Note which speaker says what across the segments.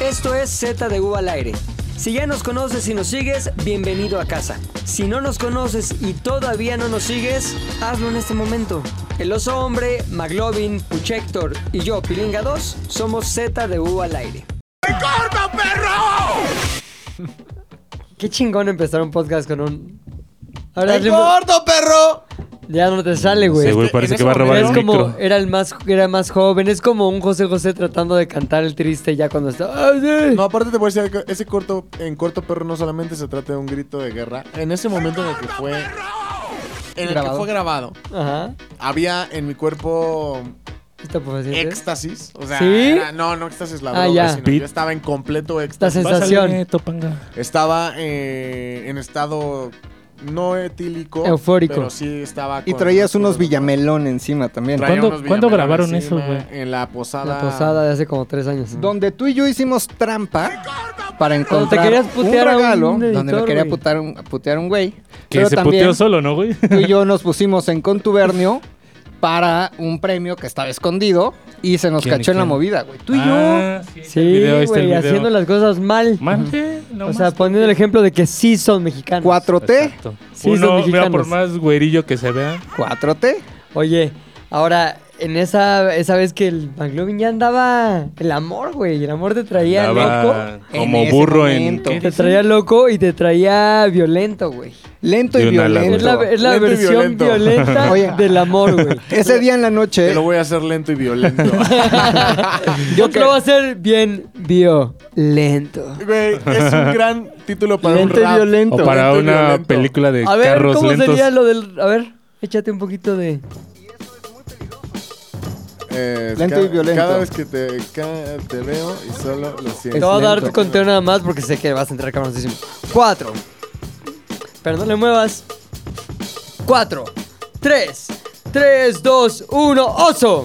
Speaker 1: Esto es Z de U al aire. Si ya nos conoces y nos sigues, bienvenido a casa. Si no nos conoces y todavía no nos sigues, hazlo en este momento. El oso hombre, Maglovin, Puchector y yo, Pilinga 2, somos Z de U al aire.
Speaker 2: ¡Corta, perro!
Speaker 1: Qué chingón empezar un podcast con un. Ahora
Speaker 2: ¡Te corto, perro!
Speaker 1: ya no te sale,
Speaker 3: Pues
Speaker 1: güey. Este,
Speaker 4: Seguro
Speaker 3: este,
Speaker 4: parece que va a robar
Speaker 1: Era
Speaker 4: el
Speaker 1: como-
Speaker 4: micro.
Speaker 1: era el más era más joven, es como un José José tratando de cantar el triste ya cuando está. ¡Ay, sí!
Speaker 5: No, aparte te voy a decir algo, ese corto, en corto perro no solamente se trata de un grito de guerra. En ese momento en el que fue. En el
Speaker 1: Grabado.
Speaker 5: que fue grabado,
Speaker 1: Ajá.
Speaker 5: había en mi cuerpo
Speaker 1: Esta profesión.
Speaker 5: éxtasis. O sea,
Speaker 1: ¿Sí?
Speaker 5: era- no, no éxtasis la
Speaker 1: Ah,
Speaker 5: droga,
Speaker 1: ya.
Speaker 5: sino
Speaker 4: Beat.
Speaker 5: yo estaba en completo
Speaker 1: La
Speaker 5: éxtasis.
Speaker 1: sensación
Speaker 5: Estaba eh, en estado no etílico.
Speaker 1: Eufórico.
Speaker 5: Pero sí estaba.
Speaker 3: Y
Speaker 5: con-
Speaker 3: traías unos
Speaker 5: con-
Speaker 3: villamelón encima también.
Speaker 5: traía
Speaker 4: ¿Cuándo-
Speaker 5: unos
Speaker 4: cuándo
Speaker 5: villamelón
Speaker 4: grabaron
Speaker 5: encima
Speaker 4: eso, güey?
Speaker 5: En la posada.
Speaker 1: la posada de hace como tres años.
Speaker 3: Donde tú y yo hicimos trampa para
Speaker 1: Cuando te
Speaker 3: encontrar
Speaker 1: querías
Speaker 3: un
Speaker 1: putear a un
Speaker 3: regalo donde
Speaker 1: editor,
Speaker 3: me quería
Speaker 1: güey.
Speaker 3: putar un- putear un güey.
Speaker 4: Que
Speaker 3: Pero
Speaker 4: se
Speaker 3: también
Speaker 4: puteó solo, ¿no, güey?
Speaker 3: tú y yo nos pusimos en contubernio para un premio que estaba escondido y se nos
Speaker 4: ¿Quién y
Speaker 3: cachó en la
Speaker 4: quién?
Speaker 3: movida, güey. Tú y yo.
Speaker 4: Ah, está el
Speaker 1: Sí,
Speaker 4: video, ahí está el
Speaker 1: güey,
Speaker 4: video.
Speaker 1: haciendo las cosas mal.
Speaker 4: ¿Mm? Mande,
Speaker 1: o
Speaker 4: nomás.
Speaker 1: sea, poniendo el ejemplo de que sí son mexicanos.
Speaker 3: 4T.
Speaker 4: Exacto.
Speaker 1: Sí, son
Speaker 4: Uno, vea,
Speaker 1: mexicanos.
Speaker 4: por más güerillo que se vea.
Speaker 3: 4T.
Speaker 1: Oye, ahora, en esa, esa vez que el McLovin ya andaba el amor, güey. El amor te traía
Speaker 4: Andaba
Speaker 1: loco.
Speaker 4: como
Speaker 3: en ese
Speaker 4: burro
Speaker 3: momento.
Speaker 4: en.
Speaker 1: Te traía loco y te traía violento, güey.
Speaker 3: Lento y
Speaker 4: De una a la
Speaker 3: violento.
Speaker 1: Es la, es la
Speaker 5: Lento y
Speaker 1: versión
Speaker 5: violento.
Speaker 1: violenta
Speaker 3: Oye.
Speaker 1: del amor, güey.
Speaker 3: Ese día en la
Speaker 5: Te
Speaker 3: noche,
Speaker 5: lo voy a hacer lento y violento.
Speaker 1: Yo te lo voy a hacer bien violento.
Speaker 5: Güey, es un gran título para
Speaker 1: Lento y
Speaker 5: un rap.
Speaker 1: violento.
Speaker 4: O para
Speaker 5: Lento y
Speaker 4: una
Speaker 5: violento.
Speaker 4: película de
Speaker 1: A ver,
Speaker 4: carros
Speaker 1: ¿cómo
Speaker 4: lentos.
Speaker 1: sería lo del. A ver, échate un poquito de.
Speaker 5: Eh,
Speaker 3: Lento
Speaker 5: ca-
Speaker 3: y violento.
Speaker 5: Cada vez que te, ca- te veo y solo lo
Speaker 1: Te
Speaker 5: siento.
Speaker 1: voy a dar
Speaker 3: lento.
Speaker 1: conteo nada más porque sé que vas a entrar cabroncísimo. Cuatro. Pero no le muevas. Cuatro. Tres. Tres, dos, uno. ¡Oso!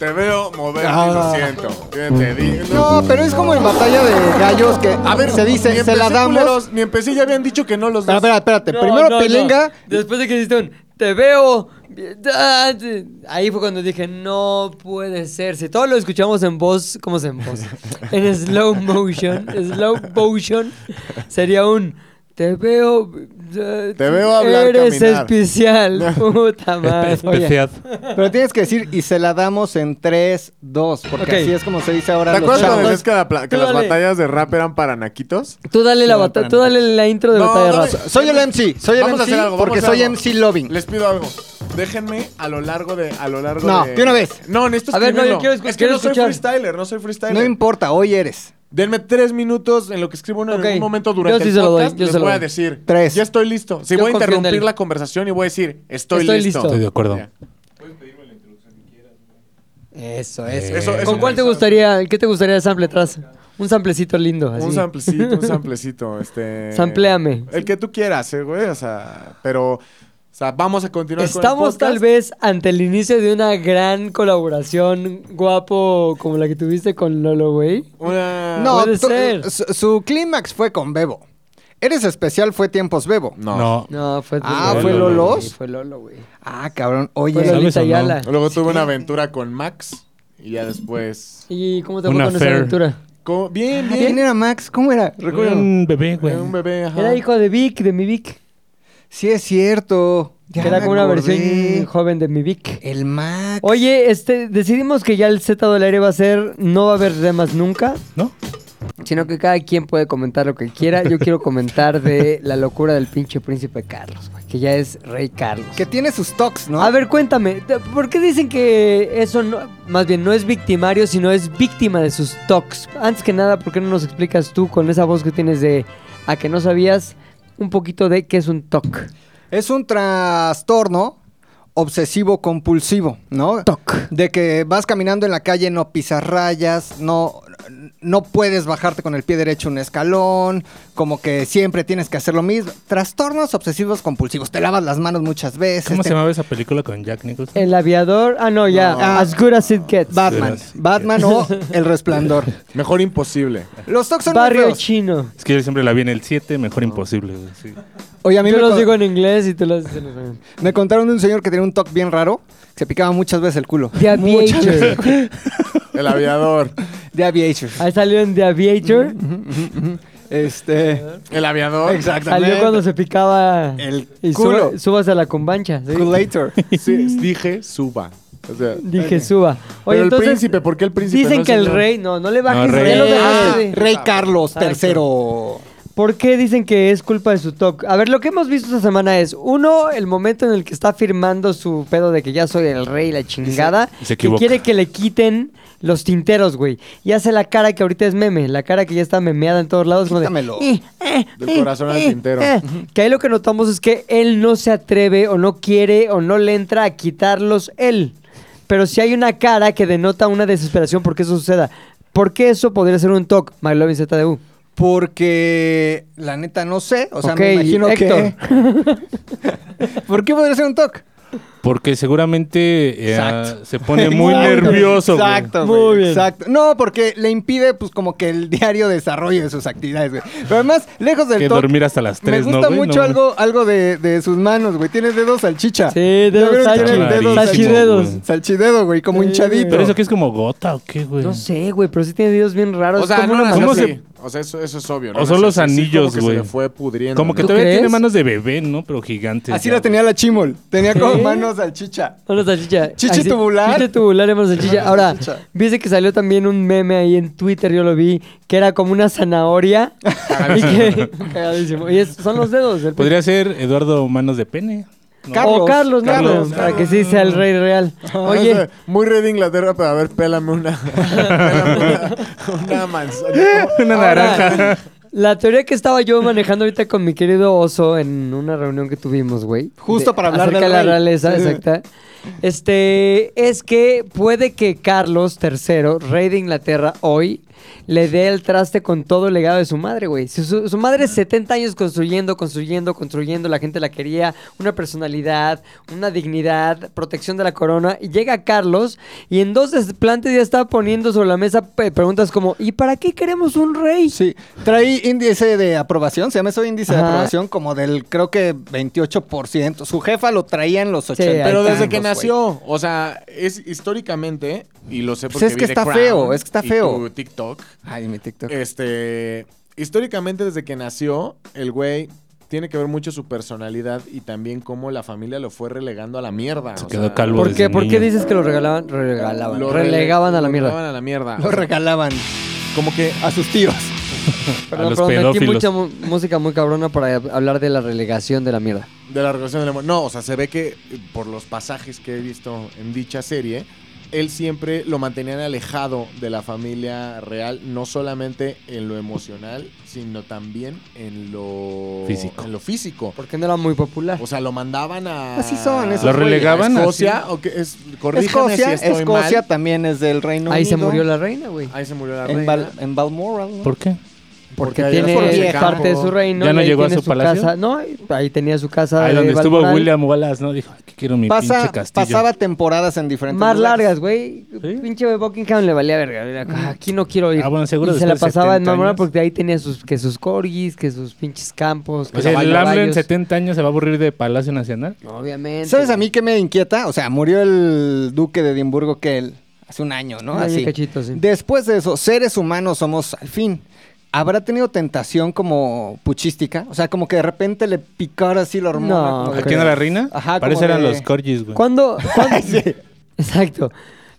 Speaker 5: Te veo mover
Speaker 3: Ah.
Speaker 5: y lo siento. Yo te dije.
Speaker 3: No, pero es como en batalla de gallos que a ver, se
Speaker 5: ni
Speaker 3: dice, se
Speaker 5: empecé,
Speaker 3: la damos.
Speaker 5: culeros, ni empecé, ya habían dicho que no los
Speaker 3: Espera,
Speaker 5: dos.
Speaker 3: espera, espérate.
Speaker 1: No,
Speaker 3: Primero
Speaker 1: no, no.
Speaker 3: pilinga.
Speaker 1: Después de que hiciste un te veo. bien, ah, te- Ahí fue cuando dije, no puede ser. Si todo lo escuchamos en voz, ¿cómo se en voz? en slow motion. Slow motion sería un te veo. eh,
Speaker 5: Te veo hablar,
Speaker 1: Eres
Speaker 5: caminar".
Speaker 1: especial. Puta madre.
Speaker 4: Es
Speaker 1: Oye,
Speaker 4: peseado.
Speaker 3: Pero tienes que decir, y se la damos en 3, 2, porque
Speaker 1: Ok.
Speaker 3: así es como se dice ahora
Speaker 5: ¿Te
Speaker 3: los
Speaker 5: acuerdas cuando
Speaker 3: chavos.
Speaker 5: decías que, la pla- que
Speaker 1: Tú
Speaker 5: las
Speaker 1: dale.
Speaker 5: batallas de rap eran para naquitos?
Speaker 1: tú dale la, bata- tú dale la intro de
Speaker 5: No,
Speaker 1: Batalla
Speaker 5: dale.
Speaker 1: Raza.
Speaker 3: Soy el MC, soy el
Speaker 5: Vamos a
Speaker 3: MC
Speaker 5: hacer algo, vamos
Speaker 3: porque
Speaker 5: a hacer
Speaker 3: soy
Speaker 5: algo.
Speaker 3: MC Loving.
Speaker 5: Les pido algo. Déjenme a lo largo de. A lo largo
Speaker 3: No,
Speaker 5: de...
Speaker 3: de una vez.
Speaker 5: No, necesito
Speaker 1: A ver, no, yo
Speaker 5: escribirlo.
Speaker 1: quiero escu-
Speaker 5: Es que
Speaker 1: quiero
Speaker 5: no soy
Speaker 1: escuchar.
Speaker 5: freestyler, no soy
Speaker 3: No
Speaker 5: freestyler.
Speaker 3: importa, hoy eres.
Speaker 5: Denme tres minutos en lo que escribo en
Speaker 1: Ok.
Speaker 5: algún momento
Speaker 1: Yo
Speaker 5: durante
Speaker 1: sí
Speaker 5: el
Speaker 1: se lo doy,
Speaker 5: podcast.
Speaker 1: yo
Speaker 5: les
Speaker 1: se lo
Speaker 5: voy a
Speaker 1: doy.
Speaker 5: decir.
Speaker 3: Tres.
Speaker 5: Ya estoy listo. Si
Speaker 1: Yo
Speaker 5: voy a
Speaker 1: confío en
Speaker 5: interrumpir
Speaker 1: él.
Speaker 5: la conversación y voy a decir, estoy,
Speaker 1: Estoy
Speaker 5: listo.
Speaker 1: listo.
Speaker 4: Estoy de acuerdo.
Speaker 5: Ya.
Speaker 1: Eso, eso.
Speaker 5: Eh, Eso- eso
Speaker 1: ¿Con cuál
Speaker 5: me
Speaker 1: te
Speaker 5: gusta.
Speaker 1: gustaría? ¿Qué te gustaría de sample atrás? Un samplecito lindo. Así.
Speaker 5: Un samplecito, un samplecito, este...
Speaker 1: Sampléame.
Speaker 5: El que tú quieras, eh, güey, o sea, pero... O sea, vamos a continuar con el
Speaker 1: Estamos
Speaker 5: podcast.
Speaker 1: tal vez ante el inicio de una gran colaboración guapo como la que tuviste con Lolo, güey.
Speaker 5: Una...
Speaker 3: No,
Speaker 1: puede
Speaker 3: tú-
Speaker 1: ser.
Speaker 3: su, su clímax fue con Bebo. Eres especial fue tiempos Bebo.
Speaker 5: No.
Speaker 4: No.
Speaker 1: No, fue
Speaker 3: Ah,
Speaker 4: ¿fue
Speaker 3: Lolos?
Speaker 1: Sí, fue Lolo, güey.
Speaker 3: Ah, cabrón.
Speaker 1: Fue
Speaker 3: Oye,
Speaker 4: ¿Sabes
Speaker 1: Lolita
Speaker 4: o no?
Speaker 1: Ayala.
Speaker 5: Luego tuve una aventura con Max y ya después...
Speaker 1: ¿Y cómo te fue
Speaker 4: Una
Speaker 1: con esa
Speaker 4: affair.
Speaker 1: aventura?
Speaker 5: Co- Bien,
Speaker 3: ¿quién
Speaker 5: bien.
Speaker 3: era Max? ¿Cómo era?
Speaker 4: Recuerda
Speaker 3: Recuerden.
Speaker 4: un bebé, güey.
Speaker 5: Eh, Un bebé, ajá.
Speaker 1: Era hijo de Vic, de mi Vic.
Speaker 3: Sí es cierto. Ya
Speaker 1: que era
Speaker 3: me
Speaker 1: como una
Speaker 3: acordé.
Speaker 1: versión joven de mi Vic.
Speaker 3: El Max.
Speaker 1: Oye, este, decidimos que ya el Z del aire va a ser, no va a haber temas nunca,
Speaker 4: ¿No?
Speaker 1: sino que cada quien puede comentar lo que quiera. Yo quiero comentar de la locura del pinche príncipe Carlos, güey, que ya es rey Carlos.
Speaker 3: que tiene sus tocs, ¿no?
Speaker 1: A ver, cuéntame, te- ¿por qué dicen que eso no, más bien no es victimario, sino es víctima de sus tocs? Antes que nada, ¿por qué no nos explicas tú con esa voz que tienes de a que no sabías un poquito de qué es un toc?
Speaker 3: Es un trastorno obsesivo compulsivo, ¿no?
Speaker 1: Toc.
Speaker 3: De que vas caminando en la calle, no pisas rayas, no, no puedes bajarte con el pie derecho un escalón, como que siempre tienes que hacer lo mismo. Trastornos obsesivos compulsivos. Te lavas las manos muchas veces.
Speaker 4: ¿Cómo
Speaker 3: te-
Speaker 4: se llamaba esa película con Jack Nicholson?
Speaker 1: El aviador, ah no, ya,
Speaker 3: No.
Speaker 1: as good as it gets.
Speaker 3: Batman.
Speaker 4: Sí,
Speaker 3: Batman o El Resplandor.
Speaker 5: Mejor imposible.
Speaker 3: Los tocs son muy
Speaker 1: Barrio
Speaker 3: feos.
Speaker 1: chino.
Speaker 4: Es que yo siempre la vi en el 7, mejor imposible, güey. sí.
Speaker 3: Oye, a mí
Speaker 1: Yo
Speaker 3: me,
Speaker 1: los
Speaker 3: con-
Speaker 1: digo en inglés y tú los dices en español.
Speaker 3: me contaron de un señor que tenía un toc bien raro, que se picaba muchas veces el culo.
Speaker 1: The
Speaker 3: Muchas
Speaker 1: Aviator.
Speaker 5: El aviador.
Speaker 3: The Aviator.
Speaker 1: Ahí salió en The Aviator.
Speaker 3: Este.
Speaker 5: El aviador.
Speaker 3: Exactamente.
Speaker 1: Salió cuando se picaba.
Speaker 3: El
Speaker 1: y
Speaker 3: culo.
Speaker 1: suba- subas a la combancha. ¿sí?
Speaker 3: Culator.
Speaker 5: Sí, dije suba. O sea,
Speaker 1: Dije suba. Oye,
Speaker 5: pero
Speaker 1: entonces.
Speaker 5: el príncipe, ¿por qué el príncipe?
Speaker 1: dicen
Speaker 5: no,
Speaker 1: que el
Speaker 5: señor?
Speaker 1: rey. No, no le bajes.
Speaker 4: No, rey.
Speaker 1: ya lo
Speaker 3: Ah,
Speaker 1: dejaste.
Speaker 3: Rey Carlos
Speaker 1: Exacto.
Speaker 3: III.
Speaker 1: ¿Por qué dicen que es culpa de su TOC? A ver, lo que hemos visto esta semana es, uno, el momento en el que está firmando su pedo de que ya soy el rey y la chingada.
Speaker 4: Y se
Speaker 1: que
Speaker 4: equivoca.
Speaker 1: quiere que le quiten los tinteros, güey. Y hace la cara que ahorita es meme, la cara que ya está memeada en todos lados. como de,
Speaker 3: Quítamelo.
Speaker 1: "Eh, eh,
Speaker 5: Del
Speaker 1: eh,
Speaker 5: corazón al
Speaker 1: eh,
Speaker 5: tintero".
Speaker 1: eh". Que ahí lo que notamos es que él no se atreve o no quiere o no le entra a quitarlos él. Pero sí hay una cara que denota una desesperación porque eso suceda. ¿Por qué eso podría ser un TOC, My Loving ZDU?
Speaker 3: Porque la neta no sé, o sea,
Speaker 1: Ok,
Speaker 3: me imagino
Speaker 1: Héctor.
Speaker 3: que. ¿Por qué podría ser un TOC?
Speaker 4: Porque seguramente eh,
Speaker 3: Exacto.
Speaker 4: se pone muy
Speaker 3: Exacto,
Speaker 4: nervioso. güey.
Speaker 3: Exacto,
Speaker 1: Muy
Speaker 3: güey,
Speaker 1: bien.
Speaker 3: Exacto. No, porque le impide, pues, como que el diario desarrollo de sus actividades, güey. Pero además, lejos del
Speaker 4: Que
Speaker 3: TOC,
Speaker 4: dormir hasta las
Speaker 3: Me
Speaker 4: tres, ¿no,
Speaker 3: gusta
Speaker 4: güey?
Speaker 3: mucho
Speaker 4: No,
Speaker 3: algo, algo de, de sus manos, güey. Tiene dedos salchicha.
Speaker 1: Sí, dedos
Speaker 3: ¿Ya vieron que
Speaker 1: salchi.
Speaker 3: tiene dedos
Speaker 4: Clarísimo,
Speaker 1: Salchidedos.
Speaker 4: güey.
Speaker 3: Salchidedo, güey, como
Speaker 1: Sí,
Speaker 3: hinchadito.
Speaker 4: Pero eso que es como gota o qué, güey.
Speaker 1: No sé, güey, pero sí tiene videos bien raros.
Speaker 2: O sea,
Speaker 1: Es como
Speaker 2: no
Speaker 1: una
Speaker 2: nació
Speaker 4: ¿Cómo
Speaker 1: mujer-
Speaker 4: se-
Speaker 5: Sí, O sea, eso, eso es obvio.
Speaker 4: O son los
Speaker 5: sí, sí,
Speaker 4: anillos,
Speaker 5: como que se
Speaker 4: güey.
Speaker 5: le fue pudriendo.
Speaker 4: Como que
Speaker 1: ¿Tú
Speaker 5: ¿no?
Speaker 4: todavía
Speaker 1: crees?
Speaker 4: tiene manos de bebé, ¿no? Pero gigante.
Speaker 3: Así la tenía la chimol. Tenía como manos salchicha.
Speaker 1: Una salchicha.
Speaker 3: Chichi
Speaker 1: Así-
Speaker 3: tubular.
Speaker 1: Chichi tubular y una salchicha. Ahora,
Speaker 3: salchicha.
Speaker 1: viste que salió también un meme ahí en Twitter, yo lo vi, que era como una zanahoria. y que. Cagadísimo. Y es- son los dedos. del-
Speaker 4: Podría ser Eduardo Manos de Pene. ¿no?
Speaker 1: o Carlos, ¿no?
Speaker 3: Carlos,
Speaker 1: Para que sí sea el rey real.
Speaker 5: O
Speaker 1: Oye,
Speaker 5: sea, muy rey de Inglaterra, pero a ver, pélame una. pélame una, una manzana.
Speaker 4: Una naranja.
Speaker 1: Ahora, la teoría que estaba yo manejando ahorita con mi querido Oso en una reunión que tuvimos, güey.
Speaker 3: Justo para hablar
Speaker 1: acerca de
Speaker 3: del
Speaker 1: la
Speaker 3: rey.
Speaker 1: realeza,
Speaker 3: Sí.
Speaker 1: exacta. Este, es que puede que Carlos III, rey de Inglaterra, hoy le dé el traste con todo el legado de su madre, güey. Si Su, su madre 70 años construyendo, construyendo, construyendo, la gente la quería, una personalidad, una dignidad, protección de la corona. Y llega Carlos y en dos desplantes ya está poniendo sobre la mesa eh, preguntas como, ¿y para qué queremos un rey?
Speaker 3: Sí, trae índice de aprobación, se llama eso índice de
Speaker 1: Ajá.
Speaker 3: aprobación, como del creo que 28%. Su jefa lo traía en los 80.
Speaker 1: ahí
Speaker 5: Pero
Speaker 1: está.
Speaker 5: desde que
Speaker 3: güey.
Speaker 5: nació, o sea, es históricamente, y lo sé
Speaker 3: Pues
Speaker 5: porque
Speaker 3: es que
Speaker 5: vi The
Speaker 3: está
Speaker 5: Crown
Speaker 3: feo, es que está
Speaker 5: y
Speaker 3: feo.
Speaker 5: tu TikTok.
Speaker 3: Ay, mi TikTok.
Speaker 5: Este, históricamente desde que nació, el güey tiene que ver mucho su personalidad y también cómo la familia lo fue relegando a la mierda.
Speaker 4: Se
Speaker 5: o
Speaker 4: quedó
Speaker 5: sea,
Speaker 4: calvo.
Speaker 1: ¿Por
Speaker 4: desde
Speaker 1: qué, ¿Por qué
Speaker 4: niño.
Speaker 1: dices que lo regalaban? Regalaban.
Speaker 5: lo rele-
Speaker 1: relegaban a la
Speaker 5: lo
Speaker 1: mierda.
Speaker 5: relegaban a la mierda.
Speaker 3: Lo
Speaker 5: O sea,
Speaker 3: regalaban
Speaker 5: como que
Speaker 3: a sus tíos.
Speaker 1: Perdón,
Speaker 4: a los
Speaker 1: perdón, metí
Speaker 4: pedófilos.
Speaker 1: mucha mu- música muy cabrona para hablar de la relegación de la mierda.
Speaker 5: de la relación de la mu- No, o sea, se ve que eh, por los pasajes que he visto en dicha serie, él siempre lo mantenían alejado de la familia real, no solamente en lo emocional, sino también en lo
Speaker 4: Físico.
Speaker 5: En lo físico.
Speaker 1: Porque no era muy popular.
Speaker 5: O sea, lo mandaban a.
Speaker 3: Así son esos
Speaker 4: Lo
Speaker 3: güeyes.
Speaker 4: relegaban
Speaker 5: ¿A Escocia,
Speaker 4: así.
Speaker 5: o que es, corríjanme
Speaker 3: Escocia,
Speaker 5: si estoy
Speaker 3: Escocia
Speaker 5: mal.
Speaker 3: también es del Reino
Speaker 1: Ahí se
Speaker 3: Unido.
Speaker 1: murió la reina, güey.
Speaker 5: Ahí se murió la
Speaker 3: en,
Speaker 5: reina.
Speaker 3: Bal- en Balmoral. ¿no?
Speaker 4: ¿Por qué?
Speaker 1: Porque,
Speaker 5: porque ahí
Speaker 1: tiene
Speaker 3: era por el
Speaker 1: parte de
Speaker 5: campo.
Speaker 1: su reino.
Speaker 4: ¿Ya no
Speaker 1: y ahí
Speaker 4: llegó a
Speaker 1: tiene
Speaker 4: su palacio?
Speaker 1: casa. No, ahí tenía su casa.
Speaker 4: Ahí
Speaker 1: de
Speaker 4: donde estuvo
Speaker 1: Balmoral.
Speaker 4: William Wallace, ¿no? Dijo, aquí quiero mi
Speaker 3: Pasa-
Speaker 4: pinche castillo.
Speaker 3: pasaba temporadas en diferentes
Speaker 1: Más
Speaker 3: lugares.
Speaker 1: largas, güey.
Speaker 4: Sí.
Speaker 1: Pinche de Buckingham le valía verga. Era, "Ah, Aquí no quiero ir.
Speaker 4: Ah, bueno, seguro
Speaker 1: y se la
Speaker 4: después de
Speaker 1: pasaba en
Speaker 4: 70
Speaker 1: Mamora
Speaker 4: años.
Speaker 1: porque ahí tenía sus, que sus corgis, que sus pinches campos. Que
Speaker 4: O sea,
Speaker 1: sus
Speaker 4: el AMLO en
Speaker 1: caballos.
Speaker 4: 70 años se va a aburrir de Palacio Nacional.
Speaker 1: Obviamente.
Speaker 3: ¿Sabes a
Speaker 1: güey.
Speaker 3: mí qué me inquieta? O sea, murió el duque de Edimburgo que él hace un año, ¿no?
Speaker 1: Un año y
Speaker 3: Así.
Speaker 1: Ah, cachito, sí.
Speaker 3: Después de eso, seres humanos somos al fin. ¿Habrá tenido tentación como puchística? O sea, como que de repente le picara así la hormona.
Speaker 1: No,
Speaker 3: como
Speaker 1: ¿a
Speaker 3: que-
Speaker 4: ¿A quién era la reina?
Speaker 3: Ajá,
Speaker 4: Parece
Speaker 3: como
Speaker 4: eran
Speaker 3: de-
Speaker 4: los corgis, güey.
Speaker 1: ¿Cuándo? cuándo- Exacto.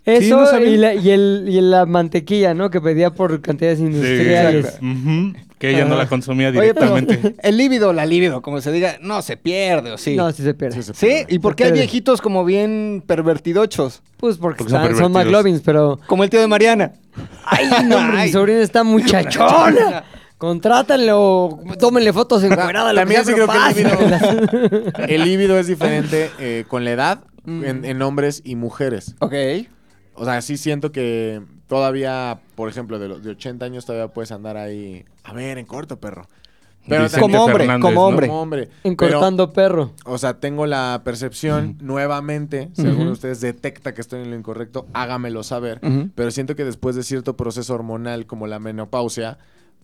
Speaker 1: Eso
Speaker 4: no sabía.
Speaker 1: y, la, y el, y la mantequilla, ¿no? Que pedía por cantidades industriales.
Speaker 4: Ujú, Que ella no la consumía
Speaker 3: Oye, pero
Speaker 4: directamente.
Speaker 3: el líbido, la líbido, como se diga, no se pierde, ¿o sí?
Speaker 1: No, sí se pierde.
Speaker 3: ¿Sí? ¿Y por qué hay
Speaker 1: pierde.
Speaker 3: viejitos como bien pervertidochos?
Speaker 1: Pues porque,
Speaker 4: Porque son
Speaker 1: están- son
Speaker 4: pervertidos.
Speaker 1: McLovins, pero.
Speaker 3: Como el tío de Mariana.
Speaker 1: ¡Ay, no, hombre, mi sobrino está muchachona! Contrátenlo, tómenle fotos encueradas.
Speaker 5: Ah, También sí creo que el
Speaker 1: que
Speaker 5: líbido, el líbido es diferente eh, con la edad en, en hombres y mujeres.
Speaker 3: Ok.
Speaker 5: O sea, sí siento que todavía, por ejemplo, de, los de 80 años todavía puedes andar ahí, a ver, en corto, perro. Pero
Speaker 4: Vicente
Speaker 3: como hombre,
Speaker 4: Fernández,
Speaker 3: como
Speaker 4: ¿no?
Speaker 3: hombre.
Speaker 5: como hombre. Pero,
Speaker 1: Encortando perro.
Speaker 5: o sea, tengo la percepción nuevamente, si alguno de ustedes detecta que estoy en lo incorrecto, hágamelo saber.
Speaker 3: Ujú.
Speaker 5: Pero siento que después de cierto proceso hormonal como la menopausia,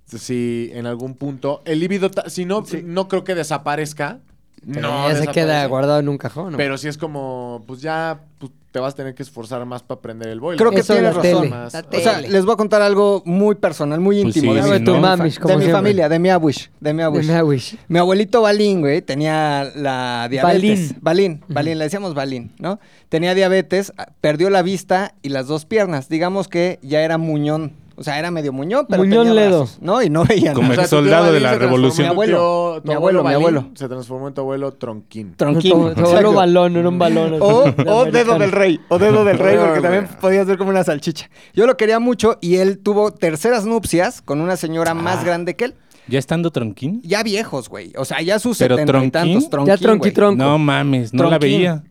Speaker 5: si en algún punto el líbido, ta- si no, no creo que desaparezca,
Speaker 1: Pero
Speaker 5: No,
Speaker 1: ya se
Speaker 5: desaparece.
Speaker 1: queda guardado en un cajón. ¿no?
Speaker 5: Pero si es como, pues ya pues, te vas a tener que esforzar más para prender el boiler.
Speaker 3: Creo que
Speaker 1: Eso
Speaker 3: tienes
Speaker 1: la
Speaker 3: razón.
Speaker 1: tele.
Speaker 5: Más.
Speaker 1: La
Speaker 3: O sea,
Speaker 1: tele.
Speaker 3: les voy a contar algo muy personal, muy
Speaker 4: Pues
Speaker 3: íntimo.
Speaker 4: sí,
Speaker 3: de,
Speaker 4: sí,
Speaker 3: mi-
Speaker 4: ¿no?
Speaker 1: tu mamis,
Speaker 3: de
Speaker 1: como
Speaker 3: mi
Speaker 1: siempre.
Speaker 3: familia, de mi abush. De mi abush.
Speaker 1: De Mawish.
Speaker 3: Mi abuelito Balín, güey, tenía la diabetes.
Speaker 1: Balín.
Speaker 3: Balín. Balín, le decíamos Balín, ¿no? Tenía diabetes, ah, perdió la vista y las dos piernas. Digamos que ya era muñón. O sea, era medio muñón, pero
Speaker 1: Muñón
Speaker 3: tenía
Speaker 1: ledo.
Speaker 3: brazos, ¿no? Y no veía
Speaker 4: Como
Speaker 3: nada.
Speaker 4: el
Speaker 5: tu tío
Speaker 4: soldado de
Speaker 5: Balín
Speaker 4: la
Speaker 5: se transformó en
Speaker 4: revolución.
Speaker 3: Mi
Speaker 5: tu
Speaker 3: abuelo,
Speaker 5: tío- tu
Speaker 3: mi abuelo, mi
Speaker 5: Balín
Speaker 3: abuelo.
Speaker 5: Se transformó en tu abuelo Tronquín.
Speaker 3: Tronquín.
Speaker 1: Tu- tu abuelo
Speaker 3: exacto.
Speaker 1: balón, era un balón. así.
Speaker 3: O,
Speaker 1: De
Speaker 3: o dedo
Speaker 1: americano.
Speaker 3: del rey, o dedo del rey, porque
Speaker 5: Ay,
Speaker 3: también
Speaker 5: güey.
Speaker 3: podías ver como una salchicha. Yo lo quería mucho y él tuvo terceras nupcias con una señora más grande que él.
Speaker 4: ¿Ya estando tronquín?
Speaker 3: Ya viejos, güey. O sea, ya sus
Speaker 4: Pero
Speaker 3: setenta y
Speaker 4: tronquín.
Speaker 3: tantos. Tronquín,
Speaker 1: Ya tronqui
Speaker 3: güey.
Speaker 1: tronco.
Speaker 4: No mames, no la
Speaker 3: Tronquín.
Speaker 4: veía.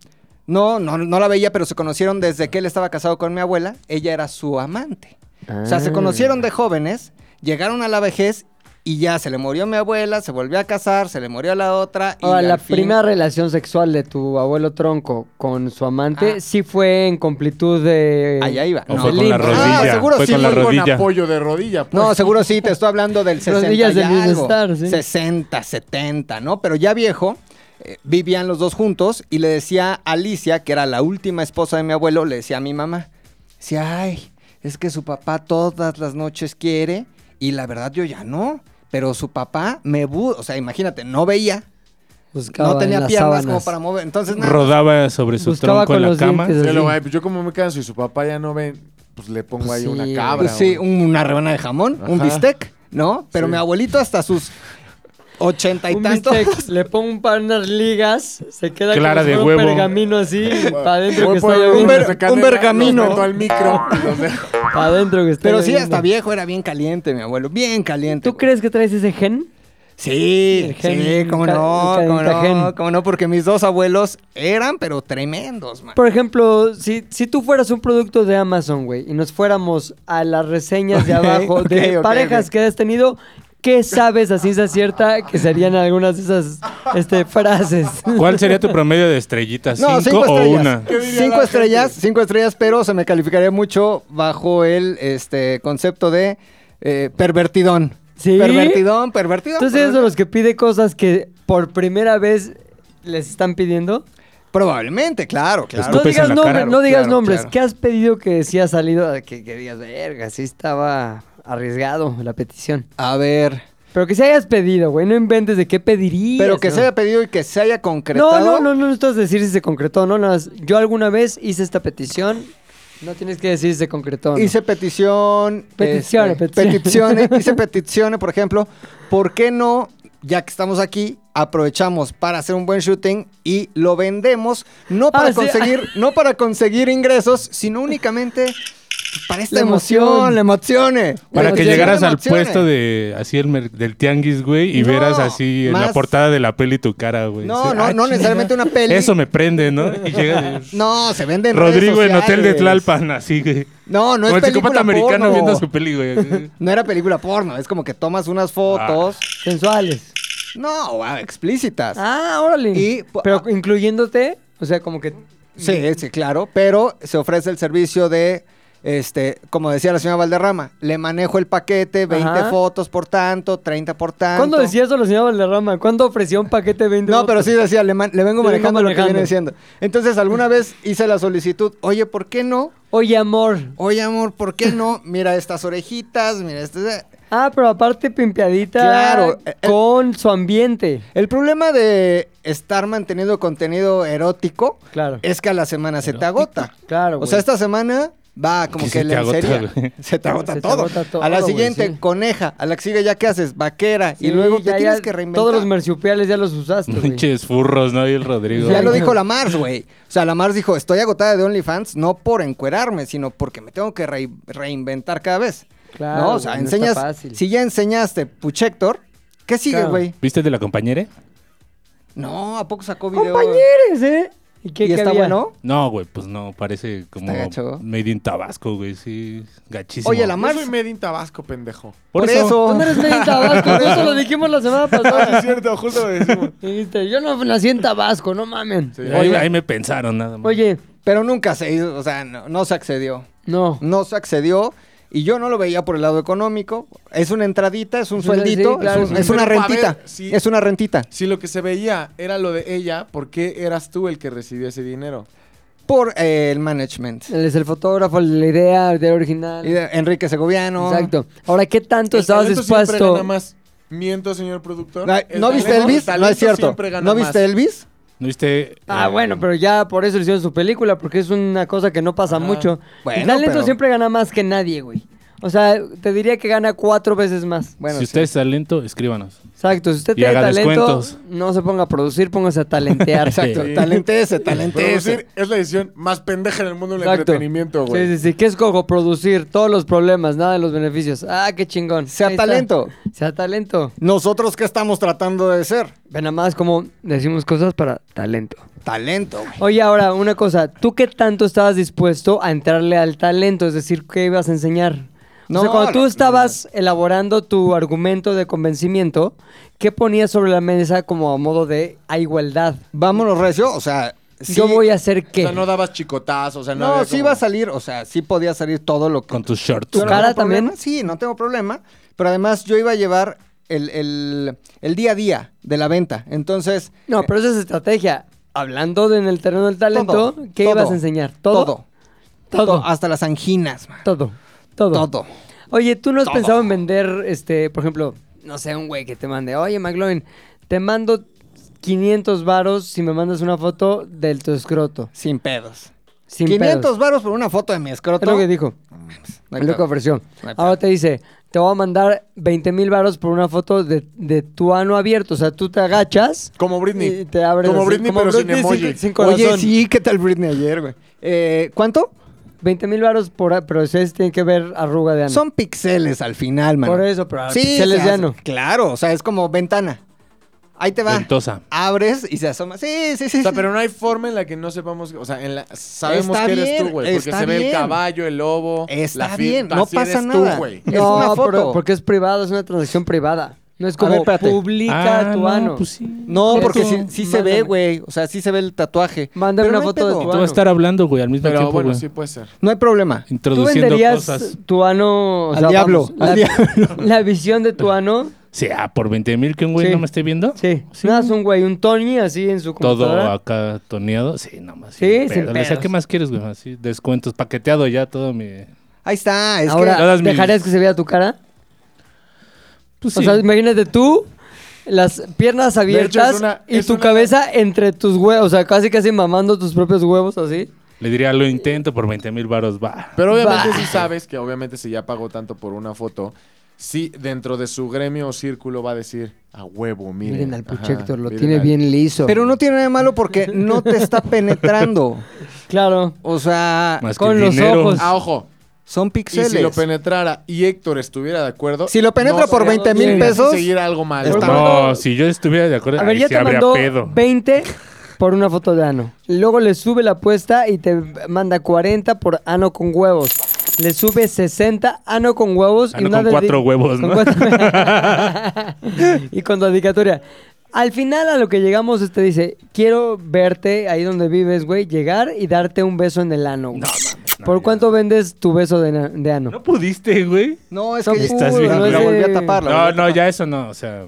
Speaker 3: No, no, no la veía, pero se conocieron desde que él estaba casado con mi abuela. Ella era su amante.
Speaker 1: Ah.
Speaker 3: O sea, se conocieron de jóvenes, llegaron a la vejez y ya se le murió mi abuela, se volvió a casar, se le murió a la otra. Y
Speaker 1: Ahora,
Speaker 3: al
Speaker 1: la
Speaker 3: fin-
Speaker 1: primera relación sexual de tu abuelo tronco con su amante
Speaker 3: Ah.
Speaker 1: sí fue en completud de.
Speaker 3: Allá iba.
Speaker 4: O
Speaker 3: No,
Speaker 4: fue con la
Speaker 3: limpio.
Speaker 4: rodilla.
Speaker 3: Ah, seguro
Speaker 4: fue
Speaker 3: sí,
Speaker 4: con la
Speaker 3: fue
Speaker 5: Con
Speaker 4: rodilla.
Speaker 5: apoyo de rodilla. pues.
Speaker 3: No, seguro sí, te estoy hablando del 60 y
Speaker 1: Rodillas del
Speaker 3: algo.
Speaker 1: bienestar, sí.
Speaker 3: 60, 70, ¿no? Pero ya viejo, eh, vivían los dos juntos y le decía a Alicia, que era la última esposa de mi abuelo, le decía a mi mamá, decía, ay, es que su papá todas las noches quiere y la verdad yo ya no, pero su papá me... bu- O sea, imagínate, no veía,
Speaker 1: Buscaba
Speaker 3: Ah. no
Speaker 1: en
Speaker 3: tenía
Speaker 1: las
Speaker 3: piernas como
Speaker 1: sábanas.
Speaker 3: para mover, entonces nada. pues
Speaker 4: Rodaba sobre su
Speaker 1: Buscaba
Speaker 4: tronco
Speaker 1: con
Speaker 4: en la
Speaker 1: los
Speaker 4: cama.
Speaker 1: dientes.
Speaker 5: Pero,
Speaker 1: sí.
Speaker 5: güey, pues yo como me canso y su papá ya no ve, pues le pongo
Speaker 1: Pues
Speaker 5: ahí
Speaker 1: sí,
Speaker 5: una
Speaker 1: güey.
Speaker 5: cabra.
Speaker 3: Pues sí,
Speaker 5: güey.
Speaker 3: una rebanada de jamón, un
Speaker 5: Ajá.
Speaker 3: bistec, ¿no? Pero
Speaker 5: Sí.
Speaker 3: mi abuelito hasta sus... Ochenta y
Speaker 1: Un
Speaker 3: tantos.
Speaker 1: bistec, le pongo un par de unas ligas, se queda
Speaker 4: Clara
Speaker 1: como si
Speaker 4: de
Speaker 1: fuera
Speaker 4: huevo.
Speaker 1: un pergamino así, para adentro
Speaker 5: Voy
Speaker 1: que está
Speaker 5: por el
Speaker 1: lloviendo.
Speaker 3: ver-
Speaker 5: de canela,
Speaker 3: un bergamino.
Speaker 5: los meto al micro. los dejo.
Speaker 1: Para adentro que está
Speaker 3: Pero sí,
Speaker 1: lloviendo.
Speaker 3: hasta viejo era bien caliente, mi abuelo. Bien caliente.
Speaker 1: ¿Tú crees que traes ese gen?
Speaker 3: Sí,
Speaker 1: El gen-
Speaker 3: sí, cómo
Speaker 1: ca-
Speaker 3: no,
Speaker 1: el
Speaker 3: cómo
Speaker 1: calentagen.
Speaker 3: no, cómo no, porque mis dos abuelos eran, pero tremendos, man.
Speaker 1: Por ejemplo, si, si tú fueras un producto de Amazon, güey, y nos fuéramos a las reseñas de
Speaker 3: Ok,
Speaker 1: abajo de
Speaker 3: ok, ok,
Speaker 1: parejas
Speaker 3: ok.
Speaker 1: que has tenido, ¿qué sabes a ciencia cierta que serían algunas de esas este, frases?
Speaker 4: ¿Cuál sería tu promedio de estrellitas?
Speaker 3: No,
Speaker 4: ¿Cinco,
Speaker 3: cinco
Speaker 4: o
Speaker 3: estrellas.
Speaker 4: una?
Speaker 5: ¿Qué diría la
Speaker 3: Cinco
Speaker 5: gente?
Speaker 3: estrellas, cinco estrellas, pero se me calificaría mucho bajo el este concepto de eh, pervertidón.
Speaker 1: ¿Sí?
Speaker 3: Pervertidón, pervertidón.
Speaker 1: ¿Tú eres de
Speaker 3: pervertidón.
Speaker 1: los que pide cosas que por primera vez les están pidiendo?
Speaker 3: Probablemente, claro, claro.
Speaker 1: No
Speaker 4: Escupes
Speaker 1: digas,
Speaker 4: en la
Speaker 1: nombre-
Speaker 4: cara.
Speaker 1: no digas
Speaker 3: Claro,
Speaker 1: nombres.
Speaker 3: claro.
Speaker 1: ¿Qué has pedido que sí ha salido? Que, que digas, verga, sí estaba arriesgado la petición.
Speaker 3: A ver.
Speaker 1: Pero que se hayas pedido, güey. No inventes de qué pedirías.
Speaker 3: Pero que
Speaker 1: ¿no?
Speaker 3: se haya pedido y que se haya concretado.
Speaker 1: No, no, no, no necesitas decir si se concretó o no. nada más, Yo alguna vez hice esta petición. No tienes que decir si se concretó o no.
Speaker 3: Hice petición. este,
Speaker 1: Peticiones, peticiones.
Speaker 3: peticiones, Hice peticiones, por ejemplo. ¿Por qué no, ya que estamos aquí, aprovechamos para hacer un buen shooting y lo vendemos? No para
Speaker 1: Ah, sí.
Speaker 3: conseguir, no para conseguir ingresos, sino únicamente para esta
Speaker 1: La
Speaker 3: emoción,
Speaker 1: emoción.
Speaker 3: la emocione.
Speaker 4: Para
Speaker 3: La
Speaker 4: que
Speaker 3: emoción,
Speaker 4: llegaras
Speaker 3: la
Speaker 4: al
Speaker 3: emocione.
Speaker 4: puesto de así el mer- del tianguis, güey, y
Speaker 3: No,
Speaker 4: veras así en la
Speaker 3: más-
Speaker 4: portada de la peli tu cara, güey.
Speaker 3: No,
Speaker 4: Así,
Speaker 3: no,
Speaker 4: "Ah,
Speaker 3: no
Speaker 4: chinga".
Speaker 3: necesariamente una peli.
Speaker 4: Eso me prende, ¿no? Y llega de-
Speaker 3: No, se vende en redes
Speaker 4: Rodrigo en Hotel de
Speaker 3: sociales.
Speaker 4: Tlalpan, así, güey.
Speaker 3: No, no
Speaker 4: Como
Speaker 3: es
Speaker 4: el psicópata
Speaker 3: película
Speaker 4: americano
Speaker 3: porno.
Speaker 4: viendo su peli, güey.
Speaker 3: No era película porno, es como que tomas unas fotos.
Speaker 4: Ah.
Speaker 1: Sensuales.
Speaker 3: No, ah, explícitas.
Speaker 1: Ah, órale.
Speaker 3: Y- ah.
Speaker 1: Pero incluyéndote, o sea, como que.
Speaker 3: Sí, sí, claro, pero se ofrece el servicio de, este, como decía la señora Valderrama, le manejo el paquete, 20
Speaker 1: Ajá.
Speaker 3: fotos por tanto, 30 por tanto.
Speaker 1: ¿Cuándo decía eso la señora Valderrama? ¿Cuándo ofreció un paquete de 20
Speaker 3: No, pero sí decía, le, man- le vengo
Speaker 1: Le vengo
Speaker 3: manejando, lo que
Speaker 1: manejando.
Speaker 3: viene diciendo. Entonces, alguna vez hice la solicitud, oye, ¿por qué no?
Speaker 1: Oye, amor.
Speaker 3: Oye, amor, ¿por qué no? Mira estas orejitas, mira este...
Speaker 1: Ah, pero aparte pimpeadita.
Speaker 3: Claro, eh, eh.
Speaker 1: Con su ambiente.
Speaker 3: El problema de estar manteniendo contenido erótico
Speaker 1: Claro.
Speaker 3: es que a la semana se te agota.
Speaker 1: Claro,
Speaker 3: Eh, O
Speaker 1: güey.
Speaker 3: sea, esta semana va como
Speaker 4: Que
Speaker 3: que,
Speaker 4: se te agota,
Speaker 3: lencería.
Speaker 4: güey.
Speaker 3: se te agota
Speaker 1: Se te
Speaker 3: todo.
Speaker 1: agota todo,
Speaker 3: A la
Speaker 1: güey,
Speaker 3: siguiente,
Speaker 1: sí.
Speaker 3: coneja. A la que sigue, ¿ya qué haces? Vaquera. y
Speaker 1: Sí,
Speaker 3: luego
Speaker 1: ya-
Speaker 3: te tienes
Speaker 1: ya
Speaker 3: que reinventar.
Speaker 1: Todos los marsupiales ya los usaste. güey.
Speaker 4: Pinches furros, ¿no? Y el Rodrigo.
Speaker 3: ya lo
Speaker 1: güey.
Speaker 3: dijo la Mars, güey. O sea, la Mars dijo, estoy agotada de OnlyFans no por encuerarme, sino porque me tengo que re- reinventar cada vez.
Speaker 1: Claro,
Speaker 3: ¿No? O sea,
Speaker 1: güey, no está
Speaker 3: enseñas...
Speaker 1: fácil.
Speaker 3: Si ya enseñaste Puchector, ¿qué sigue,
Speaker 1: Claro.
Speaker 3: güey?
Speaker 4: ¿Viste el de la compañera?
Speaker 3: No, ¿a poco sacó video?
Speaker 1: Compañeros, ¿eh? ¿Y qué
Speaker 3: ¿Y
Speaker 1: qué
Speaker 3: está
Speaker 1: había?
Speaker 3: bueno?
Speaker 4: No, güey, pues no, parece como
Speaker 3: Está gacho.
Speaker 4: Made in Tabasco, güey, sí, gachísimo.
Speaker 3: Oye, la
Speaker 5: Yo
Speaker 3: Mars...
Speaker 5: soy Made in Tabasco, pendejo.
Speaker 3: Por,
Speaker 4: eso.
Speaker 3: eso.
Speaker 1: Tú no eres medio en Tabasco, eso lo dijimos la semana pasada.
Speaker 5: cierto, justo lo decimos.
Speaker 1: Dijiste, yo no nací en Tabasco, no mamen.
Speaker 5: Sí.
Speaker 4: Ahí, ahí me pensaron nada más.
Speaker 1: Oye,
Speaker 3: Pero nunca se hizo, o sea, no, no se accedió.
Speaker 1: no.
Speaker 3: No se accedió Y yo no lo veía por el lado económico. Es una entradita, es un
Speaker 1: Es una-
Speaker 3: sueldito,
Speaker 1: sí, claro,
Speaker 3: es, un-
Speaker 1: sí.
Speaker 3: es una
Speaker 5: Pero, a
Speaker 3: rentita.
Speaker 5: ver, sí.
Speaker 3: Es una rentita.
Speaker 5: Si lo que se veía era lo de ella, ¿por qué eras tú el que recibió ese dinero?
Speaker 3: Por eh, el management.
Speaker 1: Él es el fotógrafo, la idea, la idea original.
Speaker 3: Y de- Enrique Segoviano.
Speaker 1: Exacto. Ahora, ¿qué tanto
Speaker 5: El
Speaker 1: estabas
Speaker 5: talento siempre
Speaker 1: dispuesto?
Speaker 5: gana más. Miento, señor productor.
Speaker 3: Ay,
Speaker 5: El
Speaker 3: ¿No viste
Speaker 5: talento- el
Speaker 3: Elvis? No es
Speaker 5: talento
Speaker 3: cierto.
Speaker 5: siempre gana
Speaker 3: ¿No viste
Speaker 5: más.
Speaker 3: Elvis?
Speaker 4: ¿No viste?
Speaker 1: Ah,
Speaker 4: eh,
Speaker 1: bueno, pero ya por eso le hicieron su película, porque es una cosa que no pasa
Speaker 5: Ajá.
Speaker 1: mucho.
Speaker 3: Bueno,
Speaker 1: el talento
Speaker 3: pero-
Speaker 1: siempre gana más que nadie, güey. O sea, te diría que gana cuatro veces más.
Speaker 3: Bueno,
Speaker 4: si
Speaker 3: sí.
Speaker 4: usted es talento, escríbanos.
Speaker 1: Exacto, si usted
Speaker 4: Y
Speaker 1: tiene
Speaker 4: haga
Speaker 1: talento,
Speaker 4: descuentos.
Speaker 1: no se ponga a producir, póngase a talentear.
Speaker 3: Exacto.
Speaker 4: Sí.
Speaker 3: Talente ese, talente ese.
Speaker 5: Producir es la decisión más pendeja en el mundo del
Speaker 1: Exacto.
Speaker 5: entretenimiento, güey.
Speaker 1: Sí, sí, sí. ¿Qué es cojo? Producir todos los problemas, nada de los beneficios. Ah, qué chingón.
Speaker 3: Sea
Speaker 1: Ahí está.
Speaker 3: talento.
Speaker 1: Sea talento.
Speaker 3: ¿Nosotros qué estamos tratando de ser?
Speaker 1: Ve nada más como decimos cosas para talento.
Speaker 3: Talento, güey.
Speaker 1: Oye, ahora, una cosa. ¿Tú qué tanto estabas dispuesto a entrarle al talento? Es decir, ¿qué ibas a enseñar? No,
Speaker 3: No,
Speaker 1: o sea, cuando tú
Speaker 3: la-
Speaker 1: estabas elaborando tu argumento de convencimiento, ¿qué ponías sobre la mesa como a modo de a igualdad?
Speaker 3: Vámonos, Recio. O sea, sí,
Speaker 1: Yo voy a hacer
Speaker 5: O
Speaker 1: qué.
Speaker 5: sea, no dabas chicotazos, o sea,
Speaker 3: No,
Speaker 5: había
Speaker 3: sí
Speaker 5: como-
Speaker 3: va a salir. O sea, sí podía salir todo lo que.
Speaker 4: Con tus shorts.
Speaker 3: Yo
Speaker 1: ¿Tu
Speaker 3: no
Speaker 1: cara
Speaker 3: tengo problema,
Speaker 1: también?
Speaker 3: Sí, no tengo problema. Pero además yo iba a llevar el, el- el día a día de la venta. Entonces, eh,
Speaker 1: No, pero esa es estrategia. Hablando de en el terreno del talento,
Speaker 3: Todo,
Speaker 1: ¿qué
Speaker 3: todo,
Speaker 1: ibas a enseñar? ¿Todo?
Speaker 3: todo.
Speaker 1: Todo.
Speaker 3: todo, Hasta las anginas, man.
Speaker 1: Todo. Todo.
Speaker 3: Todo.
Speaker 1: Oye, ¿tú no has
Speaker 3: Todo.
Speaker 1: pensado en vender, este, por ejemplo, no sé, un güey que te mande, oye, McLovin, te mando 500 varos si me mandas una foto del tu escroto.
Speaker 3: Sin pedos.
Speaker 1: Sin
Speaker 3: 500
Speaker 1: pedos.
Speaker 3: varos por una foto de mi escroto.
Speaker 1: Es lo que dijo,
Speaker 3: No
Speaker 1: es
Speaker 3: hay
Speaker 1: lo que
Speaker 3: pedo.
Speaker 1: ofreció.
Speaker 3: No hay pedo.
Speaker 1: Ahora te dice, te voy a mandar 20 mil varos por una foto de, de tu ano abierto. O sea, tú te agachas.
Speaker 5: Como Britney.
Speaker 1: Y te abres
Speaker 5: como
Speaker 1: así,
Speaker 5: Britney,
Speaker 1: como
Speaker 5: pero
Speaker 1: Britney,
Speaker 5: sin emoji.
Speaker 1: sin- sin
Speaker 3: Oye,
Speaker 1: corazón.
Speaker 3: sí, ¿qué tal Britney ayer, güey? Eh, ¿Cuánto?
Speaker 1: 20 mil varos por, a- pero ustedes tienen que ver arruga de ano.
Speaker 3: Son pixeles al final, man.
Speaker 1: Por eso, pero
Speaker 3: Sí,
Speaker 1: pixeles de
Speaker 3: se hace-
Speaker 1: ano.
Speaker 3: Claro, o sea, es como ventana. Ahí te va.
Speaker 4: Ventosa.
Speaker 3: Abres y se asoma. Sí, sí, sí.
Speaker 5: O sea,
Speaker 3: sí.
Speaker 5: pero no hay forma en la que no sepamos, o sea, en la, sabemos
Speaker 3: Está
Speaker 5: que eres tú,
Speaker 3: bien,
Speaker 5: güey, porque
Speaker 3: está
Speaker 5: se ve el
Speaker 3: bien.
Speaker 5: caballo, el lobo,
Speaker 3: Está
Speaker 5: la fi-
Speaker 3: bien, no
Speaker 5: así eres
Speaker 3: pasa
Speaker 5: tú,
Speaker 3: nada.
Speaker 5: güey.
Speaker 3: Es una foto.
Speaker 1: pero- porque es privado, es una transacción privada. No es
Speaker 3: A
Speaker 1: como
Speaker 3: ver, espérate.
Speaker 1: publica
Speaker 4: Ah,
Speaker 1: tu
Speaker 4: no,
Speaker 1: ano.
Speaker 4: pues sí.
Speaker 3: No,
Speaker 1: Eso,
Speaker 3: porque sí, sí se
Speaker 1: mándame.
Speaker 3: ve, güey. O sea, sí se ve el tatuaje.
Speaker 1: Mándame
Speaker 3: Pero
Speaker 1: una
Speaker 3: no hay
Speaker 1: foto de
Speaker 3: pedo.
Speaker 1: tu
Speaker 4: Tú
Speaker 1: ano.
Speaker 4: vas a estar hablando, güey, al mismo
Speaker 5: Pero
Speaker 4: tiempo,
Speaker 5: bueno,
Speaker 4: güey.
Speaker 5: sí puede ser.
Speaker 3: No hay problema.
Speaker 1: ¿Tú
Speaker 4: Introduciendo
Speaker 1: venderías
Speaker 4: cosas.
Speaker 1: tu ano o
Speaker 3: Al
Speaker 1: sea,
Speaker 3: diablo,
Speaker 1: vamos,
Speaker 3: al
Speaker 1: la, la visión de tu ano.
Speaker 4: Sí, ah, por 20 mil que un güey
Speaker 1: Sí.
Speaker 4: no me esté viendo.
Speaker 1: Sí. Nada, es un güey, un Tony así en su
Speaker 4: Todo
Speaker 1: computadora.
Speaker 4: acá toneado. Sí, nada más.
Speaker 1: Sí, sin
Speaker 4: pedos. Le decía,
Speaker 1: pedos.
Speaker 4: ¿Qué más quieres, güey? Así, descuentos, paqueteado ya todo mi.
Speaker 3: Ahí está. Es que
Speaker 1: Ahora,
Speaker 4: Todas mis-
Speaker 1: ¿dejarías que se vea tu cara?
Speaker 4: Pues
Speaker 1: O
Speaker 4: sí.
Speaker 1: sea, imagínate tú, las piernas
Speaker 5: hecho, es
Speaker 1: abiertas
Speaker 5: una-
Speaker 1: y
Speaker 5: es
Speaker 1: tu
Speaker 5: una-
Speaker 1: cabeza entre tus huevos. O sea, casi casi mamando tus propios huevos así.
Speaker 4: Le diría, lo intento por 20 mil baros, va.
Speaker 5: Pero obviamente
Speaker 1: Bah.
Speaker 5: sí sabes que obviamente si ya pagó tanto por una foto, sí dentro de su gremio o círculo va a decir, a huevo, miren.
Speaker 1: Miren al
Speaker 5: Ajá,
Speaker 1: Puchector, lo
Speaker 5: miren
Speaker 1: tiene
Speaker 5: al-
Speaker 1: bien liso.
Speaker 3: Pero no tiene nada de malo porque no te está penetrando.
Speaker 1: Claro.
Speaker 3: O sea,
Speaker 4: Más que
Speaker 1: con
Speaker 4: el
Speaker 1: los
Speaker 4: dinero.
Speaker 1: ojos.
Speaker 5: Ah, ojo,
Speaker 3: son
Speaker 5: y
Speaker 3: píxeles.
Speaker 5: si lo penetrara y Héctor estuviera de acuerdo...
Speaker 3: Si lo penetra por
Speaker 5: sería-
Speaker 3: 20
Speaker 1: mil
Speaker 5: sería
Speaker 3: pesos,
Speaker 5: seguir algo mal.
Speaker 3: está
Speaker 5: ¿no?
Speaker 4: No, si yo estuviera de acuerdo,
Speaker 1: A ver,
Speaker 4: ahí
Speaker 1: ya
Speaker 4: sí
Speaker 1: te
Speaker 4: habría
Speaker 1: mandó
Speaker 4: pedo.
Speaker 1: 20 por una foto de ano. Luego le sube la apuesta y te manda 40 por ano con huevos. Le sube 60 ano con huevos y
Speaker 4: Ano
Speaker 1: una
Speaker 4: con
Speaker 1: dedi-
Speaker 4: cuatro huevos,
Speaker 1: con
Speaker 4: ¿no?
Speaker 1: cuatro- y con dedicatoria. Al final a lo que llegamos es, te dice, quiero verte ahí donde vives, güey, llegar y darte un beso en el ano. güey.
Speaker 4: no,
Speaker 1: ¿Por
Speaker 4: ya.
Speaker 1: cuánto vendes tu beso de, na- de ano?
Speaker 4: No pudiste, güey.
Speaker 3: No, es
Speaker 1: Son
Speaker 3: que
Speaker 4: puros,
Speaker 3: Uy,
Speaker 4: no
Speaker 3: la
Speaker 4: sé.
Speaker 3: volví a tapar. la volví
Speaker 4: No,
Speaker 3: a
Speaker 4: no,
Speaker 3: tapar.
Speaker 4: ya eso no. O sea,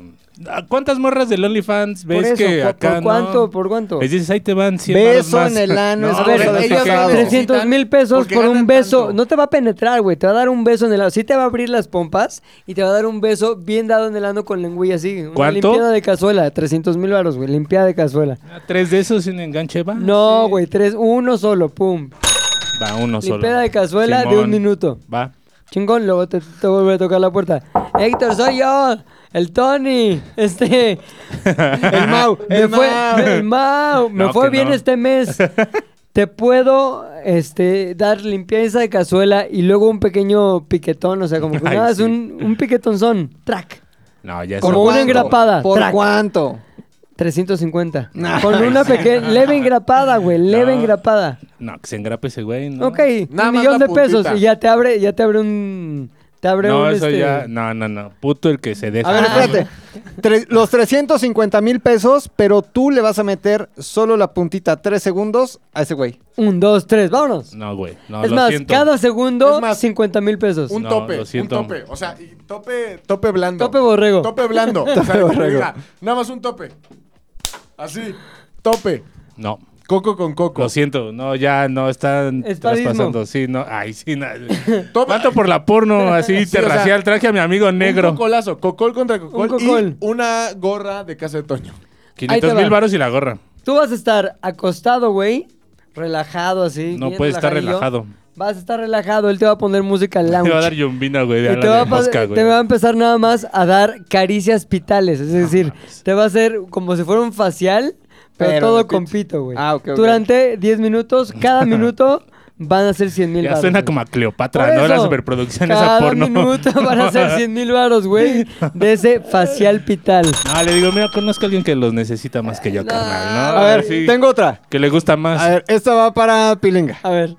Speaker 4: ¿cuántas morras del OnlyFans
Speaker 1: Por
Speaker 4: ves
Speaker 1: eso,
Speaker 4: que
Speaker 1: ¿por-
Speaker 4: acá
Speaker 1: ¿por cuánto?
Speaker 4: no?
Speaker 1: ¿Por cuánto?
Speaker 4: Les dices, ahí te van 100
Speaker 3: Beso
Speaker 4: varos más.
Speaker 3: en el ano,
Speaker 4: No,
Speaker 3: es
Speaker 1: A
Speaker 3: beso
Speaker 1: ver,
Speaker 5: ellas
Speaker 3: desfajado.
Speaker 5: no necesitan-
Speaker 1: 300 mil pesos
Speaker 5: porque
Speaker 1: por un
Speaker 5: ganan
Speaker 1: beso.
Speaker 5: tanto.
Speaker 1: No te va a penetrar, güey. Te va a dar un beso en el ano. Sí te va a abrir las pompas y te va a dar un beso bien dado en el ano con lengüilla así. Una
Speaker 4: ¿Cuánto?
Speaker 1: Limpiada de cazuela. 300 mil varos, güey. Limpiada de cazuela.
Speaker 4: Ah, Tres de esos sin enganche va.
Speaker 5: Ah,
Speaker 1: No, güey. Tres, uno solo. Pum.
Speaker 4: Va uno solo.
Speaker 1: Limpiada de cazuela de un
Speaker 4: Simón.
Speaker 1: minuto.
Speaker 4: Va.
Speaker 1: Chingón, luego te, te vuelve a tocar la puerta. Héctor, soy yo. El Tony, este. El Mau. Me
Speaker 3: el
Speaker 1: fue,
Speaker 3: Mau.
Speaker 1: me- el Mau. Me
Speaker 4: No,
Speaker 1: fue
Speaker 4: que
Speaker 1: bien
Speaker 4: no.
Speaker 1: este mes. Te puedo este, dar limpieza de cazuela y luego un pequeño piquetón, o sea, como que
Speaker 4: Ay,
Speaker 1: nada, es
Speaker 4: sí.
Speaker 1: un, un piquetonzón. Track.
Speaker 4: No, ya
Speaker 1: Como
Speaker 4: eso-
Speaker 1: una engrapada,
Speaker 3: ¿Por
Speaker 1: track.
Speaker 3: cuánto?
Speaker 1: 350.
Speaker 3: No.
Speaker 1: Con una pequeña. Leve engrapada, güey. Leve
Speaker 4: No.
Speaker 1: engrapada.
Speaker 4: No, que se engrape ese güey, ¿no?
Speaker 1: Ok,
Speaker 5: Nada
Speaker 1: un
Speaker 5: más
Speaker 1: millón
Speaker 5: la
Speaker 1: de pesos.
Speaker 5: puntita.
Speaker 1: Y ya te abre, ya te abre un. Te abre
Speaker 4: No,
Speaker 1: un,
Speaker 4: eso
Speaker 1: este,
Speaker 4: ya. No, no, no. Puto el que se deja.
Speaker 1: Ah.
Speaker 3: A ver, espérate. Tre- los 350 mil pesos, pero tú le vas a meter solo la puntita 3 segundos a ese güey.
Speaker 1: Un, dos, tres, vámonos.
Speaker 4: No, güey. No,
Speaker 1: es
Speaker 4: lo
Speaker 1: más,
Speaker 4: siento.
Speaker 1: cada segundo
Speaker 5: Es más,
Speaker 1: 50 mil pesos.
Speaker 5: Un
Speaker 4: Pues No,
Speaker 5: tope,
Speaker 4: lo
Speaker 5: un
Speaker 4: siento.
Speaker 5: tope. O sea, y tope, tope blando.
Speaker 1: Tope borrego.
Speaker 5: Tope blando. O sea, que te diga, nada más un tope. Así, tope.
Speaker 4: No.
Speaker 5: Coco con coco.
Speaker 4: Lo siento, no, ya no están
Speaker 1: Espadismo.
Speaker 4: traspasando. Sí, no, ay, sí, nada.
Speaker 5: Toma.
Speaker 4: Mato por la porno, así
Speaker 5: Sí,
Speaker 4: te
Speaker 5: o sea,
Speaker 4: racial. Traje a mi amigo negro.
Speaker 5: Un cocolazo. Cocol contra cocol.
Speaker 1: Un cocol.
Speaker 5: Y una gorra de casa de Toño.
Speaker 4: 500
Speaker 1: va.
Speaker 4: mil varos y la gorra.
Speaker 1: Tú vas a estar acostado, güey, relajado así.
Speaker 4: No
Speaker 1: bien
Speaker 4: puedes estar
Speaker 1: relajadillo.
Speaker 4: relajado.
Speaker 1: Vas a estar relajado, él te va a poner música lounge.
Speaker 4: Te va a dar yumbina, güey, de
Speaker 1: Y te
Speaker 4: Alan
Speaker 1: va, a
Speaker 4: de
Speaker 1: pas-
Speaker 4: Mosca,
Speaker 1: te
Speaker 4: güey.
Speaker 1: va a empezar nada más a dar caricias pitales. Es decir, te va a hacer como si fuera un facial, pero,
Speaker 3: Pero de
Speaker 1: todo
Speaker 3: pito.
Speaker 1: con pito, güey.
Speaker 3: Ah, ok, ok.
Speaker 1: Durante 10 minutos, cada minuto van a ser 100 mil
Speaker 4: Ya
Speaker 1: baros,
Speaker 4: suena
Speaker 1: güey.
Speaker 4: como a
Speaker 1: Por
Speaker 4: Cleopatra, ¿no? La
Speaker 1: eso,
Speaker 4: superproducción
Speaker 1: cada
Speaker 4: esa porno.
Speaker 1: minuto van a ser 100 mil baros, güey, de ese facial pital.
Speaker 4: No, Ah, le digo, mira, conozco a alguien que los necesita más que yo, carnal, ¿no?
Speaker 3: A ver,
Speaker 4: Ah, sí,
Speaker 3: tengo otra.
Speaker 4: Que le gusta más.
Speaker 3: A ver, esta va para Pilinga.
Speaker 1: A ver,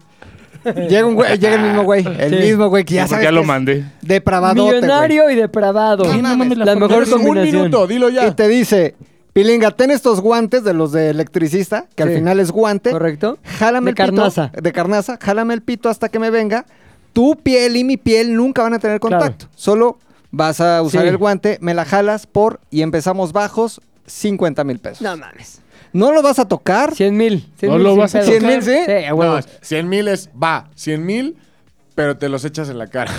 Speaker 3: Llega un güey, llega el mismo güey, el
Speaker 1: Sí.
Speaker 3: mismo güey que
Speaker 4: Sí,
Speaker 3: ya
Speaker 4: porque
Speaker 3: sabes
Speaker 4: ya lo
Speaker 3: que es
Speaker 4: mandé.
Speaker 3: Depravadote, güey.
Speaker 1: millonario y depravado.
Speaker 3: Sí, no mames,
Speaker 1: la,
Speaker 3: la
Speaker 1: mejor
Speaker 5: Tienes un
Speaker 1: combinación.
Speaker 5: minuto, dilo ya.
Speaker 3: Y te dice, Pilinga, ten estos guantes de los de electricista, que al
Speaker 1: Sí.
Speaker 3: final es guante.
Speaker 1: ¿Correcto?
Speaker 3: Jálame
Speaker 1: De
Speaker 3: el pito-
Speaker 1: carnaza.
Speaker 3: de carnaza, jálame el pito hasta que me venga. Tu piel y mi piel nunca van a tener
Speaker 1: Claro.
Speaker 3: contacto. Solo vas a usar
Speaker 1: Sí.
Speaker 3: el guante, me la jalas por y empezamos bajos 50 mil pesos.
Speaker 1: No mames.
Speaker 3: No lo vas a tocar.
Speaker 1: 100 mil.
Speaker 4: No lo vas a
Speaker 3: tocar.
Speaker 1: mil, sí. Sí, a huevo.
Speaker 5: No, 100 mil es, va, 100 mil, pero te los echas en la cara.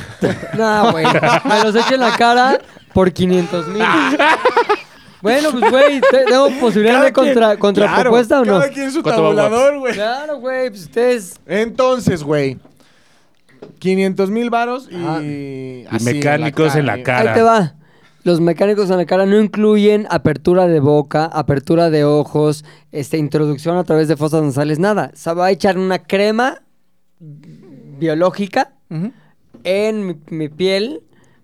Speaker 1: No, güey. Me los echo en la cara por 500 mil. bueno, pues, güey, te- ¿tengo posibilidad
Speaker 5: Cada
Speaker 1: de contra,
Speaker 5: quien-
Speaker 1: contrapropuesta
Speaker 5: claro,
Speaker 1: o no?
Speaker 5: Cada quien su
Speaker 4: ¿Cuánto va a
Speaker 5: tabulador, güey.
Speaker 1: Claro, güey, pues ustedes.
Speaker 5: Entonces, güey. 500 mil varos y, así
Speaker 4: mecánicos en la cara.
Speaker 1: Ahí te va. Los mecánicos en la cara no incluyen apertura de boca, apertura de ojos, este, introducción a través de fosas nasales, nada. Se va a echar una crema biológica
Speaker 3: Ujú.
Speaker 1: en mi, mi piel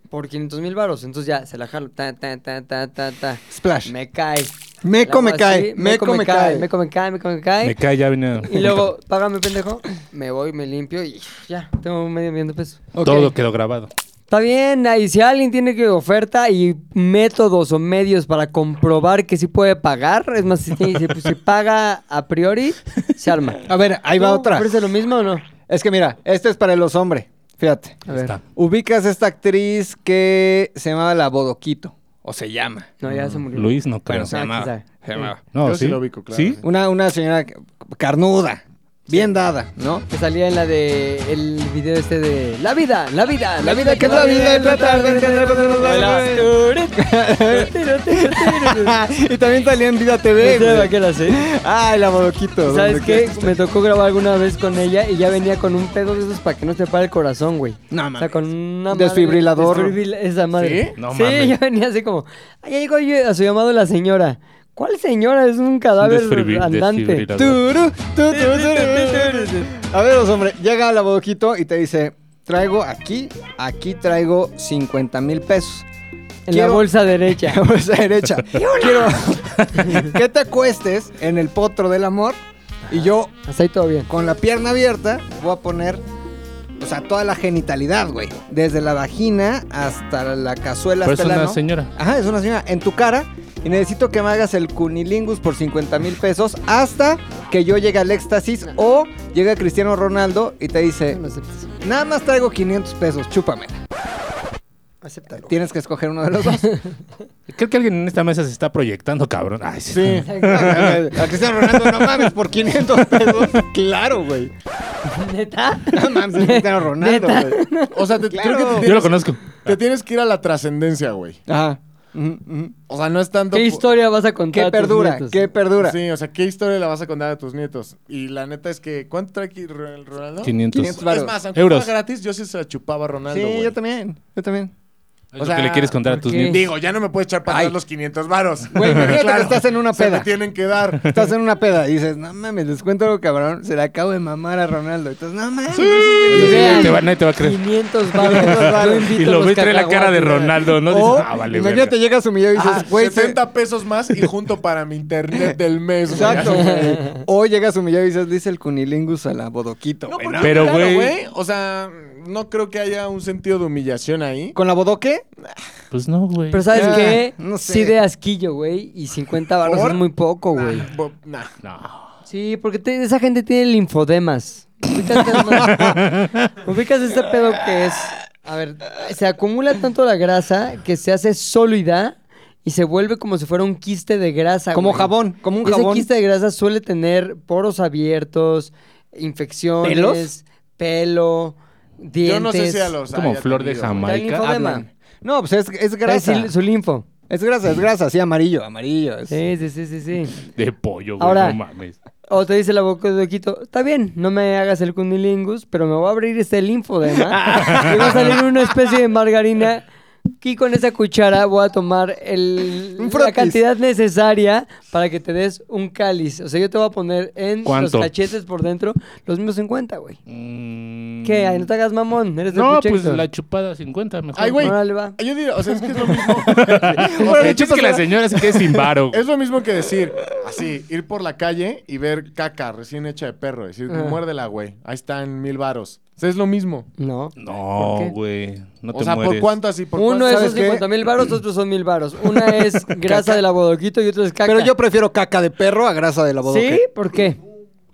Speaker 1: por 500 mil varos. Entonces ya, se la jalo. Ta, ta, ta, ta, ta, ta.
Speaker 3: Splash.
Speaker 1: Me cae.
Speaker 3: Meco me
Speaker 1: Luego
Speaker 3: cae,
Speaker 1: así,
Speaker 3: meco me cae.
Speaker 1: Meco me cae, meco me cae.
Speaker 4: Me cae, ya viene.
Speaker 1: y luego, págame, pendejo. Me voy, me limpio y ya, tengo medio millón de pesos.
Speaker 4: Todo quedó grabado.
Speaker 1: Está bien, ahí si alguien tiene que oferta y métodos o medios para comprobar que sí puede pagar, es más, si, tiene- si, pues, si paga a priori, se arma.
Speaker 3: A ver, ahí va
Speaker 1: ¿Tú
Speaker 3: otra.
Speaker 1: ¿Ofrece lo mismo o no?
Speaker 3: Es que mira, este es para los hombres. Fíjate.
Speaker 1: A ver.
Speaker 4: Está.
Speaker 3: Ubicas esta actriz que se llamaba la Bodoquito. O se llama.
Speaker 1: No, ya se murió.
Speaker 4: Luis no creo.
Speaker 3: Bueno, se
Speaker 1: Ah,
Speaker 3: llamaba.
Speaker 1: quizá.
Speaker 3: Se llamaba.
Speaker 4: No,
Speaker 5: Yo sí
Speaker 4: sí.
Speaker 5: lo ubico, claro.
Speaker 4: ¿Sí?
Speaker 3: Una, una señora carnuda, bien dada, ¿no?
Speaker 1: Que salía en la de el video este de La vida, la vida, la vida que es
Speaker 3: es
Speaker 1: la vida
Speaker 3: y tratar de y también salía en Vida TV. güey.
Speaker 1: la
Speaker 3: Ay, la bodoquito.
Speaker 1: ¿Sabes
Speaker 3: Ah, ¿dónde este
Speaker 1: qué?
Speaker 3: quieres?
Speaker 1: Me tocó grabar alguna vez con ella y ya venía con un pedo de esos para que no te pare el corazón, güey.
Speaker 3: No
Speaker 1: O
Speaker 3: mames.
Speaker 1: sea, con una madre-
Speaker 3: Desfibrilador.
Speaker 1: desfibril- esa madre.
Speaker 4: ¿Sí? No
Speaker 1: sí,
Speaker 4: mames.
Speaker 1: ya venía así como. "Ah, Ya llegó yo- a su llamado la señora. ¿Cuál señora? Es un cadáver
Speaker 4: Desfibri-
Speaker 1: andante.
Speaker 4: desfibrilador.
Speaker 3: Turu, tu, tu, tu, tu. A ver, los hombres, llega la bodoquito y te dice, traigo aquí, aquí traigo 50 mil pesos.
Speaker 1: En la
Speaker 3: Quiero-
Speaker 1: bolsa derecha.
Speaker 3: La bolsa derecha. Quiero que te acuestes en el potro del amor y yo
Speaker 1: Hasta ahí todo bien.
Speaker 3: con la pierna abierta, voy a poner, o sea, toda la genitalidad, güey. Desde la vagina hasta la cazuela,
Speaker 4: Pero es
Speaker 3: hasta el
Speaker 4: una
Speaker 3: ano.
Speaker 4: señora.
Speaker 3: Ajá, es una señora. En tu cara. Y necesito que me hagas el cunilingus por 50 mil pesos hasta que yo llegue al éxtasis o llega Cristiano Ronaldo y te dice,
Speaker 1: Acéptalo.
Speaker 3: nada más traigo 500 pesos, chúpame.
Speaker 1: Acéptalo.
Speaker 3: Tienes que escoger uno de los dos.
Speaker 4: Creo que alguien en esta mesa se está proyectando, cabrón. Ay, sí.
Speaker 5: Sí.
Speaker 3: a Cristiano Ronaldo, no mames, por 500 pesos. Claro, güey.
Speaker 1: ¿Neta?
Speaker 3: No mames, Cristiano Ronaldo,
Speaker 1: ¿Neta?
Speaker 3: güey.
Speaker 5: O sea, te,
Speaker 3: Claro.
Speaker 5: creo que te
Speaker 4: Yo lo
Speaker 5: tienes,
Speaker 4: conozco.
Speaker 5: te tienes que ir a la trascendencia, güey.
Speaker 3: Ajá. Ujú, ujú.
Speaker 5: O sea, no es tanto.
Speaker 1: ¿Qué
Speaker 5: pu-
Speaker 1: historia vas a contar?
Speaker 3: ¿Qué
Speaker 1: a tus
Speaker 3: perdura?
Speaker 1: nietos?
Speaker 3: ¿Qué perdura?
Speaker 5: Sí, o sea, ¿qué historia la vas a contar a tus nietos? Y la neta es que, ¿cuánto trae aquí Ro- el Ronaldo?
Speaker 4: 500.
Speaker 3: 500 varos.
Speaker 5: Es más, aunque
Speaker 4: Euros.
Speaker 5: fuera gratis, yo sí se la chupaba a Ronaldo,
Speaker 3: Sí,
Speaker 5: güey.
Speaker 3: yo también, yo también.
Speaker 4: Es lo que le quieres contar a tus
Speaker 1: ok.
Speaker 4: niños.
Speaker 5: Digo, ya no me puedes echar para atrás los 500 varos.
Speaker 3: Güey, imagínate que
Speaker 5: Claro,
Speaker 3: estás en una
Speaker 5: Se me
Speaker 3: peda.
Speaker 5: tienen que dar.
Speaker 3: Estás en una peda y dices, no mames, les cuento algo, cabrón. Se le acabo de mamar a Ronaldo. Entonces, no mames.
Speaker 4: Sí,
Speaker 1: Vean,
Speaker 4: te va- nadie te va a creer.
Speaker 1: 500 baros.
Speaker 3: varos.
Speaker 1: Yo
Speaker 4: Y
Speaker 1: invito
Speaker 4: lo
Speaker 1: los
Speaker 4: ves trae la cara de
Speaker 1: cacahuates.
Speaker 4: Ronaldo, ¿no?
Speaker 3: O,
Speaker 4: Dices, ah, vale,
Speaker 3: imagínate,
Speaker 4: verga.
Speaker 3: llegas a su millón y
Speaker 5: Ah,
Speaker 3: dices, güey, se-
Speaker 5: 70 pesos más y junto para mi internet del mes, güey.
Speaker 3: Exacto, güey. O llegas a humillado y dices, dice el cunilingus a la bodoquito.
Speaker 5: No,
Speaker 3: güey,
Speaker 5: porque-
Speaker 3: ¿no?
Speaker 4: Pero,
Speaker 5: claro,
Speaker 4: güey.
Speaker 5: O sea, no creo que haya un sentido de humillación ahí.
Speaker 3: ¿Con la bodoque?
Speaker 4: Pues no, güey.
Speaker 1: Pero ¿sabes
Speaker 3: Ah,
Speaker 1: qué?
Speaker 3: no sé.
Speaker 1: Sí de asquillo, güey. Y 50 baros
Speaker 5: ¿Por?
Speaker 1: es muy poco, güey.
Speaker 5: Nah, Ah, bo- nah.
Speaker 4: No.
Speaker 1: Sí, porque te- esa gente tiene linfodemas. ¿Ubicas, Telma? ¿Ubicas este pedo que es? A ver, se acumula tanto la grasa que se hace sólida y se vuelve como si fuera un quiste de grasa.
Speaker 3: Como
Speaker 1: güey.
Speaker 3: jabón, como un
Speaker 1: Ese
Speaker 3: jabón.
Speaker 1: quiste de grasa suele tener poros abiertos, infecciones,
Speaker 3: ¿Pelos?
Speaker 1: pelo, dientes.
Speaker 5: Yo no sé si a los.
Speaker 4: Como
Speaker 5: haya
Speaker 4: flor de
Speaker 5: tenido,
Speaker 4: jamaica.
Speaker 1: Trae linfodema.
Speaker 4: hablan.
Speaker 3: No, pues es, es
Speaker 1: Trae
Speaker 3: grasa.
Speaker 1: sil- su linfo.
Speaker 3: Es grasa, es grasa, sí, amarillo, amarillo. es-
Speaker 1: Sí, sí, sí, sí, sí.
Speaker 4: De pollo, güey.
Speaker 1: Ahora-
Speaker 4: No mames.
Speaker 1: O te dice la boca de Oquito, está bien, no me hagas el cunilingus, pero me voy a abrir este linfodema y va a salir una especie de margarina y con esa cuchara voy a tomar el,
Speaker 3: Un
Speaker 1: la
Speaker 3: frotis.
Speaker 1: cantidad necesaria para que te des un cáliz. O sea, yo te voy a poner en
Speaker 4: ¿Cuánto?
Speaker 1: los cachetes por dentro los mismos 50, güey.
Speaker 4: Mm.
Speaker 1: ¿Qué? Ay, no te hagas mamón, eres de
Speaker 4: No, pues
Speaker 1: Puchector.
Speaker 4: la chupada 50 mejor.
Speaker 5: Ay, güey.
Speaker 1: Órale, va.
Speaker 5: Yo diría, o sea, es que es lo mismo.
Speaker 4: Bueno, el chiste es que la señora se quede sin varo. güey.
Speaker 5: Es lo mismo que decir, así, ir por la calle y ver caca recién hecha de perro. Decir,
Speaker 1: Ah.
Speaker 5: muérdela, güey. Ahí están mil varos. O sea, es lo mismo.
Speaker 1: No.
Speaker 4: No,
Speaker 1: ¿Por qué?
Speaker 4: güey. No te
Speaker 5: o sea,
Speaker 4: mueres.
Speaker 5: ¿por cuánto así? ¿Por
Speaker 1: Uno
Speaker 5: cuánto?
Speaker 1: es
Speaker 3: ¿Sabes qué?
Speaker 1: 50 mil varos, otros son mil varos. Una es grasa de la bodoquito y otra es caca.
Speaker 3: Pero yo prefiero caca de perro a grasa de la bodoque.
Speaker 1: ¿Sí? ¿Por qué?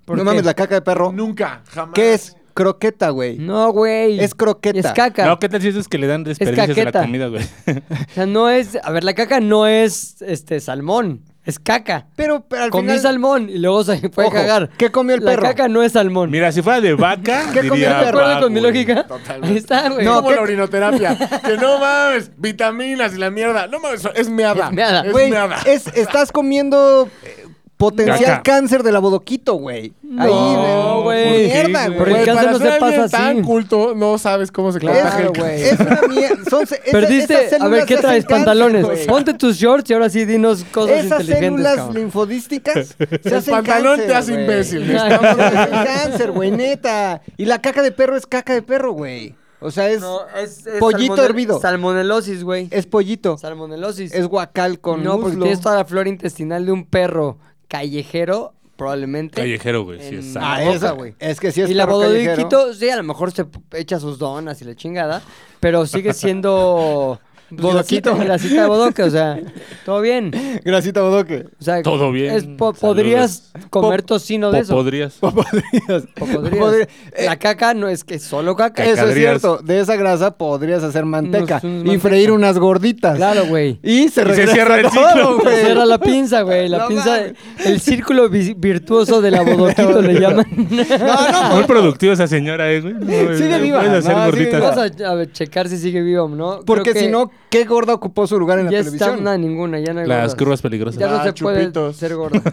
Speaker 1: ¿Por
Speaker 3: No
Speaker 1: qué?
Speaker 3: mames, la caca de perro.
Speaker 5: Nunca, jamás.
Speaker 3: ¿Qué es? Croqueta, güey.
Speaker 1: No, güey.
Speaker 3: Es croqueta.
Speaker 1: Es caca.
Speaker 4: No, ¿qué tal si esos que le dan desperdicios de la
Speaker 1: caqueta.
Speaker 4: comida, güey?
Speaker 1: O sea, no es. A ver, la caca no es este salmón. Es caca.
Speaker 3: Pero, pero al
Speaker 1: Comí
Speaker 3: final...
Speaker 1: salmón y luego se fue
Speaker 3: Ojo,
Speaker 1: a cagar.
Speaker 3: ¿qué comió el
Speaker 1: la
Speaker 3: perro?
Speaker 1: caca no es salmón.
Speaker 4: Mira, si fuera de vaca,
Speaker 3: ¿Qué comió el
Speaker 4: diría,
Speaker 1: ¿Estás de
Speaker 3: perro?
Speaker 4: "Va,
Speaker 1: acuerdo con mi
Speaker 4: güey".
Speaker 1: lógica?
Speaker 5: Totalmente.
Speaker 1: Ahí está, güey.
Speaker 5: Es
Speaker 3: No,
Speaker 5: como
Speaker 3: ¿qué-
Speaker 5: la orinoterapia. que no mames, vitaminas y la mierda. No mames, es meada.
Speaker 1: Es meada.
Speaker 5: Es
Speaker 3: Güey,
Speaker 5: meada.
Speaker 3: es- estás comiendo eh, potencial
Speaker 4: Caca.
Speaker 3: cáncer de la bodoquito, güey.
Speaker 1: No,
Speaker 3: Ahí, de-
Speaker 1: güey.
Speaker 3: Mierda, güey.
Speaker 1: Por el
Speaker 5: Güey,
Speaker 1: cáncer
Speaker 5: para
Speaker 1: no
Speaker 5: ser
Speaker 1: se pasa
Speaker 5: alguien
Speaker 1: así.
Speaker 5: tan culto, no sabes cómo se
Speaker 3: Claro,
Speaker 5: contagia el
Speaker 3: güey. Es una mierda. Son ce- esas- esas
Speaker 1: Perdiste. A ver,
Speaker 3: células
Speaker 1: ¿qué
Speaker 3: hacen
Speaker 1: traes?
Speaker 3: cáncer,
Speaker 1: Pantalones.
Speaker 3: güey.
Speaker 1: Ponte tus shorts y ahora sí dinos cosas
Speaker 3: Esas
Speaker 1: inteligentes.
Speaker 3: células
Speaker 1: cabrón.
Speaker 3: linfodísticas se
Speaker 5: El
Speaker 3: hacen
Speaker 5: pantalón
Speaker 3: cáncer,
Speaker 5: te hace
Speaker 3: güey.
Speaker 5: imbécil.
Speaker 3: No, no, se hacen cáncer, güey, neta. Y la caca de perro es caca de perro, güey. O sea, es,
Speaker 1: es,
Speaker 3: Pollito hervido.
Speaker 1: Salmonelosis, güey.
Speaker 3: es pollito.
Speaker 1: Salmonelosis.
Speaker 3: Es guacal con
Speaker 1: no, porque
Speaker 3: muslo.
Speaker 1: tienes toda la flora intestinal de un perro callejero, probablemente.
Speaker 4: Callejero, güey. Sí, exacto.
Speaker 3: Ah, esa, güey. Es que si es
Speaker 1: y la
Speaker 3: perro callejero-
Speaker 1: bodoquito, sí, a lo mejor se p- echa sus donas y la chingada, pero sigue siendo...
Speaker 3: Bodoquito.
Speaker 1: grasita- grasita de bodoque, o sea, todo bien.
Speaker 3: Grasita bodoque.
Speaker 1: O sea,
Speaker 4: Todo bien.
Speaker 1: es po-
Speaker 4: Saludos.
Speaker 1: podrías comer
Speaker 3: Po-
Speaker 1: tocino de
Speaker 4: Po-
Speaker 1: eso.
Speaker 4: Podrías.
Speaker 3: Podrías.
Speaker 1: Popodrías.
Speaker 3: Podría- eh,
Speaker 1: La caca no es que es solo caca.
Speaker 4: Caca.
Speaker 3: Eso es
Speaker 4: Cacadrías.
Speaker 3: cierto. De esa grasa podrías hacer manteca
Speaker 1: Unos- unos
Speaker 3: y
Speaker 1: manteca.
Speaker 3: freír unas gorditas.
Speaker 1: Claro, güey.
Speaker 3: Y se,
Speaker 4: se
Speaker 3: regresa
Speaker 4: cierra el
Speaker 3: todo,
Speaker 4: ciclo.
Speaker 3: güey.
Speaker 1: Cierra la pinza, güey. La
Speaker 3: No
Speaker 1: pinza,
Speaker 3: mames.
Speaker 1: el círculo vi- virtuoso de la bodoquito le llaman.
Speaker 3: No, no,
Speaker 1: pues,
Speaker 4: Muy productiva esa señora, eh, güey. No,
Speaker 3: Sigue
Speaker 4: no
Speaker 3: viva,
Speaker 4: Puedes hacer
Speaker 3: no, sigue
Speaker 4: gorditas.
Speaker 3: viva.
Speaker 1: Vamos a, a ver, checar si sigue vivo o no.
Speaker 3: Porque
Speaker 1: Creo que
Speaker 3: si no, ¿qué gorda ocupó su lugar en la
Speaker 1: ya
Speaker 3: televisión? pues,
Speaker 1: está no, ninguna, ya no hay
Speaker 4: Las
Speaker 1: gordas.
Speaker 4: curvas peligrosas.
Speaker 1: Ya no
Speaker 5: Ah,
Speaker 1: se puede
Speaker 5: chupitos.
Speaker 1: ser gorda.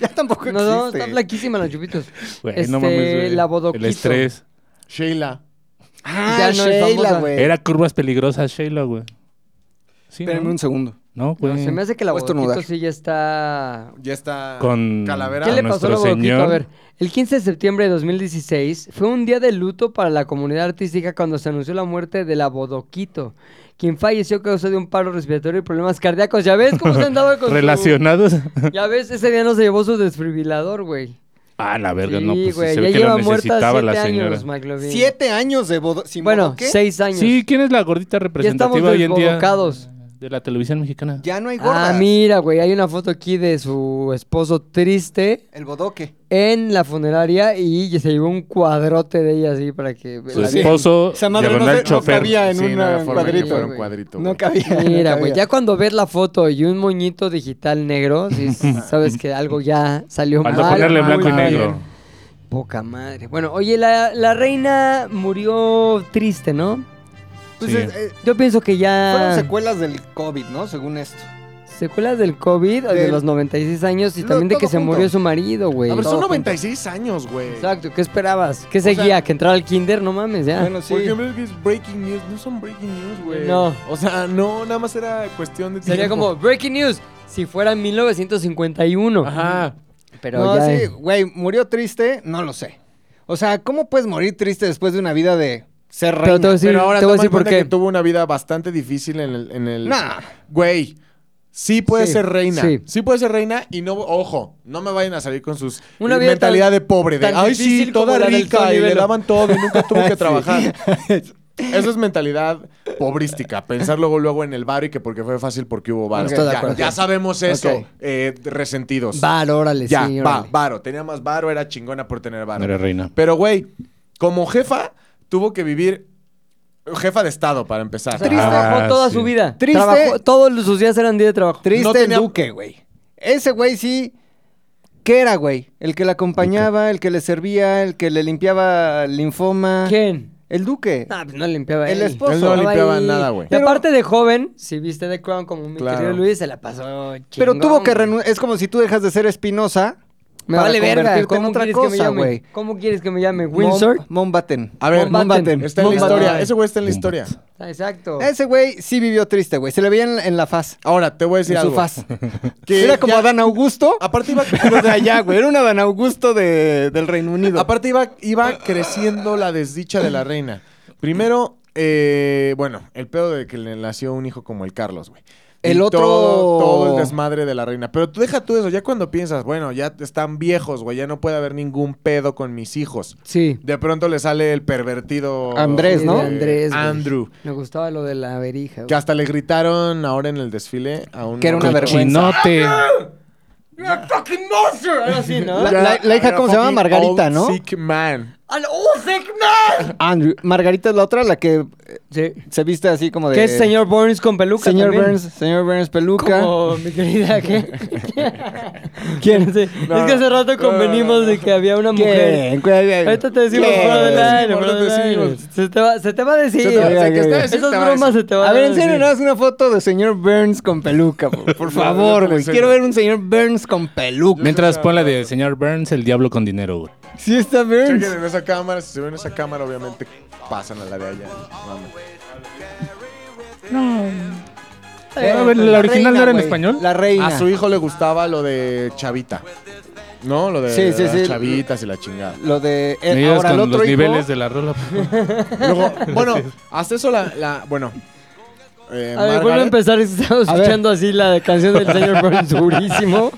Speaker 3: Ya tampoco
Speaker 1: No,
Speaker 3: existe.
Speaker 1: no, está flaquísima la chupitos.
Speaker 4: Güey,
Speaker 1: Este,
Speaker 4: no mames, güey.
Speaker 1: la bodoquito.
Speaker 4: El estrés.
Speaker 5: Sheila.
Speaker 3: Ah,
Speaker 1: Ya no es
Speaker 3: Sheila,
Speaker 1: famosa.
Speaker 3: güey.
Speaker 4: Era curvas peligrosas, Sheila, güey. Sí,
Speaker 3: Espérame
Speaker 4: ¿no?
Speaker 3: un segundo.
Speaker 4: No,
Speaker 1: No,
Speaker 4: güey.
Speaker 1: se me hace que la
Speaker 3: Voy a
Speaker 1: bodoquito
Speaker 3: estornudar.
Speaker 1: sí ya está...
Speaker 5: Ya está.
Speaker 4: Con-
Speaker 5: Calavera.
Speaker 1: ¿Qué le pasó a la
Speaker 4: nuestro
Speaker 1: bodoquito?
Speaker 4: señor.
Speaker 1: A ver, el 15 de septiembre de 2016 fue un día de luto para la comunidad artística cuando se anunció la muerte de la bodoquito, quien falleció a causa de un paro respiratorio y problemas cardíacos. ¿Ya ves cómo se andaba con su-
Speaker 4: Relacionados.
Speaker 1: Ya ves, ese día no se llevó su desfibrilador, güey.
Speaker 4: Ah, la verga,
Speaker 1: sí,
Speaker 4: no. Pues sí
Speaker 1: güey,
Speaker 4: se
Speaker 1: ya
Speaker 4: ve que
Speaker 1: lleva
Speaker 4: lo
Speaker 1: muerta
Speaker 4: necesitaba
Speaker 1: siete
Speaker 4: la señora.
Speaker 1: años, McLovin.
Speaker 3: Siete años de bodo... sin
Speaker 1: Bueno,
Speaker 3: bodoque.
Speaker 1: seis años.
Speaker 4: Sí, ¿quién es la gordita
Speaker 1: ya estamos
Speaker 4: representativa hoy en día?
Speaker 1: desbocados.
Speaker 4: De la televisión mexicana.
Speaker 3: Ya no hay gorda.
Speaker 1: Ah, mira, güey, hay una foto aquí de su esposo triste
Speaker 3: El bodoque.
Speaker 1: en la funeraria y se llevó un cuadrote de ella así para que...
Speaker 4: Su
Speaker 1: la-
Speaker 3: Sí.
Speaker 4: esposo,
Speaker 3: Esa madre no
Speaker 4: diagonal
Speaker 3: se- no
Speaker 4: chofer.
Speaker 3: cabía en
Speaker 5: Sí,
Speaker 3: un
Speaker 5: no había
Speaker 3: eh,
Speaker 5: forma de que
Speaker 3: cuadrito.
Speaker 5: fuera un
Speaker 1: güey.
Speaker 5: cuadrito.
Speaker 3: No
Speaker 5: güey.
Speaker 3: cabía.
Speaker 1: Mira,
Speaker 3: no
Speaker 1: güey,
Speaker 3: cabía.
Speaker 1: ya cuando ves la foto y un moñito digital negro, sí sabes que algo ya salió
Speaker 4: Falta
Speaker 1: mal.
Speaker 4: ponerle
Speaker 1: muy
Speaker 4: blanco y
Speaker 1: mal.
Speaker 4: negro.
Speaker 1: Poca madre. Bueno, oye, la, la reina murió triste, ¿no?
Speaker 3: Pues
Speaker 4: Sí.
Speaker 3: es- eh,
Speaker 1: Yo pienso que
Speaker 3: fueron
Speaker 1: ya...
Speaker 3: secuelas del COVID, ¿no? Según esto.
Speaker 1: Secuelas del COVID, de,
Speaker 3: Del-
Speaker 1: los 96 años y
Speaker 3: Lo-
Speaker 1: también de
Speaker 3: todo
Speaker 1: que se
Speaker 3: junto. Ah,
Speaker 1: murió su marido, güey.
Speaker 5: A ver,
Speaker 1: Todo
Speaker 5: son
Speaker 1: junto.
Speaker 5: 96 años, güey.
Speaker 1: Exacto, ¿qué esperabas? ¿Qué
Speaker 5: sea-
Speaker 1: seguía? ¿Que entrara al kinder? No mames, ya.
Speaker 3: Bueno, sí.
Speaker 5: Por ejemplo, es que es breaking news. No son breaking news, güey.
Speaker 1: No.
Speaker 5: O sea, no, nada más era cuestión de
Speaker 1: Sería
Speaker 5: tiempo.
Speaker 1: como Breaking News si fuera en 1951.
Speaker 5: Ajá.
Speaker 1: Pero
Speaker 3: no,
Speaker 1: ya.
Speaker 3: sí, güey, murió triste, no lo sé. O sea, ¿cómo puedes morir triste después de una vida de ser
Speaker 1: Pero te
Speaker 3: reina?
Speaker 1: voy a decir,
Speaker 5: Pero ahora
Speaker 1: te voy a
Speaker 5: toma
Speaker 1: decir
Speaker 5: en
Speaker 1: por
Speaker 5: cuenta
Speaker 1: qué.
Speaker 5: que tuvo una vida bastante difícil en el... en el-
Speaker 3: Nah.
Speaker 5: Güey, sí puede
Speaker 1: Sí,
Speaker 5: ser reina.
Speaker 1: sí.
Speaker 5: Sí. puede ser reina y no... Ojo, no me vayan a salir con sus...
Speaker 1: Una vida
Speaker 5: mentalidad
Speaker 1: tan-
Speaker 5: de pobre. De,
Speaker 1: tan
Speaker 5: Ay, sí,
Speaker 1: difícil
Speaker 5: toda
Speaker 1: como la del
Speaker 5: rica
Speaker 1: Tony
Speaker 5: y le
Speaker 1: Velo".
Speaker 5: daban todo y nunca tuvo que trabajar. Eso es mentalidad pobrística. Pensar luego, luego en el bar y que porque fue fácil porque hubo bar.
Speaker 3: Ok, Estoy de
Speaker 5: ya,
Speaker 3: acuerdo.
Speaker 5: ya sabemos eso.
Speaker 1: Ok.
Speaker 5: eh, resentidos.
Speaker 1: Var, órale,
Speaker 5: Ya,
Speaker 1: sí,
Speaker 5: va,
Speaker 1: órale.
Speaker 5: varo. Tenía más varo, era chingona por tener varo.
Speaker 4: No era reina.
Speaker 5: Pero, güey, como jefa, tuvo que vivir. Jefa de Estado, para empezar.
Speaker 1: Triste. Trabajó
Speaker 4: Ah,
Speaker 1: toda
Speaker 4: sí.
Speaker 1: su vida.
Speaker 3: Triste.
Speaker 1: Trabajó- todos sus días eran día de trabajo.
Speaker 3: Triste
Speaker 5: No tenía-
Speaker 3: el duque, güey. Ese güey sí. ¿Qué era, güey? El que la acompañaba, el que le servía, el que le limpiaba el linfoma.
Speaker 1: ¿Quién?
Speaker 3: El duque.
Speaker 1: Nah, pues no limpiaba
Speaker 3: El
Speaker 1: él.
Speaker 3: esposo. Él no
Speaker 1: Estaba
Speaker 5: limpiaba
Speaker 1: ahí.
Speaker 5: nada, güey.
Speaker 1: Y
Speaker 3: Pero-
Speaker 1: aparte de joven, si viste The Crown como mi
Speaker 5: Claro.
Speaker 1: querido Luis, se la pasó chingón.
Speaker 3: Pero tuvo que
Speaker 1: güey.
Speaker 3: renunciar. Es como si tú dejas de ser Espinosa.
Speaker 1: Me
Speaker 3: para
Speaker 1: vale verga.
Speaker 3: convertirte
Speaker 1: ¿Cómo
Speaker 3: en otra
Speaker 1: quieres que me
Speaker 3: cosa,
Speaker 1: llame?
Speaker 3: güey.
Speaker 1: ¿Cómo quieres que me llame?
Speaker 3: Mon-
Speaker 1: ¿Windsor?
Speaker 3: Mountbatten.
Speaker 5: A ver,
Speaker 1: Mountbatten.
Speaker 5: está en la
Speaker 3: Mountbatten.
Speaker 5: historia. Ese güey está en la historia.
Speaker 1: Ah, Exacto.
Speaker 3: Ese güey sí vivió triste, güey. Se le veía en, en la faz.
Speaker 5: Ahora, te voy a decir
Speaker 3: En su
Speaker 5: algo.
Speaker 3: faz.
Speaker 5: Que
Speaker 3: Era como
Speaker 5: ya-
Speaker 3: Adán Augusto.
Speaker 5: Aparte iba,
Speaker 3: pero de allá, güey. Era un Adán Augusto de- del Reino Unido.
Speaker 5: aparte iba, iba creciendo la desdicha de la reina. Primero, eh, bueno, el pedo de que le nació un hijo como el Carlos, güey. Y
Speaker 3: El otro-
Speaker 5: Todo, todo el desmadre de la reina. Pero tú deja tú eso. Ya cuando piensas, bueno, ya están viejos, güey. Ya no puede haber ningún pedo con mis hijos.
Speaker 1: Sí.
Speaker 5: De pronto le sale el pervertido.
Speaker 3: Andrés,
Speaker 5: eh,
Speaker 3: ¿no?
Speaker 1: Andrés, güey.
Speaker 5: Andrew.
Speaker 1: Me gustaba lo de la verija. güey.
Speaker 5: Que hasta le gritaron ahora en el desfile a un.
Speaker 3: Que era una vergüenza.
Speaker 4: Cochinote.
Speaker 1: Ahora sí, ¿no?
Speaker 3: La- hija, ¿cómo se llama? Margarita, ¿no?
Speaker 5: Sick man.
Speaker 1: Al- ¡Oh, sick man!
Speaker 3: Andrew. Margarita es la otra, la que eh,
Speaker 1: Sí.
Speaker 3: se viste así como de.
Speaker 1: ¿Qué es señor Burns con peluca?
Speaker 3: Señor
Speaker 1: también?
Speaker 3: Burns, señor Burns peluca.
Speaker 1: Como mi querida, ¿qué? ¿Quién? Sí.
Speaker 5: No,
Speaker 1: es que hace rato
Speaker 5: no, no,
Speaker 1: convenimos
Speaker 5: no.
Speaker 1: de que había una mujer.
Speaker 3: ¿Quién? ¿Cuál-
Speaker 1: Ahorita te decimos
Speaker 3: ¿Quién?
Speaker 1: fuera del aire,
Speaker 5: Ahorita
Speaker 1: fuera del
Speaker 5: te
Speaker 1: aire.
Speaker 5: decimos.
Speaker 1: Se te va, se te va a decir.
Speaker 5: Se te va-
Speaker 3: ya,
Speaker 5: se que
Speaker 3: ya,
Speaker 5: está-
Speaker 3: ya.
Speaker 5: se te
Speaker 1: Esas
Speaker 5: va a
Speaker 1: bromas
Speaker 5: decir.
Speaker 1: se te van a
Speaker 3: A ver, en serio,
Speaker 1: decir.
Speaker 3: no es una foto de señor Burns con peluca, por, por favor, güey. Quiero ver un señor Burns con peluca.
Speaker 4: Mientras pon la de señor Burns, el diablo con dinero, güey.
Speaker 3: Sí está Burns.
Speaker 5: Chequen en esa cámara, si se ven en esa cámara, obviamente pasan a la de allá. Mames.
Speaker 4: A ver, Ah, ¿la original no era en
Speaker 3: güey.
Speaker 4: español?
Speaker 3: La reina.
Speaker 5: A su hijo le gustaba lo de Chavita. ¿No? Lo de
Speaker 3: Sí, sí,
Speaker 5: las
Speaker 3: sí.
Speaker 5: chavitas y la chingada.
Speaker 3: Lo de... eh,
Speaker 4: Me llevas
Speaker 3: ahora el
Speaker 4: con
Speaker 3: otro
Speaker 4: los
Speaker 3: hijo...
Speaker 4: niveles de la rola. por favor.
Speaker 5: Luego, bueno, hasta eso la. la- bueno. eh,
Speaker 1: A ver, vuelve a
Speaker 5: Margaret-
Speaker 1: empezar. Estaba
Speaker 3: ver.
Speaker 1: escuchando así la canción del señor Burns durísimo.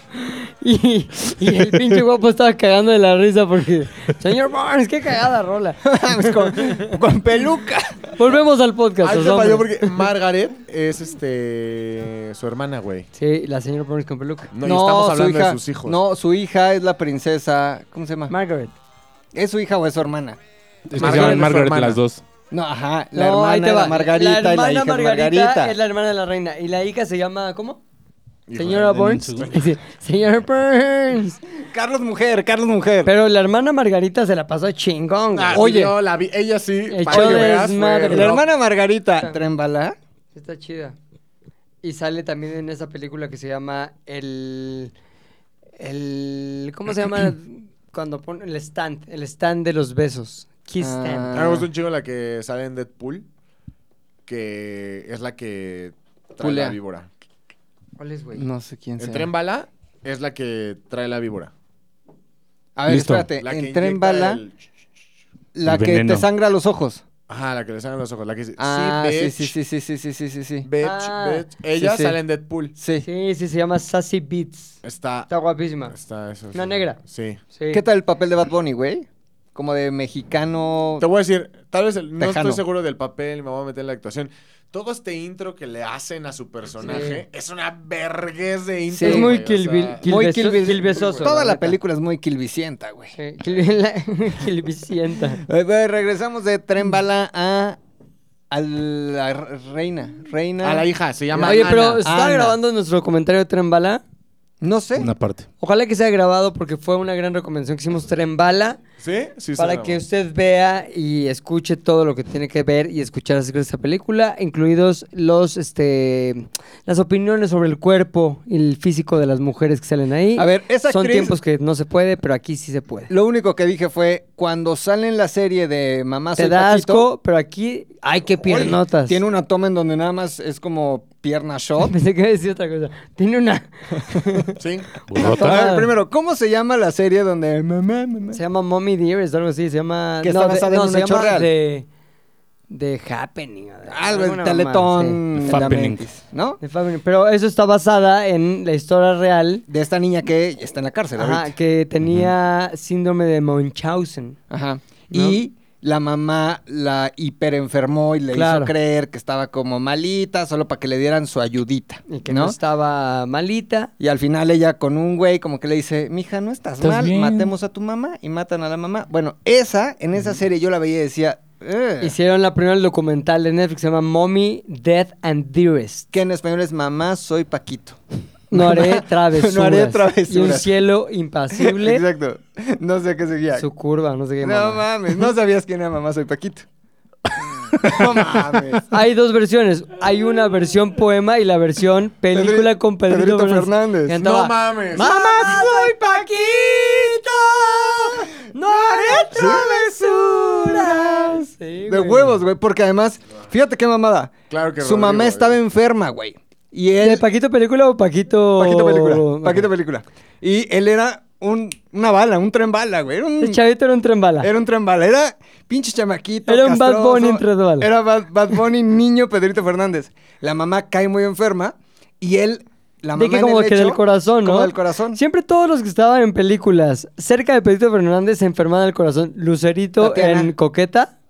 Speaker 1: Y, y el pinche guapo estaba cagando de la risa porque... Señor Burns, qué cagada rola.
Speaker 3: con, con peluca.
Speaker 1: Volvemos al podcast.
Speaker 5: Ahí
Speaker 1: los
Speaker 5: se falló
Speaker 1: hombres.
Speaker 5: porque Margaret es este. su hermana, güey.
Speaker 1: Sí, la señora Burns con peluca.
Speaker 5: No, y estamos
Speaker 3: su
Speaker 5: hablando
Speaker 3: hija-
Speaker 5: de sus hijos.
Speaker 3: No, su hija es la princesa... ¿Cómo se llama?
Speaker 1: Margaret.
Speaker 3: ¿Es su hija o es su hermana?
Speaker 4: Es que se
Speaker 5: Margaret es
Speaker 4: llaman
Speaker 5: su
Speaker 4: Margaret
Speaker 5: hermana.
Speaker 4: las dos.
Speaker 3: No, ajá. La
Speaker 1: No,
Speaker 3: hermana
Speaker 1: ahí te va.
Speaker 3: era Margarita
Speaker 1: la
Speaker 3: y la
Speaker 1: hermana
Speaker 3: hija es
Speaker 1: Margarita,
Speaker 3: Margarita.
Speaker 1: es la hermana de la reina. Y la hija se llama, ¿cómo?
Speaker 5: Hijo
Speaker 1: Señora
Speaker 4: de-
Speaker 1: Burns. Sí, Señora Burns.
Speaker 3: Carlos Mujer, Carlos Mujer.
Speaker 1: Pero la hermana Margarita se la pasó chingón. güey.
Speaker 5: Ah, sí,
Speaker 3: Oye.
Speaker 5: yo la vi- ella sí.
Speaker 1: Echó
Speaker 5: para que veas, fue
Speaker 1: desmadre.
Speaker 5: rock.
Speaker 3: la hermana Margarita. ¿Trembala?
Speaker 1: Está chida. Y sale también en esa película que se llama El. el ¿Cómo se llama? Cuando pone el stand. El stand de los besos. Kiss
Speaker 3: Ah.
Speaker 5: A
Speaker 1: stand.
Speaker 5: mí me gusta un chingo la que sale en Deadpool. Que es la que trae
Speaker 3: Pulea.
Speaker 5: la víbora.
Speaker 1: ¿Cuál es, güey?
Speaker 3: No sé quién
Speaker 5: En
Speaker 3: sea.
Speaker 5: Tren Bala es la que trae la víbora.
Speaker 3: A ver,
Speaker 4: Listo.
Speaker 3: espérate.
Speaker 5: La que
Speaker 3: Eh, en tren
Speaker 5: inyecta
Speaker 3: bala,
Speaker 5: el-
Speaker 3: la
Speaker 4: El
Speaker 3: que
Speaker 4: veneno.
Speaker 3: te sangra los ojos.
Speaker 5: Ajá, la que le salen los ojos. La que dice,
Speaker 3: Ah,
Speaker 5: sí,
Speaker 3: sí,
Speaker 5: bitch,
Speaker 3: sí, sí, sí, sí, sí, sí, sí, sí.
Speaker 5: bitch,
Speaker 1: Ah.
Speaker 5: bitch". Ella
Speaker 3: Sí, sí.
Speaker 5: sale en Deadpool.
Speaker 3: Sí.
Speaker 1: Sí, sí, se llama Sassy Beats.
Speaker 5: Está...
Speaker 1: Está guapísima.
Speaker 5: Está eso.
Speaker 1: Una
Speaker 5: sí.
Speaker 1: negra.
Speaker 5: Sí.
Speaker 1: Sí.
Speaker 3: ¿Qué tal el papel de Bad Bunny, güey? Como de mexicano.
Speaker 5: Te voy a decir, tal vez el- no
Speaker 3: Tejano.
Speaker 5: estoy seguro del papel, me voy a meter en la actuación. Todo este intro que le hacen a su personaje
Speaker 1: Sí.
Speaker 5: es una vergüenza de intro.
Speaker 3: Sí,
Speaker 1: es
Speaker 5: güey,
Speaker 1: muy
Speaker 5: o
Speaker 1: Kill
Speaker 5: sea,
Speaker 1: Bill. Kill
Speaker 3: Muy
Speaker 1: Beso-
Speaker 3: Kill Bill-
Speaker 1: Kill Besoso,
Speaker 3: Toda la
Speaker 1: neta.
Speaker 3: película es muy kilvicienta, güey.
Speaker 1: Sí, Kill- la- Kill Bicienta.
Speaker 3: Eh, güey, regresamos de
Speaker 1: Mm.
Speaker 3: tren bala a, a la r- reina. Reina.
Speaker 5: A la hija, se llama
Speaker 1: Oye, pero
Speaker 5: Ana.
Speaker 1: ¿está
Speaker 3: Ana.
Speaker 1: grabando nuestro comentario de Trembala?
Speaker 3: No sé.
Speaker 4: Una parte.
Speaker 1: Ojalá que sea grabado porque fue una gran recomendación que hicimos Trembala.
Speaker 5: ¿Sí? Sí,
Speaker 1: Para
Speaker 5: suena
Speaker 1: que
Speaker 5: bueno.
Speaker 1: usted vea y escuche todo lo que tiene que ver y escuchar acerca de esta película, incluidos los, este, las opiniones sobre el cuerpo y el físico de las mujeres que salen ahí.
Speaker 3: A ver, esa
Speaker 1: son
Speaker 3: actriz-
Speaker 1: tiempos que no se puede, pero aquí sí se puede.
Speaker 3: Lo único que dije fue, cuando sale en la serie de Mamá
Speaker 1: Te
Speaker 3: Soy
Speaker 1: da
Speaker 3: Ah, Paquito,
Speaker 1: asco, pero aquí hay que piernotas.
Speaker 3: Tiene un abdomen donde nada más es como pierna shot.
Speaker 1: Pensé que iba a decir otra cosa. Tiene una.
Speaker 5: Sí.
Speaker 1: Ah.
Speaker 3: A
Speaker 4: Burrota.
Speaker 3: ver, primero, ¿cómo se llama la serie donde mamá, mamá?
Speaker 1: Se llama Mommy Dearest o algo así. Se llama.
Speaker 3: Que está basada en un
Speaker 1: se
Speaker 3: hecho
Speaker 1: llama
Speaker 3: real.
Speaker 1: De. De Happening.
Speaker 3: Algo, el
Speaker 1: alguna mamá,
Speaker 3: Ah, teletón.
Speaker 4: sí.
Speaker 3: en la
Speaker 4: Fappening.
Speaker 3: mentis, ¿No?
Speaker 1: sí. De Happening. Pero eso está basada en la historia real.
Speaker 3: De esta niña que está en la cárcel.
Speaker 1: Ajá,
Speaker 3: ahorita.
Speaker 1: que tenía síndrome de Munchausen.
Speaker 3: Ajá. Y la mamá la hiperenfermó y le
Speaker 1: Claro.
Speaker 3: hizo creer que estaba como malita, solo para que le dieran su ayudita.
Speaker 1: Y que pues no,
Speaker 3: ¿no?
Speaker 1: estaba malita.
Speaker 3: Y al final ella con un güey como que le dice, mija, no estás,
Speaker 4: Estás
Speaker 3: mal,
Speaker 4: bien".
Speaker 3: matemos a tu mamá y matan a la mamá. Bueno, esa, en esa serie yo la veía y decía, "Eh, "Ugh",
Speaker 1: Hicieron la primera documental de Netflix se llama Mommy, Death and Dearest.
Speaker 3: que en español es mamá, soy Paquito.
Speaker 1: No haré travesuras.
Speaker 3: travesuras. No haré
Speaker 1: Y un
Speaker 3: travesuras.
Speaker 1: cielo impasible.
Speaker 3: Exacto. No sé qué seguía.
Speaker 1: su curva, no sé qué.
Speaker 3: No
Speaker 1: mamá.
Speaker 3: mames, no sabías quién era mamá, soy Paquito. no mames.
Speaker 1: Hay dos versiones. Hay una versión poema y la versión película
Speaker 3: Pedri-
Speaker 1: con Pedrito,
Speaker 3: Pedrito Fernández.
Speaker 1: Cantaba,
Speaker 5: No mames.
Speaker 1: ¡Mamá, soy Paquito! ¡No haré travesuras! Sí,
Speaker 3: De
Speaker 1: güey.
Speaker 3: huevos, güey, porque además, fíjate qué mamada.
Speaker 5: Claro que
Speaker 3: Su mamá
Speaker 5: Rodrigo,
Speaker 3: estaba
Speaker 5: güey.
Speaker 3: enferma, güey. Y
Speaker 1: ¿De
Speaker 3: él
Speaker 1: Paquito película o Paquito...?
Speaker 3: Paquito película,
Speaker 1: Ok.
Speaker 3: Paquito película. Y él era un, una bala, un tren bala, güey. Era un,
Speaker 1: El chavito era un tren bala.
Speaker 3: Era un tren bala, era pinche chamaquito.
Speaker 1: Era un Bad
Speaker 3: castroso.
Speaker 1: Bunny en tren bala.
Speaker 3: Era Bad, Bad Bunny, niño Pedrito Fernández. La mamá cae muy enferma y él, la mamá.
Speaker 1: de que
Speaker 3: en
Speaker 1: como
Speaker 3: el
Speaker 1: que
Speaker 3: hecho,
Speaker 1: del corazón, ¿no?
Speaker 3: Como del corazón.
Speaker 1: Siempre todos los que estaban en películas cerca de Pedrito Fernández se enfermaban del corazón. Lucerito
Speaker 3: Tatiana.
Speaker 1: en Coqueta,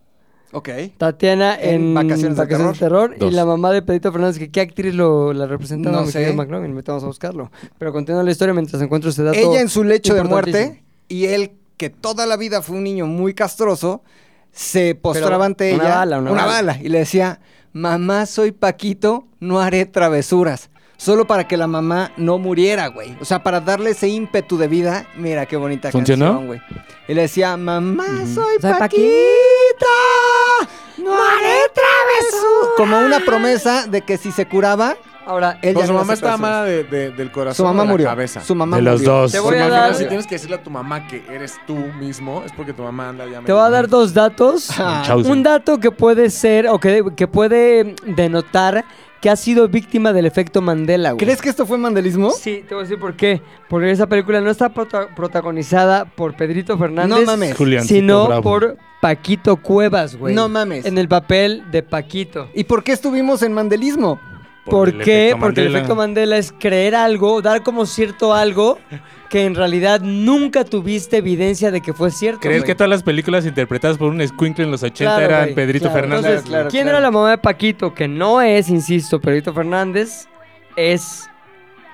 Speaker 3: Ok.
Speaker 1: Tatiana en,
Speaker 3: En Vacaciones de
Speaker 1: Terror,
Speaker 4: Dos.
Speaker 1: y la mamá de Pedrito Fernández, que qué actriz lo, la representaba,
Speaker 3: No
Speaker 1: mi
Speaker 3: sé.
Speaker 1: querido McLovin, metamos a buscarlo. Pero continuando la historia mientras encuentro ese dato.
Speaker 3: Ella en su lecho de muerte
Speaker 1: importantísimo.
Speaker 3: y él, que toda la vida fue un niño muy castroso, se postraba ante
Speaker 1: una
Speaker 3: ella.
Speaker 1: bala, una bala.
Speaker 3: Y le decía: Mamá, soy Paquito, no haré travesuras. Solo para que la mamá no muriera, güey. O sea, para darle ese ímpetu de vida. Mira qué bonita
Speaker 4: ¿Funcionó?
Speaker 3: canción, güey. Y le decía, mamá, soy,
Speaker 1: Soy
Speaker 3: Paquito, no haré travesuras. Como una promesa de que, si se curaba,
Speaker 1: Ahora,
Speaker 3: él
Speaker 5: Pues
Speaker 3: ya
Speaker 5: su
Speaker 3: no
Speaker 5: mamá
Speaker 3: hace
Speaker 5: estaba
Speaker 3: travesuras.
Speaker 5: mala de- de- del corazón.
Speaker 3: Su mamá
Speaker 5: o de la
Speaker 3: murió.
Speaker 5: Cabeza.
Speaker 3: Su mamá
Speaker 4: De los
Speaker 3: murió.
Speaker 4: dos.
Speaker 1: Te
Speaker 5: Porque
Speaker 1: voy a
Speaker 5: al final,
Speaker 1: dar-
Speaker 5: si tienes que decirle a tu mamá que eres tú mismo, es porque tu mamá anda ya.
Speaker 1: te voy a dar dos datos.
Speaker 3: Ah,
Speaker 4: Chausen.
Speaker 1: Un dato que puede ser, o que, que puede denotar que ha sido víctima del efecto Mandela, güey.
Speaker 3: ¿Crees que esto fue mandelismo?
Speaker 1: Sí, te voy a decir por qué. Porque esa película no está prota- protagonizada por Pedrito Fernández.
Speaker 3: No mames.
Speaker 4: Juliancito
Speaker 1: Sino
Speaker 4: Bravo.
Speaker 1: por Paquito Cuevas, güey.
Speaker 3: No mames.
Speaker 1: En el papel de Paquito.
Speaker 3: ¿Y por qué estuvimos en mandelismo?
Speaker 1: ¿Por,
Speaker 4: el
Speaker 1: qué?
Speaker 4: efecto
Speaker 1: Porque el
Speaker 4: Mandela.
Speaker 1: efecto Mandela es creer algo, dar como cierto algo que en realidad nunca tuviste evidencia de que fue cierto.
Speaker 4: ¿Crees
Speaker 1: güey.
Speaker 4: que todas las películas interpretadas por un squinkle en los 80
Speaker 1: Claro,
Speaker 4: eran
Speaker 1: güey,
Speaker 4: Pedrito
Speaker 1: claro.
Speaker 4: Fernández?
Speaker 1: Entonces,
Speaker 3: Claro,
Speaker 1: ¿quién
Speaker 3: claro.
Speaker 1: era la mamá de Paquito? Que no es, insisto, Pedrito Fernández, es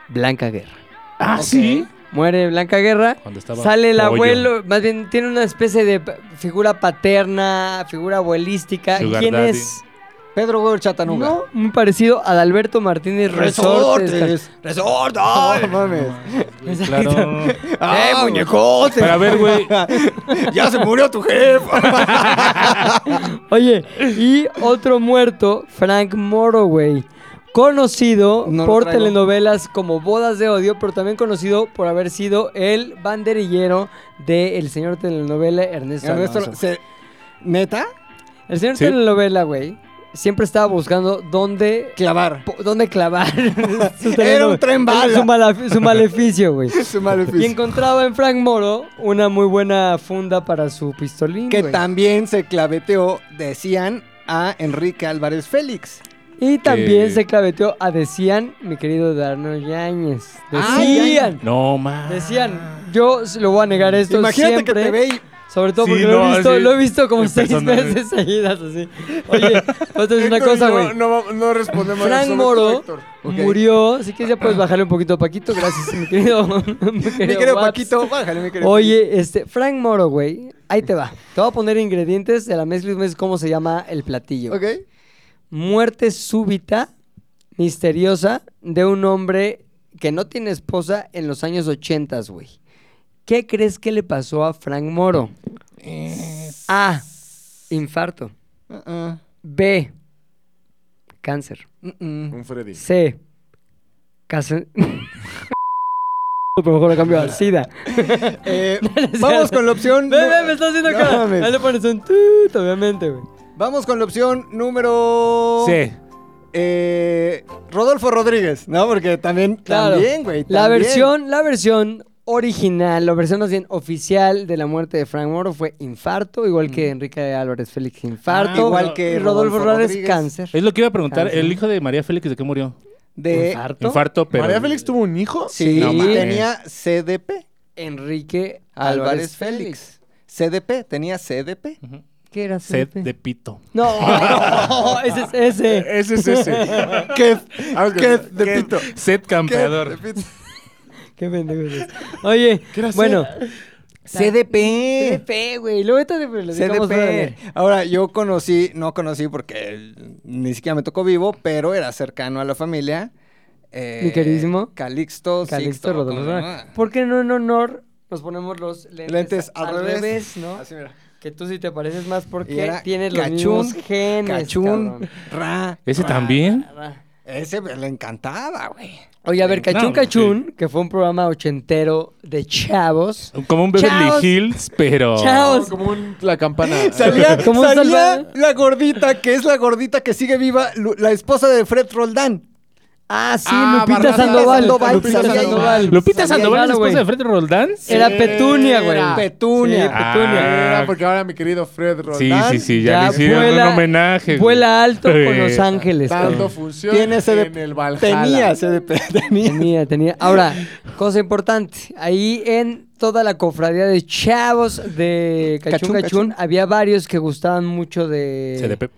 Speaker 1: Blanca Guerra.
Speaker 4: ah, sí.
Speaker 1: Muere Blanca Guerra.
Speaker 4: Cuando estaba
Speaker 1: Sale el
Speaker 4: pollo.
Speaker 1: abuelo, más bien tiene una especie de pa- figura paterna, figura abuelística.
Speaker 4: Sugar
Speaker 1: ¿Quién
Speaker 4: daddy.
Speaker 1: es?
Speaker 3: Pedro Gómez Chatanuga.
Speaker 1: No, muy parecido a Alberto Martínez Resortes.
Speaker 3: ¡Resortes! No mames.
Speaker 4: Claro.
Speaker 3: ¡Eh, muñecote!
Speaker 4: Pero a ver, güey.
Speaker 3: ¡Ya se murió tu jefa!
Speaker 1: Oye, y otro muerto, Frank Moroway. Conocido
Speaker 3: No lo
Speaker 1: por
Speaker 3: traigo.
Speaker 1: telenovelas como Bodas de Odio, pero también conocido por haber sido el banderillero de el señor telenovela Ernesto, Alonso.
Speaker 3: ¿Neta?
Speaker 1: El señor
Speaker 4: Sí.
Speaker 1: telenovela, güey, siempre estaba buscando dónde
Speaker 3: Clavar.
Speaker 1: po- dónde clavar. su
Speaker 3: Era un tren bala.
Speaker 1: Su, mala- su maleficio, güey.
Speaker 3: Su maleficio.
Speaker 1: Y encontraba en Frank Moro una muy buena funda para su pistolín.
Speaker 3: que
Speaker 1: güey.
Speaker 3: también se claveteó, decían, a Enrique Álvarez Félix.
Speaker 1: y también
Speaker 4: que-
Speaker 1: se claveteó a decían, mi querido Darno Yáñez.
Speaker 3: Ah,
Speaker 1: Decían,
Speaker 4: No, más.
Speaker 1: decían, yo se lo voy a negar esto
Speaker 3: Imagínate
Speaker 1: siempre.
Speaker 3: que te ve y...
Speaker 1: Sobre todo
Speaker 4: Sí,
Speaker 1: porque lo,
Speaker 4: no,
Speaker 1: he visto,
Speaker 4: así,
Speaker 1: lo he visto como
Speaker 4: en
Speaker 1: seis
Speaker 4: persona, güey.
Speaker 1: veces seguidas así. Oye, otra es una cosa, güey.
Speaker 5: No, no, no respondemos
Speaker 1: Frank
Speaker 5: eso,
Speaker 1: Moro
Speaker 5: Héctor.
Speaker 3: Ok.
Speaker 1: murió. Así que ya puedes bajarle un poquito a Paquito. Gracias, mi querido. mi
Speaker 3: Mi
Speaker 1: querido
Speaker 3: querido
Speaker 1: Watts.
Speaker 3: Paquito, bájale, mi querido.
Speaker 1: Oye, este, Frank Moro, güey. Ahí te va. Te voy a poner ingredientes de la mezcla y tú me dices cómo se llama el platillo.
Speaker 3: Ok.
Speaker 1: Muerte súbita, misteriosa, de un hombre que no tiene esposa en los años 80, güey. ¿Qué crees que le pasó a Frank Moro? A. Infarto.
Speaker 3: Uh-uh,
Speaker 1: B. Cáncer.
Speaker 3: uh-uh.
Speaker 5: Un Freddy.
Speaker 1: C. Cáncer. Por mejor lo cambio al SIDA.
Speaker 3: Eh, vamos con la opción.
Speaker 1: Ve, ve,
Speaker 3: nu-
Speaker 1: me está haciendo
Speaker 3: No
Speaker 1: cara.
Speaker 3: mames.
Speaker 1: Ahí le pones un tut, obviamente, güey.
Speaker 3: Vamos con la opción número.
Speaker 4: Sí.
Speaker 3: Eh, Rodolfo Rodríguez, ¿no? Porque también,
Speaker 1: Claro.
Speaker 3: también, güey.
Speaker 1: La
Speaker 3: también.
Speaker 1: versión, la versión original, la versión más bien oficial de la muerte de Frank Moro fue infarto, igual que Enrique Álvarez Félix infarto,
Speaker 3: Mm. Ah, igual que
Speaker 1: y Rodolfo,
Speaker 3: Rodolfo
Speaker 1: Rodríguez,
Speaker 3: Rodríguez.
Speaker 1: cáncer.
Speaker 4: Es lo que iba a preguntar.
Speaker 1: Cáncer.
Speaker 4: ¿El hijo de María Félix de qué murió?
Speaker 3: de
Speaker 1: ¿Infarto?
Speaker 4: Infarto, pero.
Speaker 5: ¿María Félix tuvo un hijo?
Speaker 3: Eh, sí,
Speaker 1: No mames.
Speaker 3: tenía CDP.
Speaker 1: Enrique
Speaker 3: Álvarez Félix. CDP, tenía CDP.
Speaker 4: Ujú.
Speaker 1: ¿Qué era su
Speaker 4: Sed
Speaker 1: nombre?
Speaker 4: de pito.
Speaker 1: No, ese es ese.
Speaker 5: Eh, Ese ah, es ese.
Speaker 3: ¿Qué?
Speaker 5: ¿Qué? ¿Qué?
Speaker 4: Sed campeador.
Speaker 1: Qué pendejo es. Oye, bueno,
Speaker 3: CDP.
Speaker 1: CDP, güey. Luego ahorita te platicamos fuera de
Speaker 3: CDP. Ahora, yo conocí, no conocí porque ni siquiera me tocó vivo, pero era cercano a la familia. eh,
Speaker 1: Mi queridísimo
Speaker 3: Calixto,
Speaker 1: Calixto
Speaker 3: Sixto,
Speaker 1: Rodolfo.
Speaker 3: ¿cómo se llama?
Speaker 1: ¿Por qué no en honor nos ponemos los lentes,
Speaker 3: Lentes al, revés.
Speaker 1: ¿no?
Speaker 3: Así mira.
Speaker 1: Que tú sí te pareces más
Speaker 3: Y
Speaker 1: porque
Speaker 3: era
Speaker 1: tienes los mismos genes,
Speaker 3: Cachún,
Speaker 1: cabrón.
Speaker 3: ra.
Speaker 4: ¿Ese
Speaker 3: ra.
Speaker 4: también?
Speaker 3: Ese me- le encantaba, güey.
Speaker 1: Oye, a ver, Cachún
Speaker 4: No,
Speaker 1: Cachún, que fue un programa ochentero de chavos.
Speaker 4: Como un Beverly
Speaker 1: Chaos.
Speaker 4: Hills, pero.
Speaker 1: Chavos.
Speaker 5: Como un, la campana.
Speaker 3: Salía,
Speaker 1: Como un
Speaker 3: salía
Speaker 1: salvado.
Speaker 3: la gordita, que es la gordita que sigue viva, Lu- la esposa de Fred Roldán.
Speaker 1: Ah, sí,
Speaker 5: Ah,
Speaker 1: Lupita
Speaker 5: Barraza
Speaker 1: Sandoval.
Speaker 3: Sandoval,
Speaker 1: Lupita
Speaker 3: salía
Speaker 1: Sandoval.
Speaker 4: ¿Lupita
Speaker 1: Salía
Speaker 4: Sandoval, la
Speaker 1: igual,
Speaker 4: esposa de
Speaker 1: güey.
Speaker 4: Fred Roldán?
Speaker 1: Era Petunia, güey.
Speaker 3: Era Petunia.
Speaker 1: Sí,
Speaker 4: Ah,
Speaker 1: Petunia.
Speaker 5: Era porque ahora mi querido Fred
Speaker 4: Sí,
Speaker 5: Roldán.
Speaker 4: sí, sí, ya,
Speaker 1: Ya
Speaker 4: le hicieron
Speaker 1: vuela-
Speaker 4: un homenaje. güey.
Speaker 1: Vuela alto con Los
Speaker 4: Eh,
Speaker 1: Ángeles.
Speaker 5: Dando
Speaker 1: cabrón.
Speaker 5: función
Speaker 3: Tiene
Speaker 5: en
Speaker 3: CDP.
Speaker 5: el Valhalla.
Speaker 3: tenía CDP. Tenía.
Speaker 1: Tenía, tenía. Ahora, cosa importante, ahí en toda la cofradía de chavos de Cachún
Speaker 3: Cachún,
Speaker 1: Cachún,
Speaker 3: Cachún.
Speaker 1: había varios que gustaban mucho de...
Speaker 4: CDP.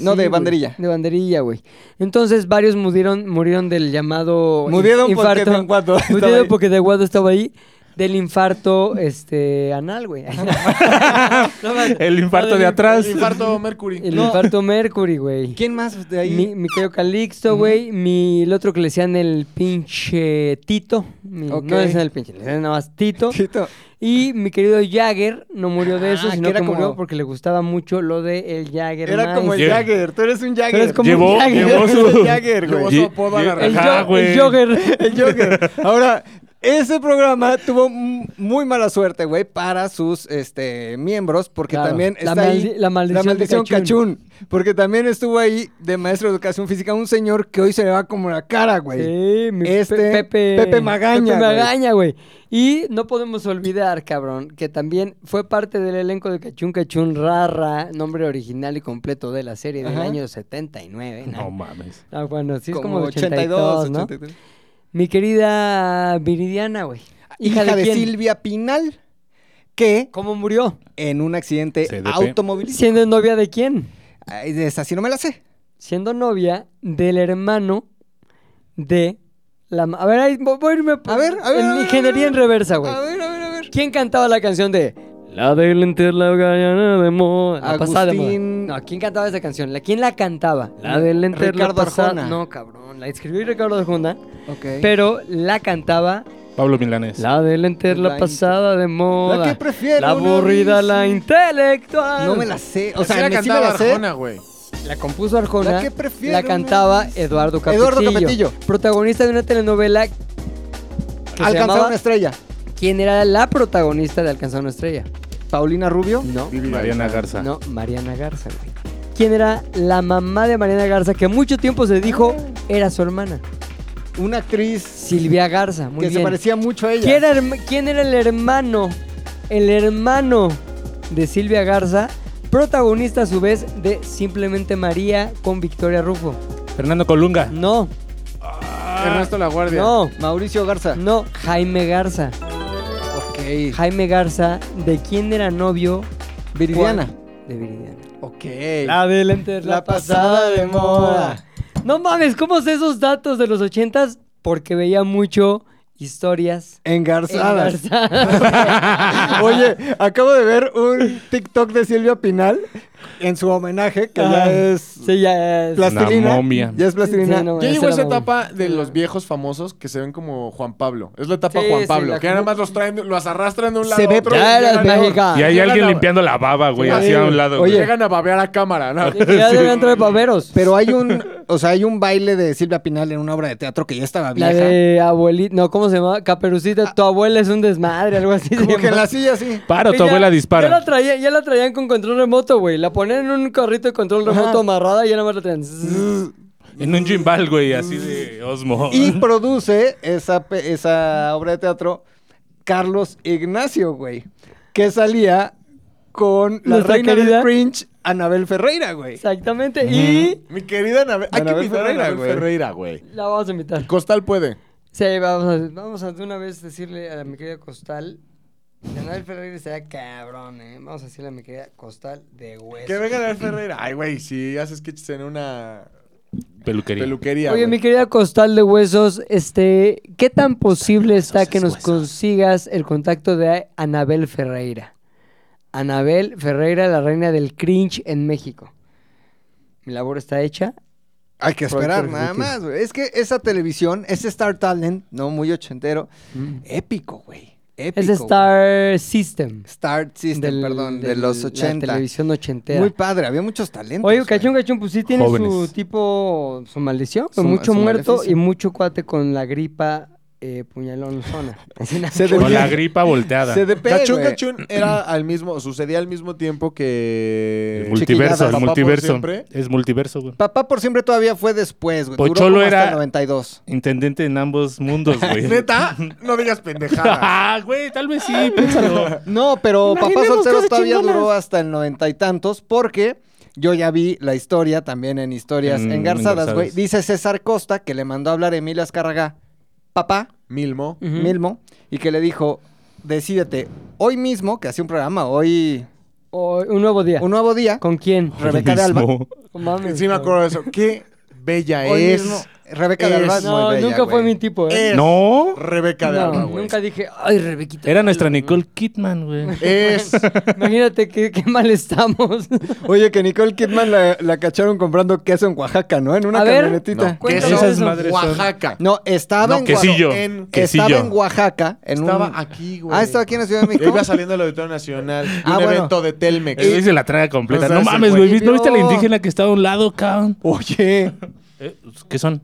Speaker 3: No, de
Speaker 1: güey,
Speaker 3: banderilla.
Speaker 1: De banderilla, güey. Entonces varios murieron, murieron del llamado in-
Speaker 3: Murieron porque
Speaker 1: infarto.
Speaker 3: Don Guado estaba
Speaker 1: Murieron
Speaker 3: ahí.
Speaker 1: porque de Guado estaba ahí. Del infarto este, anal, güey. No, man.
Speaker 4: El infarto de atrás.
Speaker 5: El infarto Mercury.
Speaker 1: El
Speaker 5: No,
Speaker 1: infarto Mercury, güey.
Speaker 3: ¿Quién más de ahí?
Speaker 1: Mi, mi querido Calixto, güey. Mi, el otro que le decían el pinche Tito. Mi-
Speaker 3: Ok.
Speaker 1: No le decían el pinche, le decían nada más Tito.
Speaker 3: Tito.
Speaker 1: Y mi querido Jagger no murió de eso,
Speaker 3: Ah,
Speaker 1: sino
Speaker 3: que
Speaker 1: que,
Speaker 3: era como-
Speaker 1: murió porque le gustaba mucho lo de el Jagger.
Speaker 3: Era como el
Speaker 4: Yeah.
Speaker 3: Jagger. Tú eres un Jagger.
Speaker 1: eres como
Speaker 4: Llevó,
Speaker 1: un Jagger.
Speaker 4: llevó su.
Speaker 3: El Jagger, güey.
Speaker 5: Llevó su apodo a la
Speaker 4: Lle-
Speaker 1: el,
Speaker 5: raja.
Speaker 4: Ajá,
Speaker 1: jo- el
Speaker 4: güey.
Speaker 1: Jogger.
Speaker 3: El Jogger. Ahora, ese programa tuvo m- muy mala suerte, güey, para sus este, miembros, porque
Speaker 1: Claro.
Speaker 3: también
Speaker 1: La
Speaker 3: está
Speaker 1: maldi-
Speaker 3: ahí
Speaker 1: la maldición de Cachún.
Speaker 3: Cachún. Porque también estuvo ahí de maestro de educación física un señor que hoy se le va como la cara, güey.
Speaker 1: Sí, mi
Speaker 3: Este,
Speaker 1: Pe- Pepe,
Speaker 3: Pepe Magaña,
Speaker 1: Pepe
Speaker 3: güey.
Speaker 1: Magaña, güey. Y no podemos olvidar, cabrón, que también fue parte del elenco de Cachún Cachún Rara, nombre original y completo de la serie del
Speaker 3: Ajá.
Speaker 1: año 79.
Speaker 4: No
Speaker 1: No,
Speaker 4: mames.
Speaker 1: Ah, bueno, sí es como, de 82, ¿no?
Speaker 3: 83.
Speaker 1: Mi querida Viridiana, güey.
Speaker 3: Hija, de,
Speaker 1: quién?
Speaker 3: Silvia Pinal, que
Speaker 1: ¿Cómo murió?
Speaker 3: en un accidente
Speaker 4: CDP.
Speaker 3: automovilístico.
Speaker 1: ¿Siendo novia de quién?
Speaker 3: Ay, de esa sí no me la sé.
Speaker 1: Siendo novia del hermano de la... ma- A ver, ahí vo- voy a irme... por-
Speaker 3: A ver, a ver,
Speaker 1: en
Speaker 3: a ver,
Speaker 1: ingeniería
Speaker 3: a
Speaker 1: en reversa, güey.
Speaker 3: A ver, a ver, a ver.
Speaker 1: ¿Quién cantaba la canción de La de lentes, la gallana de moda? La pasada de moda.
Speaker 3: Agustín-
Speaker 1: No, ¿quién cantaba esa canción? ¿La, ¿Quién la cantaba? La de lentes, la
Speaker 3: Ricardo
Speaker 1: pasada.
Speaker 3: Arjona.
Speaker 1: No, cabrón. La escribió Ricardo Arjona,
Speaker 3: Ok.
Speaker 1: pero la cantaba
Speaker 4: Pablo Milanés.
Speaker 1: La del enter, la
Speaker 3: La inte-
Speaker 1: pasada de moda.
Speaker 3: La que prefiero,
Speaker 1: La
Speaker 3: una
Speaker 1: aburrida, la
Speaker 3: bici.
Speaker 1: intelectual.
Speaker 3: no me la sé. O
Speaker 5: o
Speaker 3: sea,
Speaker 5: sea,
Speaker 3: me sí me
Speaker 5: cantaba
Speaker 3: la
Speaker 1: ¿eh?
Speaker 3: sé.
Speaker 5: Arjona, güey.
Speaker 1: La compuso Arjona.
Speaker 3: La que prefiero,
Speaker 1: La cantaba Eduardo Capetillo.
Speaker 3: Eduardo Capetillo.
Speaker 1: Protagonista de una telenovela que se
Speaker 3: Alcanzar
Speaker 1: llamaba-
Speaker 3: una estrella.
Speaker 1: ¿Quién era la protagonista de Alcanzar una estrella?
Speaker 3: Paulina Rubio.
Speaker 1: No.
Speaker 4: Mariana Garza.
Speaker 1: No, Mariana Garza, güey. ¿Quién era la mamá de Mariana Garza que mucho tiempo se dijo era su hermana?
Speaker 3: Una actriz
Speaker 1: Silvia Garza, muy
Speaker 3: que se
Speaker 1: bien.
Speaker 3: parecía mucho a ella.
Speaker 1: ¿Quién era, herma- quién era el hermano? El hermano de Silvia Garza, protagonista a su vez de Simplemente María con Victoria Rufo.
Speaker 4: Fernando Colunga.
Speaker 1: No,
Speaker 5: Ernesto La Guardia.
Speaker 1: no,
Speaker 3: Mauricio Garza.
Speaker 1: no, Jaime Garza.
Speaker 3: Ok.
Speaker 1: Jaime Garza, ¿de quién era novio?
Speaker 3: Viridiana.
Speaker 1: Juan- De Viridiana.
Speaker 3: Ok.
Speaker 1: adelante,
Speaker 3: la pasada de moda.
Speaker 1: No mames, ¿cómo sé esos datos de los ochentas? Porque veía mucho historias
Speaker 3: Engarzadas.
Speaker 1: engarzadas.
Speaker 3: Oye, acabo de ver un TikTok de Silvia Pinal en su homenaje, que
Speaker 1: Ah,
Speaker 3: ya es
Speaker 1: Sí, ya es.
Speaker 3: plastilina.
Speaker 4: Una momia.
Speaker 3: Ya es plastilina.
Speaker 1: Sí, no,
Speaker 5: Ya
Speaker 1: esa
Speaker 5: llegó
Speaker 1: era
Speaker 5: esa
Speaker 1: mamá.
Speaker 5: etapa de los viejos famosos que se ven como Juan Pablo. Es la etapa
Speaker 6: Sí,
Speaker 5: Juan
Speaker 6: sí,
Speaker 5: Pablo,
Speaker 6: la-
Speaker 5: que nada más los traen, los arrastran de un lado
Speaker 3: Se
Speaker 5: a
Speaker 3: ve
Speaker 5: otro. y
Speaker 1: Ya eres
Speaker 5: llegan a-
Speaker 1: mágica.
Speaker 4: Y hay
Speaker 5: Llega
Speaker 4: alguien
Speaker 5: la-
Speaker 4: limpiando la baba, güey, así a un lado.
Speaker 3: Oye.
Speaker 4: güey.
Speaker 5: Llegan a babear a cámara, ¿no?
Speaker 1: Ya deben traer paperos.
Speaker 3: Pero hay un, o sea, hay un baile de Silvia Pinal en una obra de teatro que ya estaba
Speaker 1: La
Speaker 3: vieja.
Speaker 1: de abuelita, no, ¿cómo se llama? Caperucita, tu abuela es un desmadre, algo así. se
Speaker 3: Como que en
Speaker 1: llama.
Speaker 3: la silla así.
Speaker 4: Para, tu
Speaker 1: Ella-
Speaker 4: abuela
Speaker 1: Ya la,
Speaker 4: dispara.
Speaker 1: traía- ya la traían con control remoto, güey. La ponían en un carrito de control remoto amarrada y ya nada más la traían. Zzz.
Speaker 4: En un gimbal, güey, así de Osmo.
Speaker 3: Y produce esa, pe- esa obra de teatro Carlos Ignacio, güey. Que salía con la
Speaker 1: Nuestra
Speaker 3: reina
Speaker 1: querida-
Speaker 3: del cringe, Anabel Ferreira, güey.
Speaker 1: Exactamente. Y
Speaker 5: Mi querida Anabel, hay que
Speaker 3: Anabel
Speaker 5: invitar a
Speaker 3: Ferreira,
Speaker 5: Anabel
Speaker 3: güey.
Speaker 5: Ferreira, güey.
Speaker 1: la vamos a invitar.
Speaker 5: Costal puede.
Speaker 1: Sí, vamos a, vamos a de una vez decirle a mi querida Costal. que Anabel Ferreira estaría cabrón, ¿eh? Vamos a decirle a mi querida Costal de hueso.
Speaker 5: Que venga Anabel Ferreira. Ay, güey, si haces sketches en una
Speaker 4: Peluquería.
Speaker 5: peluquería.
Speaker 1: Oye,
Speaker 5: güey.
Speaker 1: mi querida Costal de Huesos, este, ¿qué tan posible está que nos consigas el contacto de Anabel Ferreira? Anabel Ferreira, la reina del cringe en México. Mi labor está hecha.
Speaker 3: Hay que esperar
Speaker 1: Pronto,
Speaker 3: nada
Speaker 1: Ricky.
Speaker 3: más, güey. Es que esa televisión, ese Star Talent, no muy ochentero,
Speaker 1: Mm.
Speaker 3: épico, güey. Épico.
Speaker 1: Es
Speaker 3: güey.
Speaker 1: Star System.
Speaker 3: Star System,
Speaker 1: del-
Speaker 3: perdón, de
Speaker 1: del-
Speaker 3: los
Speaker 1: la
Speaker 3: 80.
Speaker 1: televisión ochentera.
Speaker 3: Muy padre, había muchos talentos.
Speaker 1: Oye,
Speaker 3: güey.
Speaker 1: cachón, cachón, pues sí tiene su
Speaker 4: Jóvenes.
Speaker 1: tipo, su maldición.
Speaker 3: Su-
Speaker 1: mucho
Speaker 3: su
Speaker 1: muerto
Speaker 3: maleficio.
Speaker 1: y mucho cuate con la gripa eh, puñalón zona.
Speaker 3: Se
Speaker 4: Con la
Speaker 3: depila-
Speaker 4: gripa volteada.
Speaker 3: CDP,
Speaker 5: Gachún
Speaker 3: güey.
Speaker 5: Gachún era al mismo, sucedía al mismo tiempo que...
Speaker 4: El multiverso,
Speaker 3: chiquilladas,
Speaker 4: el
Speaker 5: Papá por
Speaker 4: multiverso.
Speaker 5: siempre.
Speaker 4: Eh, Es multiverso, güey.
Speaker 3: Papá por siempre todavía fue después, güey. Duró
Speaker 4: Pocholo
Speaker 3: como hasta
Speaker 4: era-
Speaker 3: el 92.
Speaker 4: Intendente en ambos mundos, güey.
Speaker 5: ¿Neta? No digas pendejadas.
Speaker 4: Ah, güey, tal vez sí, piénsalo.
Speaker 3: No, pero Papá
Speaker 1: Imaginemos
Speaker 3: Soltero
Speaker 1: cosas
Speaker 3: todavía
Speaker 1: chingonas.
Speaker 3: duró hasta el noventa y tantos porque yo ya vi la historia también en Historias
Speaker 4: En-
Speaker 3: Engarzadas, güey.
Speaker 4: Mm, Engarzadas.
Speaker 3: Dice César Costa que le mandó a hablar a Emilia Azcárraga, papá,
Speaker 5: Milmo.
Speaker 1: Ujú.
Speaker 3: Milmo, y que le dijo, decídete hoy mismo, que hacía un programa, hoy
Speaker 1: O- un nuevo día.
Speaker 3: un nuevo día,
Speaker 1: ¿Con quién?
Speaker 3: Rebeca de Alba.
Speaker 4: Mismo.
Speaker 1: No mames,
Speaker 5: Sí me
Speaker 1: güey.
Speaker 5: acuerdo de eso. Qué bella
Speaker 3: Hoy
Speaker 5: es.
Speaker 3: mismo, Rebeca de
Speaker 5: es-
Speaker 3: Alba es muy
Speaker 1: No,
Speaker 3: bella,
Speaker 1: nunca fue
Speaker 3: güey.
Speaker 1: mi tipo, ¿eh?
Speaker 5: Es
Speaker 4: No.
Speaker 5: Rebeca de
Speaker 1: No,
Speaker 5: Alba, güey.
Speaker 1: nunca dije, ay, Rebequita.
Speaker 4: Era nuestra Nicole Kidman, güey.
Speaker 5: Es.
Speaker 1: Imagínate qué, qué mal estamos.
Speaker 3: Oye, que Nicole Kidman la, la cacharon comprando queso en Oaxaca, ¿no? En una
Speaker 1: A ver.
Speaker 3: camionetita.
Speaker 5: No, queso
Speaker 1: Esas
Speaker 5: en
Speaker 4: madres son-
Speaker 5: Oaxaca.
Speaker 3: No, estaba en Oaxaca.
Speaker 4: quesillo.
Speaker 5: en-
Speaker 4: quesillo.
Speaker 3: Estaba en Oaxaca. En un-
Speaker 5: Estaba aquí, güey.
Speaker 3: Ah, estaba aquí en la Ciudad de México.
Speaker 5: Iba saliendo del Auditorio Nacional. de
Speaker 3: Ah,
Speaker 5: un
Speaker 3: bueno.
Speaker 5: evento de Telmex.
Speaker 4: Ese güey se la traga completa.
Speaker 5: No
Speaker 4: No
Speaker 5: seas
Speaker 4: mames,
Speaker 5: ese güey.
Speaker 4: güey. ¿Viste- ¿No viste a la
Speaker 3: Vio.
Speaker 4: indígena que está a un lado, cabrón?
Speaker 3: Oye,
Speaker 4: Eh, ¿Qué son?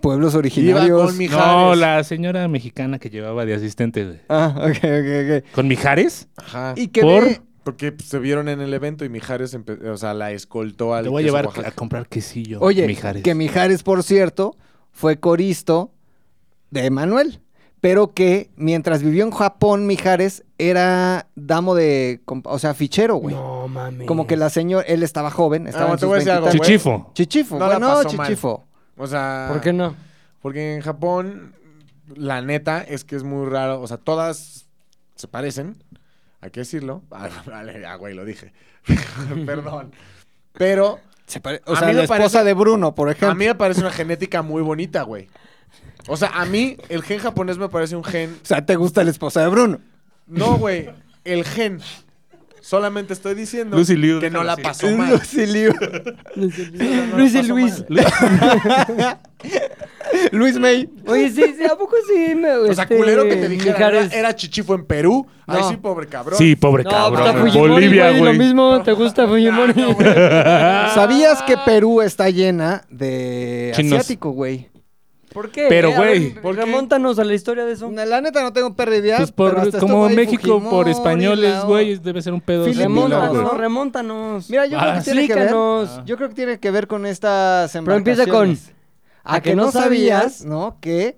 Speaker 3: pueblos
Speaker 5: Iba
Speaker 3: originarios.
Speaker 5: con Mijares.
Speaker 4: No, la señora mexicana que llevaba de asistente, güey.
Speaker 3: Ah, ok, ok, ok.
Speaker 4: ¿Con Mijares?
Speaker 5: Ajá.
Speaker 3: Y que
Speaker 4: ¿Por?
Speaker 3: ve-
Speaker 5: Porque pues, se vieron en el evento y Mijares, empe- o sea, la escoltó al.
Speaker 4: Te voy a
Speaker 5: queso
Speaker 4: llevar
Speaker 5: Oaxaca.
Speaker 4: a comprar quesillo.
Speaker 3: Oye,
Speaker 4: Mijares.
Speaker 3: que Mijares, por cierto, fue coristo de Manuel. Pero que mientras vivió en Japón, Mijares era damo de. comp- O sea, fichero, güey.
Speaker 1: No mames.
Speaker 3: Como que la señora. Él estaba joven, estaba
Speaker 5: Ah, bueno,
Speaker 3: en
Speaker 5: te
Speaker 3: sus
Speaker 5: voy a decir algo,
Speaker 3: 20 y
Speaker 5: güey.
Speaker 4: Chichifo.
Speaker 3: tantos. Chichifo,
Speaker 5: No la
Speaker 3: güey, no,
Speaker 5: pasó mal.
Speaker 3: chichifo.
Speaker 5: O sea.
Speaker 1: ¿Por qué no?
Speaker 5: Porque en Japón, la neta es que es muy raro. O sea, todas se parecen. Hay que decirlo. Ah, vale, ah, güey, lo dije. Perdón. Pero
Speaker 3: Se pare-
Speaker 5: A
Speaker 3: O sea,
Speaker 5: mí me
Speaker 3: la esposa
Speaker 5: parece-
Speaker 3: de Bruno, por ejemplo.
Speaker 5: a mí me parece una genética muy bonita, güey. O sea, a mí el gen japonés me parece un gen.
Speaker 3: O sea, ¿te gusta la esposa de Bruno?
Speaker 5: No, güey. El gen. Solamente estoy diciendo
Speaker 4: Lucy Liu,
Speaker 5: que no
Speaker 4: déjalo
Speaker 5: la
Speaker 4: así.
Speaker 5: pasó mal.
Speaker 3: Lucy Liu.
Speaker 1: Luis y Luis.
Speaker 3: Luis May.
Speaker 1: Oye, sí, sí, ¿a poco sí? Me,
Speaker 5: O sea,
Speaker 1: este,
Speaker 5: culero que te dijera
Speaker 1: Mijares?
Speaker 5: era, era chichifo en Perú. Ahí
Speaker 1: No.
Speaker 5: sí, pobre cabrón. pues,
Speaker 4: Sí, pobre
Speaker 1: No, pues, está
Speaker 4: cabrón. güey.
Speaker 1: Fujimori,
Speaker 4: Bolivia,
Speaker 1: Lo
Speaker 4: güey.
Speaker 1: mismo, ¿te gusta Fujimori?
Speaker 3: ¿Sabías que Perú está llena de
Speaker 4: Chinos.
Speaker 3: asiático, güey?
Speaker 1: ¿Por qué?
Speaker 4: Pero,
Speaker 1: Eh, a ver,
Speaker 4: güey,
Speaker 5: ¿por qué?
Speaker 1: Remontanos a la historia de eso.
Speaker 3: La neta no tengo perra idea.
Speaker 4: Pues
Speaker 3: pero
Speaker 4: por,
Speaker 3: hasta
Speaker 4: como
Speaker 3: estuvo ahí
Speaker 4: México, por
Speaker 3: Fujimori,
Speaker 4: españoles,
Speaker 3: la-
Speaker 4: güey, debe ser un pedo. así, ¿no,
Speaker 3: Filipino,
Speaker 4: güey?
Speaker 1: Remontanos, remontanos.
Speaker 3: Mira, yo creo que
Speaker 4: Ah,
Speaker 3: tiene que ver.
Speaker 1: explícanos.
Speaker 3: Yo creo que tiene que ver con estas
Speaker 1: Pero empieza con...
Speaker 3: embarcaciones. A que no sabías, ¿no? Que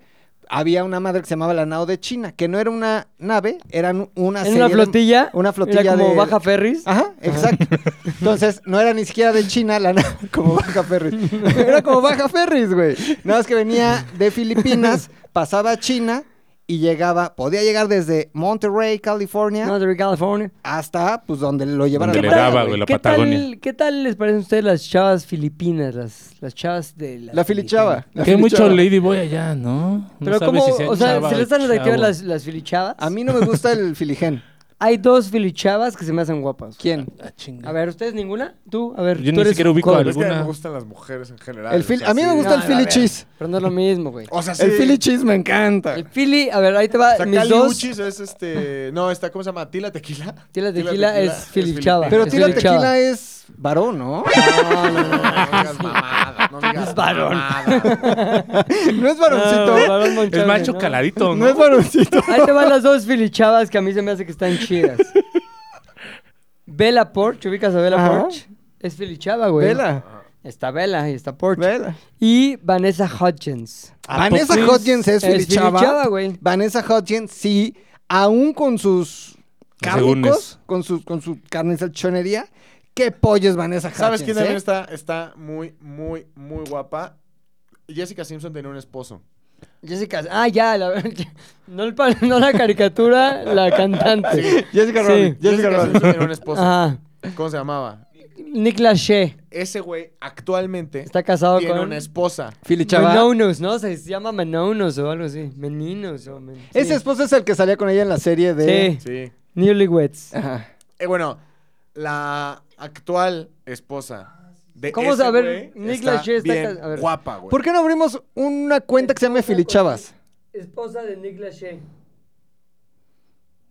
Speaker 3: había una madre que se llamaba la Nao de China, que no era una nave, eran una
Speaker 1: En una
Speaker 3: serie de-
Speaker 1: flotilla.
Speaker 3: una flotilla
Speaker 1: era como
Speaker 3: de-
Speaker 1: baja ferries.
Speaker 3: Ajá, exacto. Entonces, no era ni siquiera de China la nave, como Baja Ferris. Era como Baja Ferris, güey. Nada más que venía de Filipinas, pasaba a China y llegaba, podía llegar desde Monterrey, California,
Speaker 1: Northern California.
Speaker 3: hasta pues donde lo llevara
Speaker 4: Donde
Speaker 3: la
Speaker 4: le
Speaker 3: playa,
Speaker 4: daba, güey, la
Speaker 1: ¿Qué
Speaker 4: Patagonia.
Speaker 1: tal, ¿Qué tal les parecen a ustedes las chavas filipinas? Las, las chavas de... las
Speaker 3: La filichava. la
Speaker 4: Que hay mucho
Speaker 3: filichava.
Speaker 4: ladyboy allá, ¿no? No
Speaker 1: Pero
Speaker 4: sabes
Speaker 1: como...
Speaker 4: si
Speaker 1: o sea,
Speaker 4: chava
Speaker 1: ¿se les
Speaker 4: o
Speaker 1: están
Speaker 4: chavo.
Speaker 1: atractivas las, las filichavas?
Speaker 3: A mí no me gusta el filigen.
Speaker 1: hay dos filichavas que se me hacen guapas.
Speaker 3: ¿Quién?
Speaker 4: Ah, chinga.
Speaker 1: A ver, ¿ustedes ninguna? Tú, a ver.
Speaker 4: Yo
Speaker 1: tú
Speaker 4: ni
Speaker 1: eres
Speaker 4: siquiera ubico
Speaker 1: codo.
Speaker 4: algo.
Speaker 5: Es que a mí
Speaker 4: alguna-
Speaker 5: me gustan las mujeres en general.
Speaker 3: El
Speaker 5: o
Speaker 3: fil-
Speaker 5: sea,
Speaker 3: a mí me
Speaker 5: sí. Ah,
Speaker 3: gusta el
Speaker 1: a
Speaker 3: Philly
Speaker 1: ver.
Speaker 3: cheese.
Speaker 1: Pero no es lo mismo, güey.
Speaker 5: O sea, sí.
Speaker 3: El Philly cheese me encanta.
Speaker 1: El Philly, a ver, ahí te va.
Speaker 5: O sea,
Speaker 1: mis
Speaker 5: Cali
Speaker 1: dos.
Speaker 5: Uchis es este. No, está, ¿cómo se llama? ¿Tila Tequila?
Speaker 1: Tila Tequila es filichava.
Speaker 3: Pero
Speaker 1: Es
Speaker 3: Tila
Speaker 1: Philly Chava.
Speaker 3: Tequila es varón, ¿no?
Speaker 5: No, no, no, no digas mamada. No digas
Speaker 1: Es varón.
Speaker 5: mamada.
Speaker 3: No es
Speaker 1: Ah,
Speaker 3: varoncito.
Speaker 1: varón
Speaker 4: Es
Speaker 1: monchable,
Speaker 4: más
Speaker 1: ¿no?
Speaker 4: chocoladito,
Speaker 3: No es
Speaker 4: ¿no?
Speaker 3: varoncito.
Speaker 1: Ahí te van las dos filichavas que a mí se me hace que están chidas. Bella Porch, ¿ubicas a Bella
Speaker 3: Ajá.
Speaker 1: Porch? Es filichava, güey.
Speaker 3: Vela,
Speaker 1: Está Bella y está Porch.
Speaker 3: vela.
Speaker 1: Y Vanessa Hudgens.
Speaker 3: Vanessa
Speaker 4: poco?
Speaker 3: Hodgins es
Speaker 1: Es filichava,
Speaker 3: filichava.
Speaker 1: güey.
Speaker 3: Vanessa Hodgins, sí, aún con sus cárnicos,
Speaker 4: Segunes.
Speaker 3: con su, con su carne salchonería. ¿Qué pollo es Vanessa Hodgins?
Speaker 5: ¿Sabes quién también
Speaker 3: eh?
Speaker 5: está, está muy, muy, muy guapa? Jessica Simpson tenía un esposo.
Speaker 1: Jessica, ah, ya, la, no, el pa- no la caricatura, la cantante.
Speaker 3: Jessica
Speaker 1: Sí.
Speaker 3: Rabbit. Jessica
Speaker 5: Jessica
Speaker 3: Rabbit.
Speaker 5: Simpson tenía un esposo.
Speaker 1: Ajá.
Speaker 5: ¿Cómo se llamaba?
Speaker 1: Nick Lachey
Speaker 5: Ese güey actualmente
Speaker 1: está casado
Speaker 5: tiene
Speaker 1: con
Speaker 5: una esposa.
Speaker 1: Menonos, ¿no? Se llama Menonos o algo así. Meninos o men-
Speaker 3: Ese
Speaker 1: sí.
Speaker 3: esposo es el que salía con ella en la serie de...
Speaker 1: Sí.
Speaker 5: Sí.
Speaker 1: Newlyweds.
Speaker 3: Ajá.
Speaker 5: Eh, bueno, la actual esposa de
Speaker 1: ¿Cómo
Speaker 5: ese
Speaker 1: saber?
Speaker 5: güey
Speaker 1: Nick
Speaker 5: está
Speaker 1: Lachey está
Speaker 5: bien
Speaker 1: ca- a ver.
Speaker 5: guapa, güey.
Speaker 3: ¿Por qué no abrimos una cuenta que se llame Filichavas?
Speaker 1: Esposa de Nick Lachey.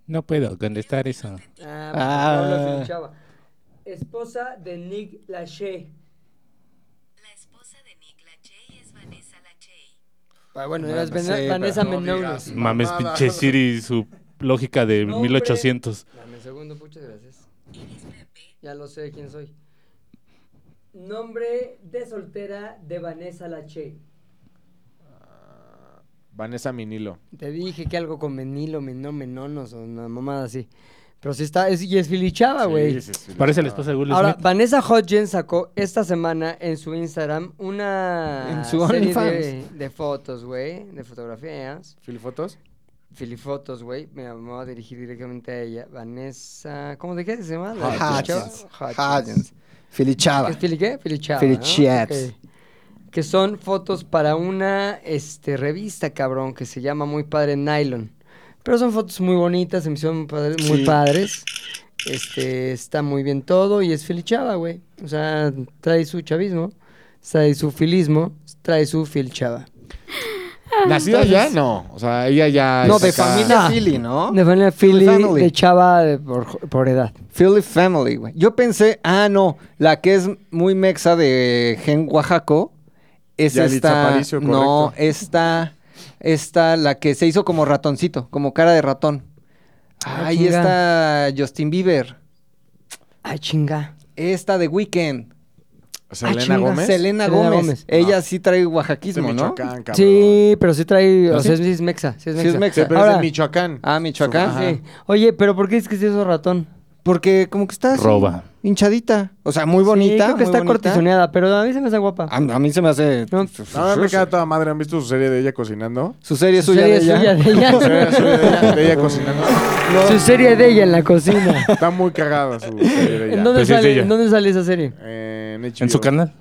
Speaker 4: No puedo contestar eso.
Speaker 1: Ah,
Speaker 3: Ah.
Speaker 1: Pablo Filichava. Esposa de Nick Lachey.
Speaker 7: La esposa de Nick Lachey es Vanessa Lachey.
Speaker 1: Ah, bueno, era
Speaker 3: Mames,
Speaker 1: Vane-
Speaker 3: sí,
Speaker 1: Vanessa
Speaker 5: pero no
Speaker 1: Menonos.
Speaker 5: digas.
Speaker 4: Mames,
Speaker 5: Mamada.
Speaker 4: pinche Siri, su lógica de
Speaker 1: Hombre.
Speaker 4: 1800.
Speaker 1: Dame un segundo, muchas gracias. Ya lo sé quién soy. Nombre de soltera de Vanessa Lachey.
Speaker 5: Vanessa Minilo.
Speaker 1: Te dije que algo con menilo, menón, menonos o una mamada así. Pero sí está, es, y es filichava, güey.
Speaker 5: Sí, sí, sí,
Speaker 4: Parece la
Speaker 5: estaba.
Speaker 4: esposa de Will
Speaker 1: Ahora,
Speaker 4: Smith.
Speaker 1: Vanessa Hodgins sacó esta semana en su Instagram una
Speaker 3: En su
Speaker 1: serie
Speaker 3: OnlyFans.
Speaker 1: de, de fotos, güey, de fotografías.
Speaker 5: ¿Filifotos?
Speaker 1: Filifotos, güey. Me me voy a dirigir directamente a ella. Vanessa... ¿Cómo de qué se llama? ¿La filichava?
Speaker 3: Hodgins.
Speaker 1: Hodgins.
Speaker 3: Hodgins. Filichava.
Speaker 1: ¿Qué es Fili qué? Filichava,
Speaker 3: Filichiats.
Speaker 1: ¿no? Ok. Que son fotos para una este, revista, cabrón, que se llama Muy Padre Nylon. Pero son fotos muy bonitas, se me hicieron padre- muy padres. Este, está muy bien todo y es Filichava, güey. O sea, trae su chavismo, trae su filismo, trae su Filichava.
Speaker 5: ¿Nacida ya? No. O sea, ella ya.
Speaker 3: No,
Speaker 5: es
Speaker 3: de
Speaker 5: acá.
Speaker 3: familia
Speaker 1: Ah.
Speaker 3: Philly, ¿no?
Speaker 1: De manera Fili,
Speaker 3: Family.
Speaker 1: de chava de- por, por edad.
Speaker 3: Philly Family, güey. Yo pensé, ah, no, la que es muy mexa de Gen Oaxaco es
Speaker 5: Yalitza
Speaker 3: esta.
Speaker 5: Aparicio,
Speaker 3: no,
Speaker 5: correcto.
Speaker 3: esta, esta, la que se hizo como ratoncito, como cara de ratón.
Speaker 1: Ah,
Speaker 3: Ahí
Speaker 1: chinga.
Speaker 3: está Justin Bieber. Ah,
Speaker 1: Ay, chinga.
Speaker 3: Esta de Weekend.
Speaker 5: Selena
Speaker 1: chinga,
Speaker 5: Gómez.
Speaker 3: Selena,
Speaker 1: Selena
Speaker 3: Gómez.
Speaker 1: Gómez. Ah.
Speaker 3: Ella sí trae
Speaker 5: Es de
Speaker 3: oaxaquismo, ¿no?
Speaker 5: Michoacán, cabrón.
Speaker 1: Sí, pero sí trae, o
Speaker 3: ¿Ah, ¿Sí?
Speaker 1: sea, sí es mexa, sí es
Speaker 3: Sí
Speaker 1: mexa.
Speaker 3: es mexa.
Speaker 5: Sí, pero es
Speaker 1: Ahora-
Speaker 5: de Michoacán.
Speaker 3: Ah, Michoacán.
Speaker 5: Ajá.
Speaker 1: Sí. Oye, pero ¿por qué es que se hizo ratón?
Speaker 3: Porque como que está así,
Speaker 4: Roba.
Speaker 3: hinchadita. O sea, muy bonita.
Speaker 1: Sí, creo que
Speaker 3: muy
Speaker 1: está
Speaker 3: bonita.
Speaker 1: cortisoneada, pero a mí se me hace guapa.
Speaker 3: A, a mí se me hace. este,
Speaker 1: No.
Speaker 5: No, me queda toda madre. ¿Han visto su serie de ella cocinando?
Speaker 3: Su serie
Speaker 1: Su
Speaker 3: suya
Speaker 1: serie
Speaker 3: de ella.
Speaker 1: suya de
Speaker 5: Su serie,
Speaker 1: ella.
Speaker 5: su serie de, ella, de ella cocinando.
Speaker 1: Su serie de ella en la cocina.
Speaker 3: Pues
Speaker 5: Está muy cagada su serie de
Speaker 1: ¿En
Speaker 5: ella.
Speaker 1: dónde,
Speaker 4: Pues sí es de
Speaker 1: sale,
Speaker 4: ella.
Speaker 1: en dónde sale esa serie?
Speaker 5: Eh, En,
Speaker 4: En su
Speaker 5: HBO.
Speaker 4: canal.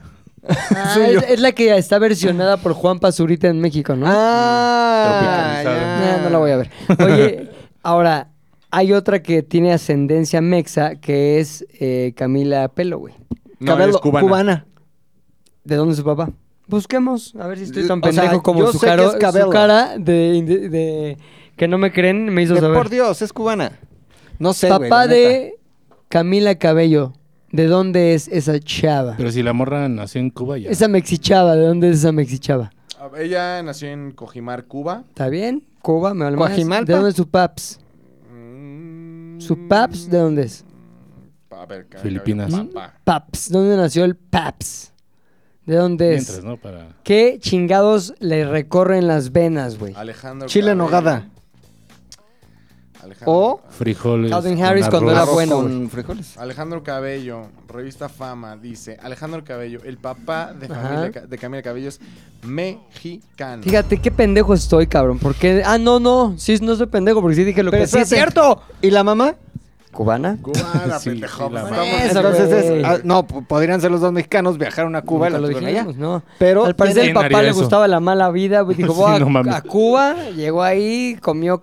Speaker 1: Ah, es, es la que está versionada por Juan Pazurita en México, ¿no? Eh,
Speaker 3: Ah,
Speaker 4: Tropicalizado.
Speaker 3: ya.
Speaker 1: No, no la voy a ver. Oye, ahora, hay otra que tiene ascendencia mexa que es eh, Camila Pelo, güey.
Speaker 5: No, ella es
Speaker 3: Cabello-
Speaker 5: cubana.
Speaker 1: ¿De dónde es su papá? Busquemos, a ver si estoy tan
Speaker 3: O sea,
Speaker 1: pendejo como
Speaker 3: yo
Speaker 1: su,
Speaker 3: sé que
Speaker 1: caro-
Speaker 3: es Cabello.
Speaker 1: su cara de, de- de- que no me creen me hizo
Speaker 3: Que,
Speaker 1: saber.
Speaker 3: por Dios, es cubana. No sé, güey,
Speaker 1: Papá
Speaker 3: la
Speaker 1: de Camila Cabello. ¿De dónde es esa chava?
Speaker 4: Pero si la morra nació en Cuba ya.
Speaker 1: Esa mexichava, ¿de dónde es esa mexichava?
Speaker 5: Ah, Ella nació en Cojimar, Cuba.
Speaker 1: ¿Está bien? Cuba, me vale más.
Speaker 3: Coajimalpa.
Speaker 1: ¿De dónde es su paps?
Speaker 5: Mm,
Speaker 1: ¿Su paps de dónde es?
Speaker 5: A ver, cabrón,
Speaker 4: Filipinas.
Speaker 5: papá.
Speaker 1: Paps. ¿Dónde nació el paps? ¿De dónde es?
Speaker 4: Mientras, ¿no? Para...
Speaker 1: ¿Qué chingados le recorren las venas, güey?
Speaker 5: Alejandro.
Speaker 3: neta. Chile en
Speaker 5: Cabello.
Speaker 3: nogada.
Speaker 5: Alejandro.
Speaker 3: O
Speaker 4: Frijoles.
Speaker 1: Calvin
Speaker 4: con
Speaker 1: Harris cuando
Speaker 4: arroz.
Speaker 1: era bueno, güey.
Speaker 3: con frijoles.
Speaker 5: Alejandro Cabello, revista Fama, dice, Alejandro Cabello, el papá de,
Speaker 1: Ajá.
Speaker 5: familia Ca- de Camila Cabello es mexicano.
Speaker 1: Fíjate qué pendejo estoy, cabrón. ¿Por qué? Ah, no, no. Sí, no soy pendejo porque sí dije lo que sí es cierto.
Speaker 3: ¿Y la mamá?
Speaker 1: ¿Cubana?
Speaker 5: Cubana,
Speaker 4: Sí,
Speaker 5: pendejo.
Speaker 4: sí, la
Speaker 5: Estamos-
Speaker 1: madre. Esa,
Speaker 3: Entonces
Speaker 1: güey.
Speaker 3: es, ah, no, p- podrían ser los dos mexicanos, viajaron a Cuba y
Speaker 1: Nunca
Speaker 3: la
Speaker 1: lo
Speaker 3: tuvieron
Speaker 1: dijimos,
Speaker 3: allá.
Speaker 1: no.
Speaker 3: Pero
Speaker 1: Al parecer el
Speaker 4: ¿quién
Speaker 1: papá
Speaker 4: haría
Speaker 1: le
Speaker 4: eso?
Speaker 1: gustaba la mala vida, güey, dijo,
Speaker 4: Sí,
Speaker 1: voy a,
Speaker 4: no mames.
Speaker 1: a Cuba, llegó ahí, comió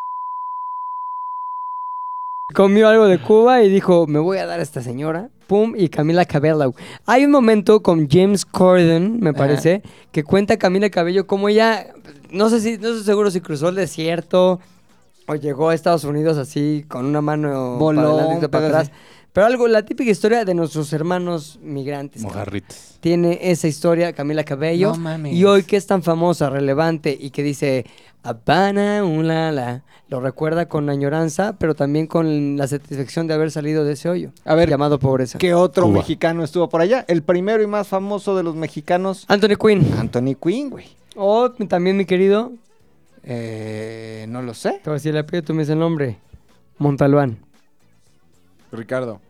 Speaker 1: comió algo de Cuba y dijo, me voy a dar a esta señora. Pum, y Camila Cabello. Hay un momento con James Corden, me parece, que cuenta Camila Cabello como ella, no sé si, no estoy seguro si cruzó el desierto o llegó a Estados Unidos así con una mano
Speaker 3: Voló,
Speaker 1: para adelante y otra para
Speaker 3: pero
Speaker 1: atrás. Pero algo, la típica historia de nuestros hermanos migrantes.
Speaker 4: Mojarritas.
Speaker 1: Tiene esa historia Camila Cabello.
Speaker 6: No mames.
Speaker 1: Y hoy que es tan famosa, relevante y que dice Habana, ulala. Lo recuerda con añoranza, pero también con la satisfacción de haber salido de ese hoyo.
Speaker 3: A ver,
Speaker 1: Llamado pobreza.
Speaker 3: ¿Qué otro
Speaker 4: Cuba.
Speaker 3: mexicano estuvo por allá? El primero y más famoso de los mexicanos,
Speaker 1: Anthony Quinn.
Speaker 3: Anthony Quinn, güey.
Speaker 1: Oh, también mi querido.
Speaker 3: Eh, no lo sé.
Speaker 1: Te voy a decir el apellido, tú me dices el nombre. Montalbán.
Speaker 5: Ricardo.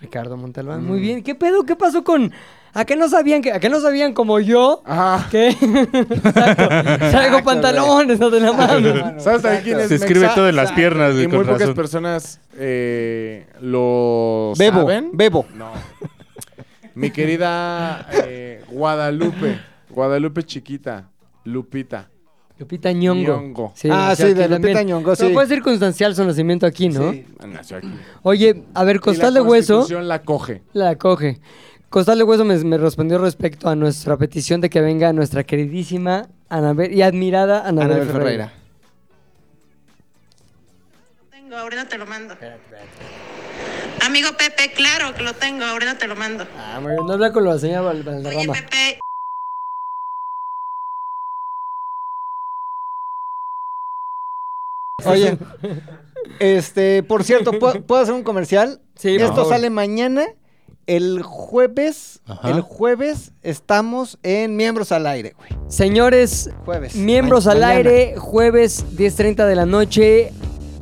Speaker 1: Ricardo Montalbán.
Speaker 3: Mm.
Speaker 1: Muy bien. ¿Qué pedo? ¿Qué pasó con.? ¿A qué no sabían? que- ¿A qué no sabían como yo?
Speaker 5: Ajá.
Speaker 1: ¿Qué?
Speaker 3: Ah,
Speaker 1: Exacto. Traigo pantalones, no te la mano.
Speaker 5: ¿Sabes también quién es
Speaker 4: Se escribe
Speaker 5: Mexa?
Speaker 4: todo en las piernas,
Speaker 5: Y
Speaker 4: güey,
Speaker 5: muy
Speaker 4: con
Speaker 5: pocas
Speaker 4: razón.
Speaker 5: personas eh, lo
Speaker 3: Bebo,
Speaker 5: saben.
Speaker 3: Bebo.
Speaker 5: No. Mi querida eh, Guadalupe. Guadalupe chiquita. Lupita.
Speaker 1: Lupita Ñongo.
Speaker 5: Ñongo.
Speaker 3: Ah,
Speaker 1: nació
Speaker 3: sí,
Speaker 1: aquí
Speaker 3: de Lupita
Speaker 1: también.
Speaker 3: Ñongo, sí.
Speaker 1: Pero puede ser constancial su nacimiento aquí, ¿no?
Speaker 5: Nació aquí.
Speaker 1: Oye, a ver, Costal de Hueso
Speaker 5: Constitución la coge.
Speaker 1: la coge. Costal de Hueso me, me respondió respecto a nuestra petición de que venga nuestra queridísima Anabel y admirada Anabel,
Speaker 3: Anabel
Speaker 1: Ferreira.
Speaker 3: Ferreira.
Speaker 8: Tengo, ahorita te lo mando. Amigo Pepe, claro que lo tengo, ahorita te lo mando.
Speaker 1: Ah, muy bien. No habla con la señora Val-
Speaker 8: Oye,
Speaker 1: Valderrama.
Speaker 8: Pepe,
Speaker 3: Oye, este, por cierto, ¿puedo, puedo hacer un comercial?
Speaker 1: Sí, por
Speaker 3: Esto
Speaker 1: favor.
Speaker 3: sale mañana. El jueves,
Speaker 4: Ajá.
Speaker 3: el jueves estamos en Miembros al Aire, güey.
Speaker 1: Señores,
Speaker 3: Jueves.
Speaker 1: miembros
Speaker 3: Ma-
Speaker 1: al
Speaker 3: mañana.
Speaker 1: aire, jueves 10.30 de la noche,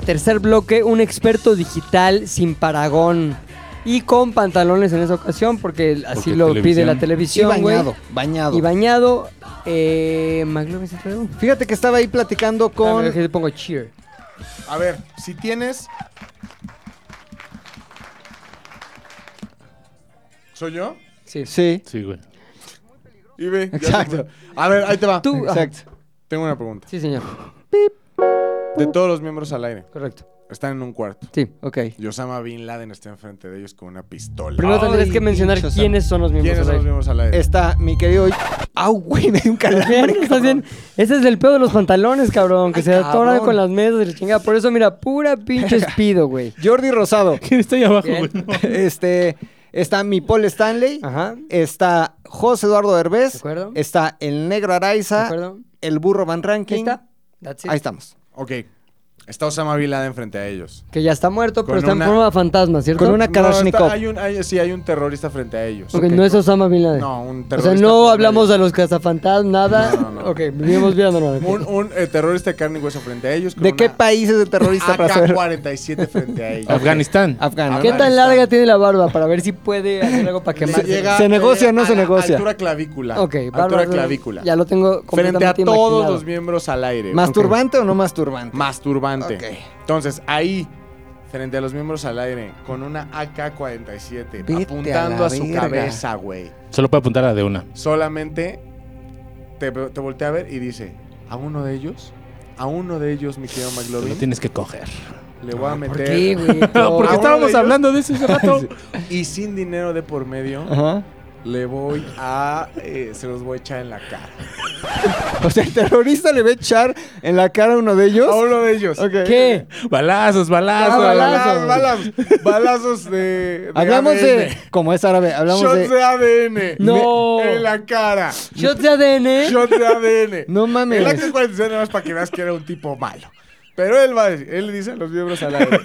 Speaker 1: tercer bloque, un experto digital sin paragón. Y con pantalones en esa ocasión, porque así
Speaker 4: Porque
Speaker 1: lo pide
Speaker 4: televisión.
Speaker 1: la
Speaker 3: Y
Speaker 1: televisión. güey.
Speaker 3: bañado, bañado.
Speaker 1: Y bañado, eh, McLovin se trae un-
Speaker 3: Fíjate que estaba ahí platicando
Speaker 1: Ah,
Speaker 3: con...
Speaker 1: me dejé, pongo cheer.
Speaker 5: A ver, si tienes. ¿Soy yo?
Speaker 1: Sí.
Speaker 3: Sí,
Speaker 4: Sí, güey.
Speaker 5: Y ve. ya
Speaker 3: Exacto.
Speaker 5: se fue. A ver, ahí te va.
Speaker 1: Tú-
Speaker 3: exacto.
Speaker 5: Tengo una pregunta.
Speaker 1: Sí, señor.
Speaker 5: De todos los miembros al aire,
Speaker 1: Correcto.
Speaker 5: están en un cuarto.
Speaker 1: Sí.
Speaker 3: Ok.
Speaker 5: Y Osama Bin Laden está enfrente de ellos con una pistola.
Speaker 1: Primero tendrías que
Speaker 3: pinche
Speaker 1: mencionar
Speaker 3: Sam.
Speaker 1: quiénes son los miembros.
Speaker 5: ¿Quiénes son
Speaker 1: del
Speaker 5: los
Speaker 1: aire.
Speaker 5: miembros al aire?
Speaker 3: Está mi querido... ¡Au, güey! Me dio un calambre.
Speaker 1: Bien, ¿Estás bien? Ese es el pedo de los pantalones, cabrón. Que
Speaker 3: Ay,
Speaker 1: se atoran
Speaker 3: cabrón.
Speaker 1: con las mesas y la chingada. Por eso, mira, pura pinche espido, güey.
Speaker 3: Jordi Rosado.
Speaker 4: ¿Quién está ahí abajo,
Speaker 1: Bien.
Speaker 4: güey? No.
Speaker 3: este, está mi Paul Stanley.
Speaker 1: Ajá.
Speaker 3: Está José Eduardo Derbez.
Speaker 1: ¿De acuerdo?
Speaker 3: Está el Negro
Speaker 1: ¿De
Speaker 3: Araiza.
Speaker 1: acuerdo?
Speaker 3: El Burro Van Ranking.
Speaker 1: Ahí está. That's it.
Speaker 3: Ahí estamos.
Speaker 5: Ok. Está Osama Bin Laden frente a ellos.
Speaker 1: Que ya está muerto, pero
Speaker 5: Con
Speaker 1: está en
Speaker 5: una-
Speaker 1: forma de fantasma, ¿cierto?
Speaker 3: Con una
Speaker 5: No,
Speaker 3: Kalashnikov.
Speaker 5: está- hay un, hay- sí, hay un terrorista frente a ellos.
Speaker 1: Ok, no es Osama Bin Laden.
Speaker 5: No, un
Speaker 1: O
Speaker 5: terrorista.
Speaker 1: sea, no
Speaker 5: promedio.
Speaker 1: hablamos de los cazafantasmas, nada.
Speaker 5: No, no, no.
Speaker 1: Ok, vivimos bien normal.
Speaker 5: Un, un, eh, terrorista de carne y hueso frente a ellos. con
Speaker 3: ¿De qué
Speaker 5: una
Speaker 3: país es el terrorista
Speaker 1: Ah,
Speaker 3: para saber?
Speaker 5: AK-47 frente a ellos.
Speaker 4: Afganistán.
Speaker 3: Afgano.
Speaker 1: ¿Qué
Speaker 3: ¿no?
Speaker 1: tan larga tiene la barba para ver si puede hacer algo para quemar?
Speaker 5: Se, llega-
Speaker 3: ¿Se negocia o no
Speaker 5: a
Speaker 3: se
Speaker 5: la
Speaker 3: negocia?
Speaker 5: Altura clavícula.
Speaker 1: Ok,
Speaker 5: altura
Speaker 1: bárbaro.
Speaker 5: clavícula.
Speaker 1: Ya lo tengo completamente
Speaker 5: frente a todos
Speaker 1: imaginado.
Speaker 5: los miembros al aire.
Speaker 3: ¿Masturbante o no masturbante?
Speaker 5: Masturbante.
Speaker 3: Ok.
Speaker 5: Entonces, ahí, frente a los miembros al aire, con una AK-47,
Speaker 3: Vete a
Speaker 5: apuntando
Speaker 3: la
Speaker 5: a, su
Speaker 3: verga.
Speaker 5: cabeza, güey.
Speaker 4: Solo puede apuntar a de una.
Speaker 5: Solamente te, te voltea a ver y dice, a uno de ellos, a uno de ellos, mi querido
Speaker 4: Lo
Speaker 5: McLovin,
Speaker 4: tienes que coger.
Speaker 5: le voy a meter...
Speaker 1: ¿Por qué, güey?
Speaker 5: No, porque
Speaker 4: porque
Speaker 5: ¿A uno estábamos
Speaker 4: estábamos
Speaker 5: de ellos? hablando
Speaker 4: hablando de eso hace rato.
Speaker 5: Y sin dinero de por medio,
Speaker 3: Ajá.
Speaker 5: le voy a... eh, se los voy a echar en la cara.
Speaker 3: O sea, el terrorista le va a echar en la cara a uno de ellos.
Speaker 5: A uno de ellos.
Speaker 3: Ok.
Speaker 1: ¿Qué?
Speaker 4: Balazos, balazos.
Speaker 5: Ah,
Speaker 1: balazos.
Speaker 5: balazos. balazos. Balazos de... de
Speaker 3: Hablamos de.
Speaker 5: ADN.
Speaker 3: Como es árabe, hablamos
Speaker 5: Shots
Speaker 3: de.
Speaker 5: de ADN.
Speaker 1: No.
Speaker 5: En la cara.
Speaker 1: ¿Shots de ADN?
Speaker 5: Shot de ADN.
Speaker 3: No mames.
Speaker 5: El AK-47 nada más para que veas que era un tipo malo. Pero él va a decir, él dice a los miembros al aire.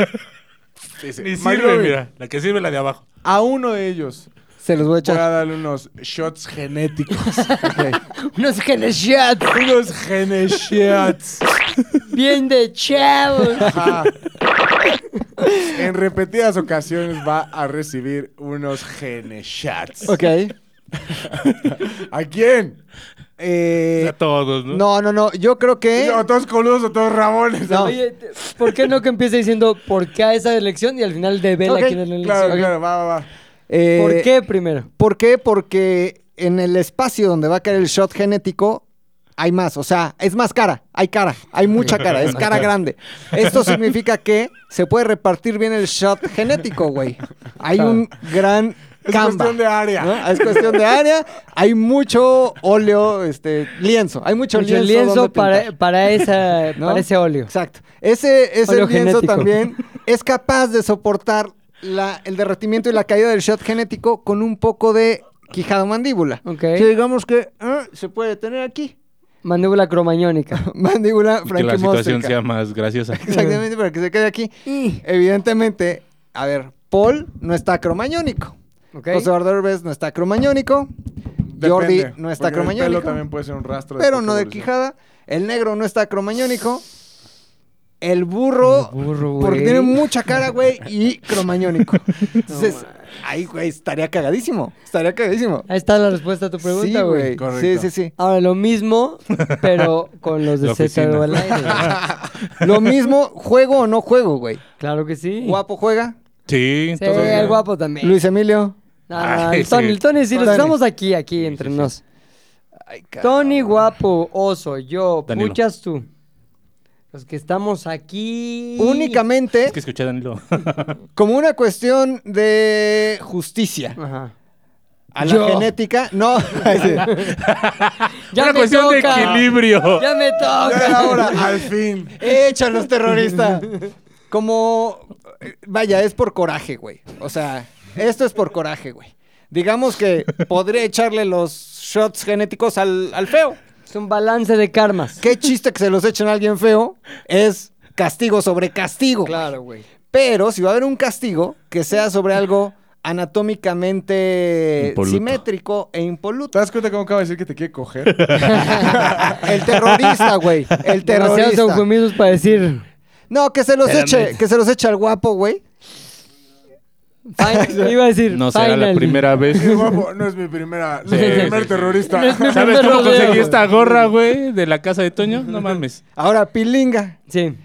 Speaker 5: Dice,
Speaker 4: Ni sirve,
Speaker 5: "Magnum,
Speaker 4: mira. La que sirve la de abajo.
Speaker 5: A uno de ellos
Speaker 3: Se los
Speaker 5: voy a
Speaker 3: voy a echar.
Speaker 5: darle unos shots genéticos.
Speaker 1: Unos genes shots.
Speaker 5: unos gene shots.
Speaker 1: Bien de chavos.
Speaker 5: Ajá. En repetidas ocasiones va a recibir unos gene shots.
Speaker 3: Ok.
Speaker 5: ¿A quién?
Speaker 3: Eh,
Speaker 4: a todos, ¿no?
Speaker 3: no, no, no. Yo creo que.
Speaker 5: ¿O todos coludos o todos rabones?
Speaker 3: No.
Speaker 1: Oye, te- ¿por qué no que empiece diciendo por qué a esa elección y al final de Vela
Speaker 3: Ok,
Speaker 1: quién es la elección?
Speaker 5: Claro, claro, va, va, va.
Speaker 3: eh,
Speaker 1: ¿Por qué primero?
Speaker 3: ¿Por qué? Porque en el espacio donde va a caer el shot genético hay más. O sea, es más cara, hay cara, hay mucha cara, es cara grande. Esto significa que se puede repartir bien el shot genético, güey. Hay un gran
Speaker 2: Es
Speaker 3: camba.
Speaker 2: cuestión de área.
Speaker 3: ¿no? Es cuestión de área. Hay mucho óleo, este, lienzo. Hay mucho,
Speaker 1: Mucho
Speaker 3: lienzo.
Speaker 1: lienzo
Speaker 3: donde
Speaker 1: para,
Speaker 3: pintar,
Speaker 1: para esa,
Speaker 3: ¿no?
Speaker 1: para ese óleo.
Speaker 3: Exacto. Ese, ese
Speaker 1: Óleo
Speaker 3: lienzo
Speaker 1: genético.
Speaker 3: también es capaz de soportar la- el derretimiento y la caída del shot genético con un poco de quijado mandíbula.
Speaker 1: Ok.
Speaker 3: Que digamos que ah, se puede tener aquí.
Speaker 1: Mandíbula cromañónica.
Speaker 3: Mandíbula
Speaker 4: que la situación
Speaker 3: frankimóstrica.
Speaker 4: sea más graciosa.
Speaker 3: Exactamente, para que se quede aquí. Evidentemente, a ver, Paul no está cromañónico.
Speaker 1: Ok.
Speaker 3: José Ordóñez no está cromañónico. Jordi
Speaker 2: Depende,
Speaker 3: no está
Speaker 2: porque El pelo
Speaker 3: cromañónico.
Speaker 2: también puede ser un rastro.
Speaker 3: Pero no de
Speaker 2: poca
Speaker 3: quijada. El negro no está cromañónico. El burro,
Speaker 1: El burro, güey.
Speaker 3: porque tiene mucha cara, güey, y cromañónico. Entonces, ahí, güey, estaría cagadísimo. Estaría cagadísimo.
Speaker 1: Ahí está la respuesta a tu
Speaker 3: sí,
Speaker 1: pregunta, güey.
Speaker 3: Sí,
Speaker 2: Correcto.
Speaker 3: sí, sí.
Speaker 1: Ahora, lo mismo, pero con los de
Speaker 4: La
Speaker 1: ZDU al aire. güey.
Speaker 3: Lo mismo, juego o no juego, güey.
Speaker 1: Claro que sí.
Speaker 3: Guapo juega.
Speaker 4: Sí,
Speaker 1: Sí,
Speaker 4: todo bien.
Speaker 1: el guapo también.
Speaker 3: Luis Emilio.
Speaker 1: No, no,
Speaker 4: Ay,
Speaker 1: el Tony,
Speaker 4: sí.
Speaker 1: el Tony, si los
Speaker 3: Tony.
Speaker 1: estamos aquí, aquí entre nos. Tony, guapo, oso, yo,
Speaker 4: Danilo.
Speaker 1: puchas tú. Los que estamos aquí.
Speaker 3: Únicamente
Speaker 4: Es que escuché a Danilo.
Speaker 3: como una cuestión de justicia
Speaker 1: Ajá.
Speaker 3: a la genética. No,
Speaker 1: Ya
Speaker 4: Una
Speaker 1: me
Speaker 4: cuestión de
Speaker 1: toca.
Speaker 4: equilibrio.
Speaker 1: Ya me
Speaker 2: Ya
Speaker 1: toca.
Speaker 2: era hora, al fin.
Speaker 3: échalos terrorista. Como, eh, vaya, es por coraje, güey. O sea, esto es por coraje, güey. Digamos que podría echarle los shots genéticos al, al feo.
Speaker 1: Es un balance de karmas.
Speaker 3: Qué chiste que se los echen a alguien feo es castigo sobre castigo. güey.
Speaker 1: Claro, güey.
Speaker 3: Pero si va a haber un castigo, que sea sobre algo anatómicamente
Speaker 4: Impoluto.
Speaker 3: simétrico e impoluto.
Speaker 2: ¿Te das cuenta cómo acaba de decir que te quiere coger?
Speaker 3: El terrorista, güey. El
Speaker 1: Demasiados
Speaker 3: terrorista.
Speaker 1: eufemismos para decir.
Speaker 3: No, que se los eche,
Speaker 4: Espérame.
Speaker 3: que se los eche al guapo, güey.
Speaker 1: fin- Iba a decir.
Speaker 4: No será la
Speaker 1: finally.
Speaker 4: primera vez.
Speaker 2: Qué guapo, no es mi primera. No es
Speaker 4: Sí,
Speaker 2: mi
Speaker 4: sí,
Speaker 2: primer
Speaker 4: sí.
Speaker 2: terrorista.
Speaker 4: ¿Sabes
Speaker 1: primer
Speaker 4: cómo
Speaker 1: rodeo.
Speaker 4: conseguí esta gorra, güey? De la casa de Toño. No mames.
Speaker 3: Ahora, Pilinga,
Speaker 1: Sí.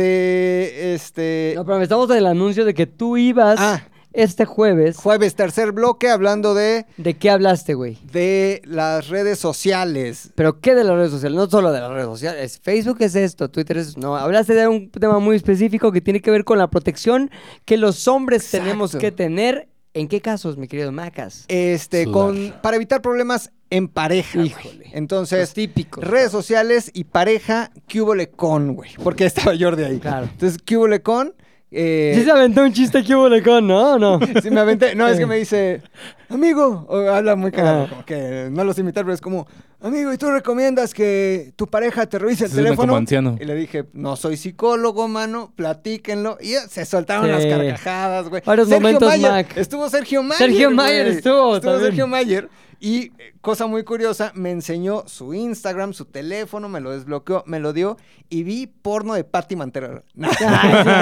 Speaker 3: de este
Speaker 1: No, pero estamos en el anuncio de que tú ibas
Speaker 3: Ah.
Speaker 1: este jueves.
Speaker 3: jueves tercer bloque hablando de
Speaker 1: ¿De qué hablaste, güey?
Speaker 3: de las redes sociales.
Speaker 1: Pero ¿qué de las redes sociales? No solo de las redes sociales. Facebook es esto, Twitter es... No, hablaste de un tema muy específico que tiene que ver con la protección que los hombres
Speaker 3: Exacto.
Speaker 1: tenemos que tener. ¿En qué casos, mi querido Macas?
Speaker 3: Este
Speaker 4: Sudar.
Speaker 3: con para evitar problemas en pareja. güey.
Speaker 1: Híjole.
Speaker 3: Entonces,
Speaker 1: Los típicos.
Speaker 3: redes sociales y pareja, ¿qué hubole con, güey? Porque estaba Jordi ahí.
Speaker 1: Claro.
Speaker 3: Entonces, ¿qué hubole con? Eh,
Speaker 1: Sí se aventó un chiste que hubo con, ¿no? No.
Speaker 3: Si me aventé, no, es que me dice, amigo, o habla muy cagado, como que no los imitar, pero es como, amigo, ¿y tú recomiendas que tu pareja te revise el
Speaker 4: Suena
Speaker 3: teléfono?
Speaker 4: como anciano.
Speaker 3: Y le dije, no soy psicólogo, mano, platíquenlo. Y ya, se soltaron
Speaker 1: Sí.
Speaker 3: las carcajadas, güey.
Speaker 1: Varios momentos,
Speaker 3: Mayer,
Speaker 1: Mac.
Speaker 3: estuvo Sergio Mayer.
Speaker 1: Sergio
Speaker 3: güey.
Speaker 1: Mayer estuvo también.
Speaker 3: Sergio Mayer. Y eh, cosa muy curiosa, me enseñó su Instagram, su teléfono, me lo desbloqueó, me lo dio y vi porno de Patty Mantero. No, no,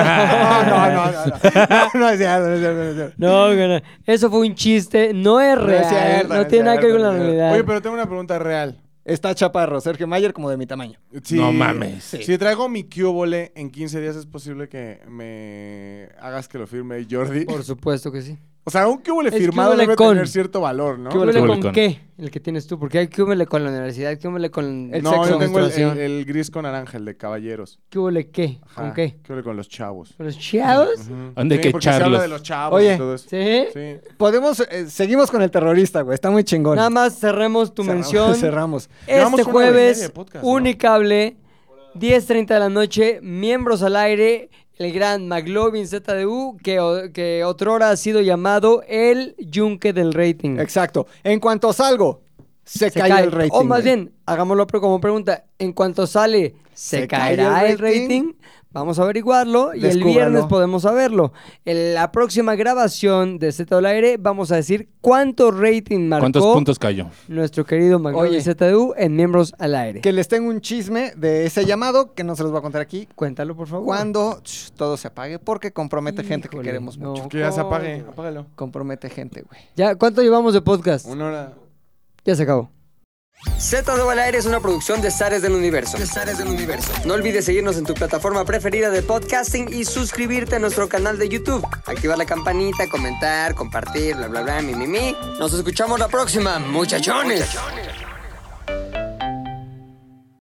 Speaker 3: no, no, no, no, no es cierto, no es cierto, no es cierto.
Speaker 1: No, güey, no. eso fue un chiste, no es
Speaker 3: No
Speaker 1: real,
Speaker 3: es cierto,
Speaker 1: no
Speaker 3: es
Speaker 1: tiene nada que ver con
Speaker 3: cierto,
Speaker 1: la
Speaker 3: no es
Speaker 1: realidad.
Speaker 2: Oye, pero tengo una pregunta real.
Speaker 3: Está chaparro, Sergio Mayer como de mi tamaño.
Speaker 2: Si-
Speaker 4: No mames.
Speaker 2: Si traigo mi cubole en 15 días, ¿es posible que me hagas que lo firme Jordi?
Speaker 1: Por supuesto que sí.
Speaker 2: O sea, un cubole
Speaker 1: Es
Speaker 2: firmado
Speaker 1: cubole
Speaker 2: debe
Speaker 1: con.
Speaker 2: tener cierto valor, ¿no?
Speaker 1: ¿Qué huele
Speaker 4: huele
Speaker 1: con,
Speaker 4: con?
Speaker 1: qué? El que tienes tú, porque hay que huele con la universidad, que huele con
Speaker 3: El
Speaker 2: no,
Speaker 3: sexo,
Speaker 2: yo tengo el,
Speaker 1: menstruación?
Speaker 2: el-
Speaker 5: eh,
Speaker 2: el gris con naranja, el de caballeros.
Speaker 1: ¿Qué huele qué?
Speaker 2: Ajá.
Speaker 1: ¿Con qué?
Speaker 2: ¿Qué huele con los chavos?
Speaker 1: ¿Con los chavos?
Speaker 4: ¿Dónde hay que
Speaker 2: porque se habla
Speaker 4: echarlos?
Speaker 2: de los chavos
Speaker 3: Oye.
Speaker 2: y todo eso.
Speaker 1: ¿Sí?
Speaker 2: Sí.
Speaker 3: Podemos, eh, seguimos con el terrorista, güey, está muy chingón.
Speaker 1: Nada más cerremos tu
Speaker 3: Cerramos,
Speaker 1: mención.
Speaker 3: Cerramos.
Speaker 2: Llevamos una hora y
Speaker 1: Este
Speaker 2: media
Speaker 1: jueves,
Speaker 2: de podcast, ¿no?
Speaker 1: Unicable, 10.30 de la noche, miembros al aire, el gran McLovin ZDU, que, o- que otrora ha sido llamado el yunque del rating.
Speaker 3: Exacto. En cuanto salgo, se,
Speaker 1: Se
Speaker 3: cae,
Speaker 1: cae.
Speaker 3: el rating.
Speaker 1: O más
Speaker 3: güey.
Speaker 1: bien, hagámoslo pre- como pregunta. En cuanto sale, ¿se,
Speaker 3: ¿Se cae
Speaker 1: caerá
Speaker 3: el
Speaker 1: el rating?
Speaker 3: rating?
Speaker 1: Vamos a averiguarlo y el
Speaker 3: Descúbralo.
Speaker 1: viernes podemos saberlo. En la próxima grabación de Z al aire vamos a decir cuánto rating marcó
Speaker 4: ¿Cuántos puntos cayó?
Speaker 1: nuestro querido
Speaker 3: Oye.
Speaker 1: McLovin ZDU en miembros al aire.
Speaker 3: Que les tengo un chisme de ese llamado que no se los voy a contar aquí.
Speaker 1: Cuéntalo, por favor.
Speaker 3: Cuando ch, todo se apague, porque compromete gente que
Speaker 1: Oh. Híjole,
Speaker 3: queremos
Speaker 1: no,
Speaker 3: mucho.
Speaker 2: Que ya se apague.
Speaker 1: coño.
Speaker 2: Apágalo.
Speaker 3: Compromete gente, güey.
Speaker 1: ¿Ya cuánto llevamos de podcast?
Speaker 2: Una hora.
Speaker 1: Ya se acabó.
Speaker 6: Z2 al aire es una producción de Zares del Universo. del Universo. No olvides seguirnos en tu plataforma preferida de podcasting y suscribirte a nuestro canal de YouTube. Activar la campanita, comentar, compartir, bla, bla, bla, mi, mi, mi. Nos escuchamos la próxima, muchachones.